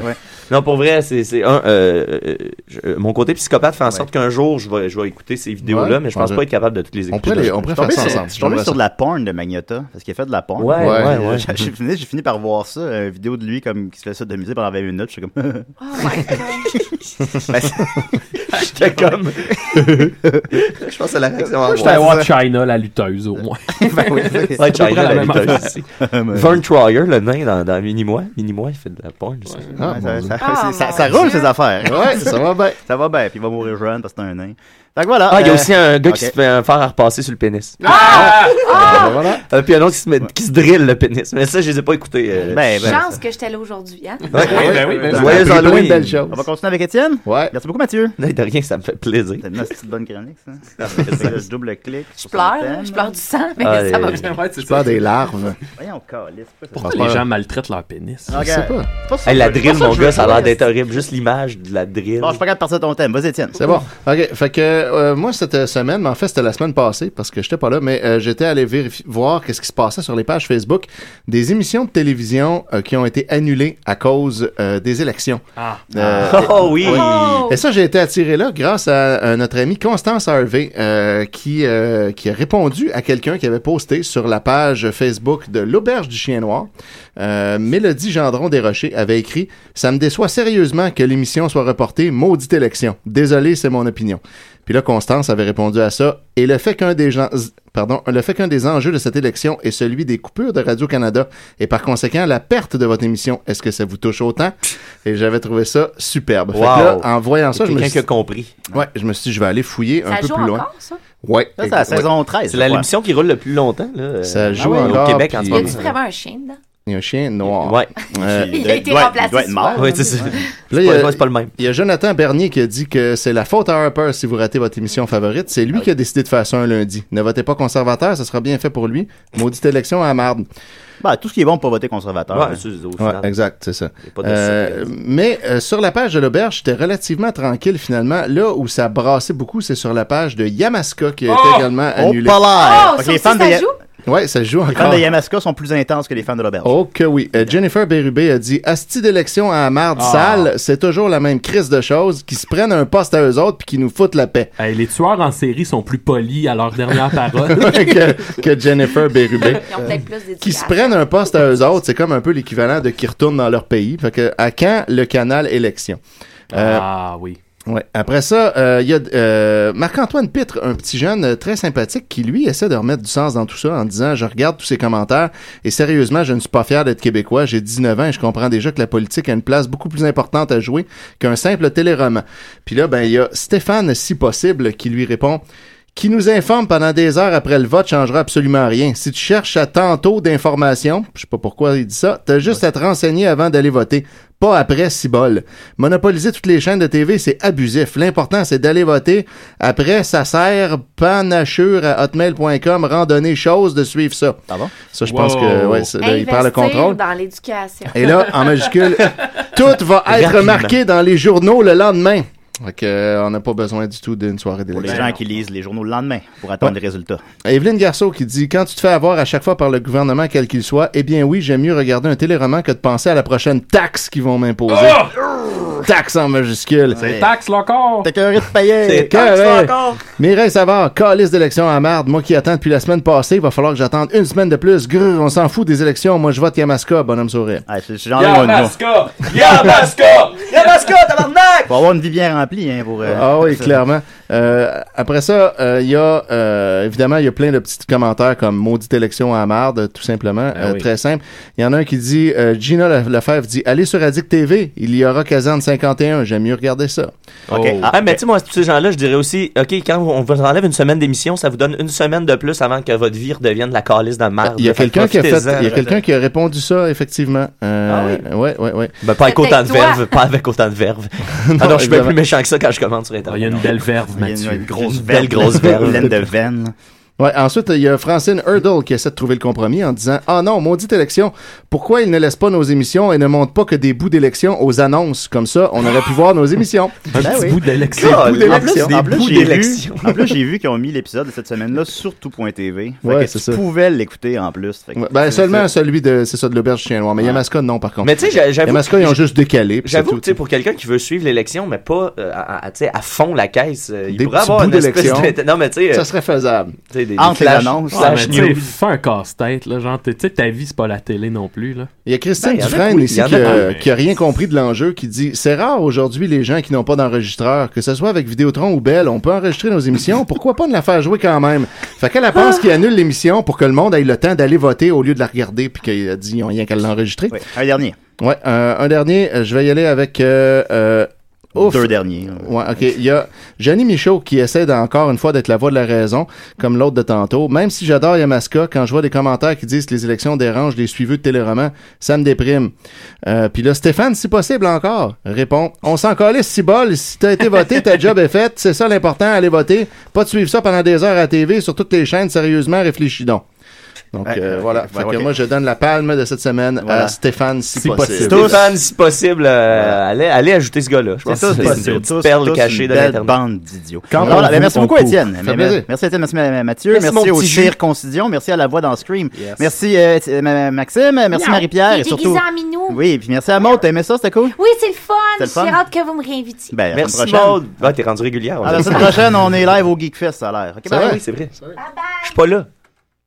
Speaker 7: Non, pour vrai, c'est c'est un. euh, euh, je- euh, mon côté psychopathe fait en sorte qu'un jour, je vais, je vais écouter ces vidéos-là,
Speaker 5: Ouais,
Speaker 7: mais je pense
Speaker 5: ouais.
Speaker 7: pas être capable de toutes les écouter.
Speaker 5: Je suis tombé sur- Je suis tombé sur de la porn de Magnota, parce qu'il a fait de la porn.
Speaker 7: Ouais, ouais,
Speaker 5: Euh,
Speaker 7: ouais.
Speaker 5: j'ai- J'ai fini, j'ai fini par voir ça, une vidéo de lui comme, qui se fait ça de musée pendant 20 minutes. Je suis comme. [laughs] Ben, Oh
Speaker 7: [laughs] J'étais comme.
Speaker 5: je pense à la réaction.
Speaker 4: Je t'ai voir China, la lutteuse, au moins.
Speaker 7: [laughs] Ben Ouais, China, la lutteuse aussi. [laughs]
Speaker 5: [laughs]
Speaker 7: Vern Troyer, le nain dans, dans Minimois. Minimois, il fait de la porn. ça.
Speaker 5: Ah,
Speaker 7: Ouais,
Speaker 5: ça, ça-
Speaker 7: Ah,
Speaker 5: c'est- ça-
Speaker 7: mon
Speaker 5: ça
Speaker 7: Dieu.
Speaker 5: roule ses affaires.
Speaker 7: Ouais, ça
Speaker 5: va bien. Ça va bien, puis il va mourir jeune parce que c'est un nain. Fait que voilà.
Speaker 7: Ah, il y a
Speaker 5: euh,
Speaker 7: aussi un gars qui
Speaker 5: ok.
Speaker 7: se fait un fer à repasser sur le pénis. [laughs]
Speaker 2: Ah! Ah!
Speaker 7: voilà. Euh, puis un autre qui se, met- qui se drille le pénis. Mais ça, je les ai pas écoutés.
Speaker 2: Ben,
Speaker 7: euh.
Speaker 5: Ben,
Speaker 2: Chance que j'étais là aujourd'hui, hein?
Speaker 7: Ouais, ouais, ben oui, ben oui.
Speaker 5: Joyeux
Speaker 7: Plein de
Speaker 5: Halloween.
Speaker 7: belles choses.
Speaker 5: On va continuer avec Étienne.
Speaker 8: Ouais.
Speaker 5: Merci beaucoup, Mathieu.
Speaker 7: Non, de rien, ça me fait plaisir.
Speaker 5: C'est une petite bonne chronique, ça.
Speaker 7: Ça
Speaker 5: Fait
Speaker 7: fait
Speaker 5: que
Speaker 7: sens.
Speaker 5: Je double-clique.
Speaker 2: Je pleure, là, je pleure du sang, mais
Speaker 7: Allez.
Speaker 2: ça va bien.
Speaker 4: Ouais,
Speaker 8: Ah, Je parle des larves.
Speaker 5: Voyons, calisse.
Speaker 4: Pourquoi les gens maltraitent leur pénis?
Speaker 5: Ok. Je sais pas. Pas sûr
Speaker 7: Hey, la
Speaker 5: que-
Speaker 7: drill,
Speaker 5: pas sûr
Speaker 7: mon
Speaker 5: que
Speaker 7: gars,
Speaker 5: je Ah,
Speaker 7: ça a l'air
Speaker 5: reste.
Speaker 7: d'être horrible. Juste l'image de la drill.
Speaker 5: Bon, je suis pas capable de partir de ton thème. Vas-y, Étienne.
Speaker 8: C'est bon. OK. Fait que euh, moi, cette semaine, mais en fait, c'était la semaine passée parce que j'étais pas là, mais euh, j'étais allé vérifier, voir qu'est-ce qui se passait sur les pages Facebook des émissions de télévision euh, qui ont été annulées à cause euh, des élections.
Speaker 4: Ah.
Speaker 8: Euh,
Speaker 7: Oh oui!
Speaker 8: oui. Et ça, j'ai été attiré là grâce à, euh, notre amie Constance Harvey euh, qui, euh, qui a répondu à quelqu'un qui avait posté sur la page Facebook de l'Auberge du Chien Noir. Euh, Mélodie Gendron Desrochers avait écrit « Ça me déçoit sérieusement que l'émission soit reportée. Maudite élection. Désolé, c'est mon opinion. » Puis là, Constance avait répondu à ça. Et le fait qu'un des gens, pardon, le fait qu'un des enjeux de cette élection est celui des coupures de Radio-Canada et par conséquent la perte de votre émission, est-ce que ça vous touche autant? Et j'avais trouvé ça superbe. Fait que là,
Speaker 7: Wow.
Speaker 8: en voyant ça,
Speaker 7: Il y a
Speaker 8: je me
Speaker 7: quelqu'un
Speaker 8: suis
Speaker 7: qui a compris.
Speaker 8: Ouais, je me suis dit, je vais aller fouiller un
Speaker 2: Ça
Speaker 8: peu
Speaker 2: joue
Speaker 8: plus loin.
Speaker 2: encore, ça?
Speaker 8: Ouais.
Speaker 5: Ça, c'est la
Speaker 8: Ouais.
Speaker 5: saison 13,
Speaker 7: C'est
Speaker 5: je
Speaker 7: la
Speaker 5: crois.
Speaker 7: l'émission qui roule le plus longtemps. Là. Ah
Speaker 8: Ça joue
Speaker 7: ouais,
Speaker 8: encore,
Speaker 7: au Québec en
Speaker 8: puis-
Speaker 7: ce
Speaker 2: Y a-tu
Speaker 7: moment.
Speaker 2: vraiment un chien dedans?
Speaker 8: Il y a un chien noir.
Speaker 7: Ouais.
Speaker 8: Euh,
Speaker 2: Il a été remplacé. souvent.
Speaker 7: Ouais, c'est ça.
Speaker 8: Là,
Speaker 7: C'est
Speaker 8: il y
Speaker 7: pas-
Speaker 8: a-
Speaker 7: ouais, c'est pas le même.
Speaker 8: Il y a Jonathan Bernier qui a dit que c'est la faute à Harper si vous ratez votre émission favorite. C'est
Speaker 5: Ah
Speaker 8: lui qui a décidé de faire ça un lundi. Ne votez pas conservateur, ça sera bien fait pour lui. Maudite élection à la marde.
Speaker 5: Bah, tout ce qui est bon pour voter conservateur.
Speaker 8: Ouais,
Speaker 5: hein.
Speaker 8: c'est- Ouais, exact, c'est ça.
Speaker 5: pas de
Speaker 8: Euh, mais euh, sur la page de l'auberge, j'étais relativement tranquille finalement. Là où ça brassait beaucoup, c'est sur la page de Yamaska qui a été
Speaker 5: Oh!
Speaker 8: également
Speaker 5: Oh,
Speaker 8: annulée.
Speaker 5: pas l'air! Oh, Ok, ça les fans aussi, de ça Ya-
Speaker 8: joue? Ouais, ça joue
Speaker 5: Les fans
Speaker 8: encore.
Speaker 5: de Yamaska sont plus intenses que les fans de l'auberge.
Speaker 8: Oh que oui. Euh, Jennifer Bérubé a dit Asti d'élection à la marde
Speaker 5: Ah.
Speaker 8: sale, c'est toujours la même crise de choses, qui se prennent un poste à eux autres puis qui nous foutent la paix.
Speaker 4: Hey, les tueurs en série sont plus polis à leur dernière parole.
Speaker 8: [laughs] que, que Jennifer Bérubé.
Speaker 4: Ils ont peut-être plus
Speaker 8: qui se prennent un poste à eux autres, c'est comme un peu l'équivalent de qui retournent dans leur pays. Fait que, à quand le canal élection? Euh,
Speaker 4: Ah oui.
Speaker 8: Ouais. Après ça, euh, il y a euh, Marc-Antoine Pitre, un petit jeune euh, très sympathique qui, lui, essaie de remettre du sens dans tout ça en disant « Je regarde tous ces commentaires et sérieusement, je ne suis pas fier d'être Québécois. J'ai 19 ans et je comprends déjà que la politique a une place beaucoup plus importante à jouer qu'un simple téléroman. » Puis là, ben il y a Stéphane, si possible, qui lui répond « Qui nous informe pendant des heures après le vote changera absolument rien. Si tu cherches à tantôt d'informations, je sais pas pourquoi il dit ça, t'as juste à te renseigner avant d'aller voter. » Pas après, cibole. Monopoliser toutes les chaînes de TV, c'est abusif. L'important, c'est d'aller voter. Après, ça sert panachure à hotmail.com, randonnée, chose de suivre ça. Ça, je pense
Speaker 7: Wow.
Speaker 8: que, ouais, c'est- là, il perd le
Speaker 2: Investir
Speaker 8: contrôle.
Speaker 2: dans l'éducation.
Speaker 8: Et là,
Speaker 2: [laughs]
Speaker 8: en majuscule, tout va être
Speaker 5: Rapidement.
Speaker 8: marqué dans les journaux le lendemain. Fait que, euh, on n'a pas besoin du tout d'une soirée
Speaker 5: Pour les
Speaker 8: d'élection.
Speaker 5: gens qui lisent les journaux le lendemain pour attendre les résultats.
Speaker 8: Evelyne Garceau qui dit Quand tu te fais avoir à chaque fois par le gouvernement, quel qu'il soit, eh bien oui, j'aime mieux regarder un téléroman que de penser à la prochaine taxe qu'ils vont m'imposer.
Speaker 5: Oh!
Speaker 8: Taxe en majuscule. Eh,
Speaker 4: C'est taxe, là, encore!
Speaker 5: T'es curé de payer!
Speaker 8: C'est carré. Mireille Savard, calice d'élection à marde. Moi qui attends depuis la semaine passée, il va falloir que j'attende une semaine de plus. Grrr, on s'en fout des élections. Moi, je vote Yamaska, bonhomme sourire.
Speaker 4: Yamaska! Yamaska!
Speaker 5: Yamaska, tabarnak! Faut avoir une vie bien remplie, hein, pour. euh,
Speaker 8: Ah oui,
Speaker 5: ça.
Speaker 8: clairement. Euh, après ça, euh, il y a euh, évidemment il y a plein de petits commentaires comme maudite élection à marde, tout simplement, Euh,
Speaker 4: oui.
Speaker 8: très simple. Il y en a un qui dit euh, Gina Le- Lefebvre dit allez sur Addict TV, il y aura Kazan 51, j'aime mieux regarder ça. Euh,
Speaker 7: Oh. Ah, mais tu sais, moi, tous ces gens-là, je dirais aussi, OK, quand on vous enlève une semaine d'émission, ça vous donne une semaine de plus avant que votre vie redevienne la calice de marde.
Speaker 8: Il y a
Speaker 7: Fait que
Speaker 8: quelqu'un qui a fait,
Speaker 7: profitez-en.
Speaker 8: il y a quelqu'un qui a répondu ça effectivement. Euh, Ouais, ouais, ouais.
Speaker 7: Ben, pas avec autant de verve, pas avec autant de
Speaker 8: [laughs]
Speaker 7: verve. ah non, je suis bien
Speaker 8: évidemment.
Speaker 7: plus méchant que ça quand je commande sur Internet.
Speaker 4: Il y a une belle verve,
Speaker 7: Mathieu.
Speaker 5: Une grosse
Speaker 7: belle grosse verve.
Speaker 5: Une laine de veine.
Speaker 8: Ouais, ensuite, il y a Francine Hurdle qui essaie de trouver le compromis en disant Ah non, maudite élection, pourquoi ils ne laissent pas nos émissions et ne montent pas que des bouts d'élection aux annonces Comme ça, on aurait pu voir nos émissions.
Speaker 5: Bah
Speaker 4: Un petit bout d'élection.
Speaker 8: Des bouts
Speaker 5: Ben En plus,
Speaker 8: d'élection.
Speaker 5: en plus, j'ai vu- en plus,
Speaker 8: j'ai-
Speaker 5: j'ai vu qu'ils ont mis l'épisode de cette semaine-là sur tout.tv. Fait
Speaker 8: Ouais,
Speaker 5: que
Speaker 8: c'est
Speaker 5: tu
Speaker 8: ça.
Speaker 5: pouvais l'écouter en plus. Fait que-
Speaker 8: Ben, seulement celui de, c'est ça, de l'auberge chien noir. Mais Yamaska, non, par contre.
Speaker 7: Mais tu sais, j'a- j'avoue-
Speaker 8: Yamaska, ils ont juste décalé. puis c'est
Speaker 7: J'avoue,
Speaker 8: tout.
Speaker 7: tu sais, pour quelqu'un qui veut suivre l'élection, mais pas euh, à, à- tu sais, à fond la caisse, euh, il
Speaker 8: Des
Speaker 7: pourrait
Speaker 8: petits
Speaker 7: avoir
Speaker 8: bouts
Speaker 7: une espèce de...
Speaker 8: d'élection.
Speaker 7: Non, mais tu sais... euh,
Speaker 8: Ça serait faisable.
Speaker 7: tu sais, des- des
Speaker 8: Entre les
Speaker 7: flash-
Speaker 8: annonces.
Speaker 4: Ouais,
Speaker 7: flash
Speaker 4: mais tu sais,
Speaker 7: news.
Speaker 4: fais un casse-tête, là. Genre, tu sais, ta vie, c'est pas la télé non plus, là.
Speaker 8: Il y a Christian
Speaker 4: Ben, il y en a
Speaker 8: Dufresne
Speaker 4: qui-
Speaker 8: ici
Speaker 4: il y en a
Speaker 8: qui, euh,
Speaker 4: qui-
Speaker 8: qui a rien compris de l'enjeu, qui dit C'est rare aujourd'hui les gens qui n'ont pas d'enregistreur, que ce soit avec Vidéotron ou Bell, on peut enregistrer nos émissions, pourquoi pas ne la faire jouer quand même Fait qu'elle elle
Speaker 4: Ah!
Speaker 8: pense qu'il annule l'émission pour que le monde ait le temps d'aller voter au lieu de la regarder, puis qu'il a dit Ils n'ont rien qu'à l'enregistrer.
Speaker 5: un dernier.
Speaker 8: Ouais, euh, un dernier, euh, je vais y aller avec. euh, euh, ouf.
Speaker 5: Deux derniers.
Speaker 8: Ouais, ok. Il y a Johnny Michaud qui essaie d'en- encore une fois d'être la voix de la raison, comme l'autre de tantôt. Même si j'adore Yamaska, quand je vois des commentaires qui disent que les élections dérangent les suiveux de téléroman, ça me déprime. Euh, Puis là, Stéphane, si possible encore, répond On s'en calisse si bol, si t'as été voté, ta job est faite, c'est ça l'important, allez voter. Pas de suivre ça pendant des heures à TV sur toutes les chaînes, sérieusement, réfléchis donc. Donc euh, voilà. Fait que
Speaker 7: ok.
Speaker 8: moi, je donne la palme de cette semaine à
Speaker 7: Voilà.
Speaker 8: Stéphane, si, possible.
Speaker 7: Stéphane, si possible, euh, allez, allez ajouter ce gars-là. Je pense
Speaker 5: C'est tous
Speaker 7: que
Speaker 5: possible.
Speaker 7: c'est une
Speaker 5: Tous-
Speaker 7: petite perle
Speaker 5: tous
Speaker 7: cachée
Speaker 5: une
Speaker 7: de
Speaker 5: belle
Speaker 7: l'Internet.
Speaker 5: bande d'idiots.
Speaker 7: Quand
Speaker 5: Voilà,
Speaker 7: on
Speaker 5: ben, merci
Speaker 7: vous, on
Speaker 5: beaucoup,
Speaker 7: court.
Speaker 5: Étienne.
Speaker 7: Ça fait
Speaker 5: Mais-
Speaker 7: plaisir.
Speaker 5: Merci, Étienne. Merci, ma- ma- Mathieu.
Speaker 7: Merci,
Speaker 5: Merci,
Speaker 7: mon
Speaker 5: au
Speaker 7: petit jus.
Speaker 5: Cirque Constitution. Merci à la voix dans Scream.
Speaker 7: Yes.
Speaker 5: Merci, euh, t- ma- ma- Maxime. Merci,
Speaker 16: Miaou.
Speaker 5: Marie-Pierre.
Speaker 16: Qui est
Speaker 5: Et surtout.
Speaker 16: déguisé en minou.
Speaker 5: Oui, puis merci à Maud. T'as aimé ça? C'était cool?
Speaker 16: Oui, c'est le fun.
Speaker 5: C'est le fun.
Speaker 16: J'ai hâte que vous me réinvitiez.
Speaker 5: Ben, à la
Speaker 7: Merci,
Speaker 5: semaine prochaine.
Speaker 7: Maud. Ah, t'es rendu régulière. on l'a
Speaker 5: À la
Speaker 7: dit. [laughs]
Speaker 5: semaine prochaine, on est live au Geek Fest, ça a l'air. Ok,
Speaker 7: C'est
Speaker 5: bye.
Speaker 7: vrai, c'est vrai. Je suis pas là.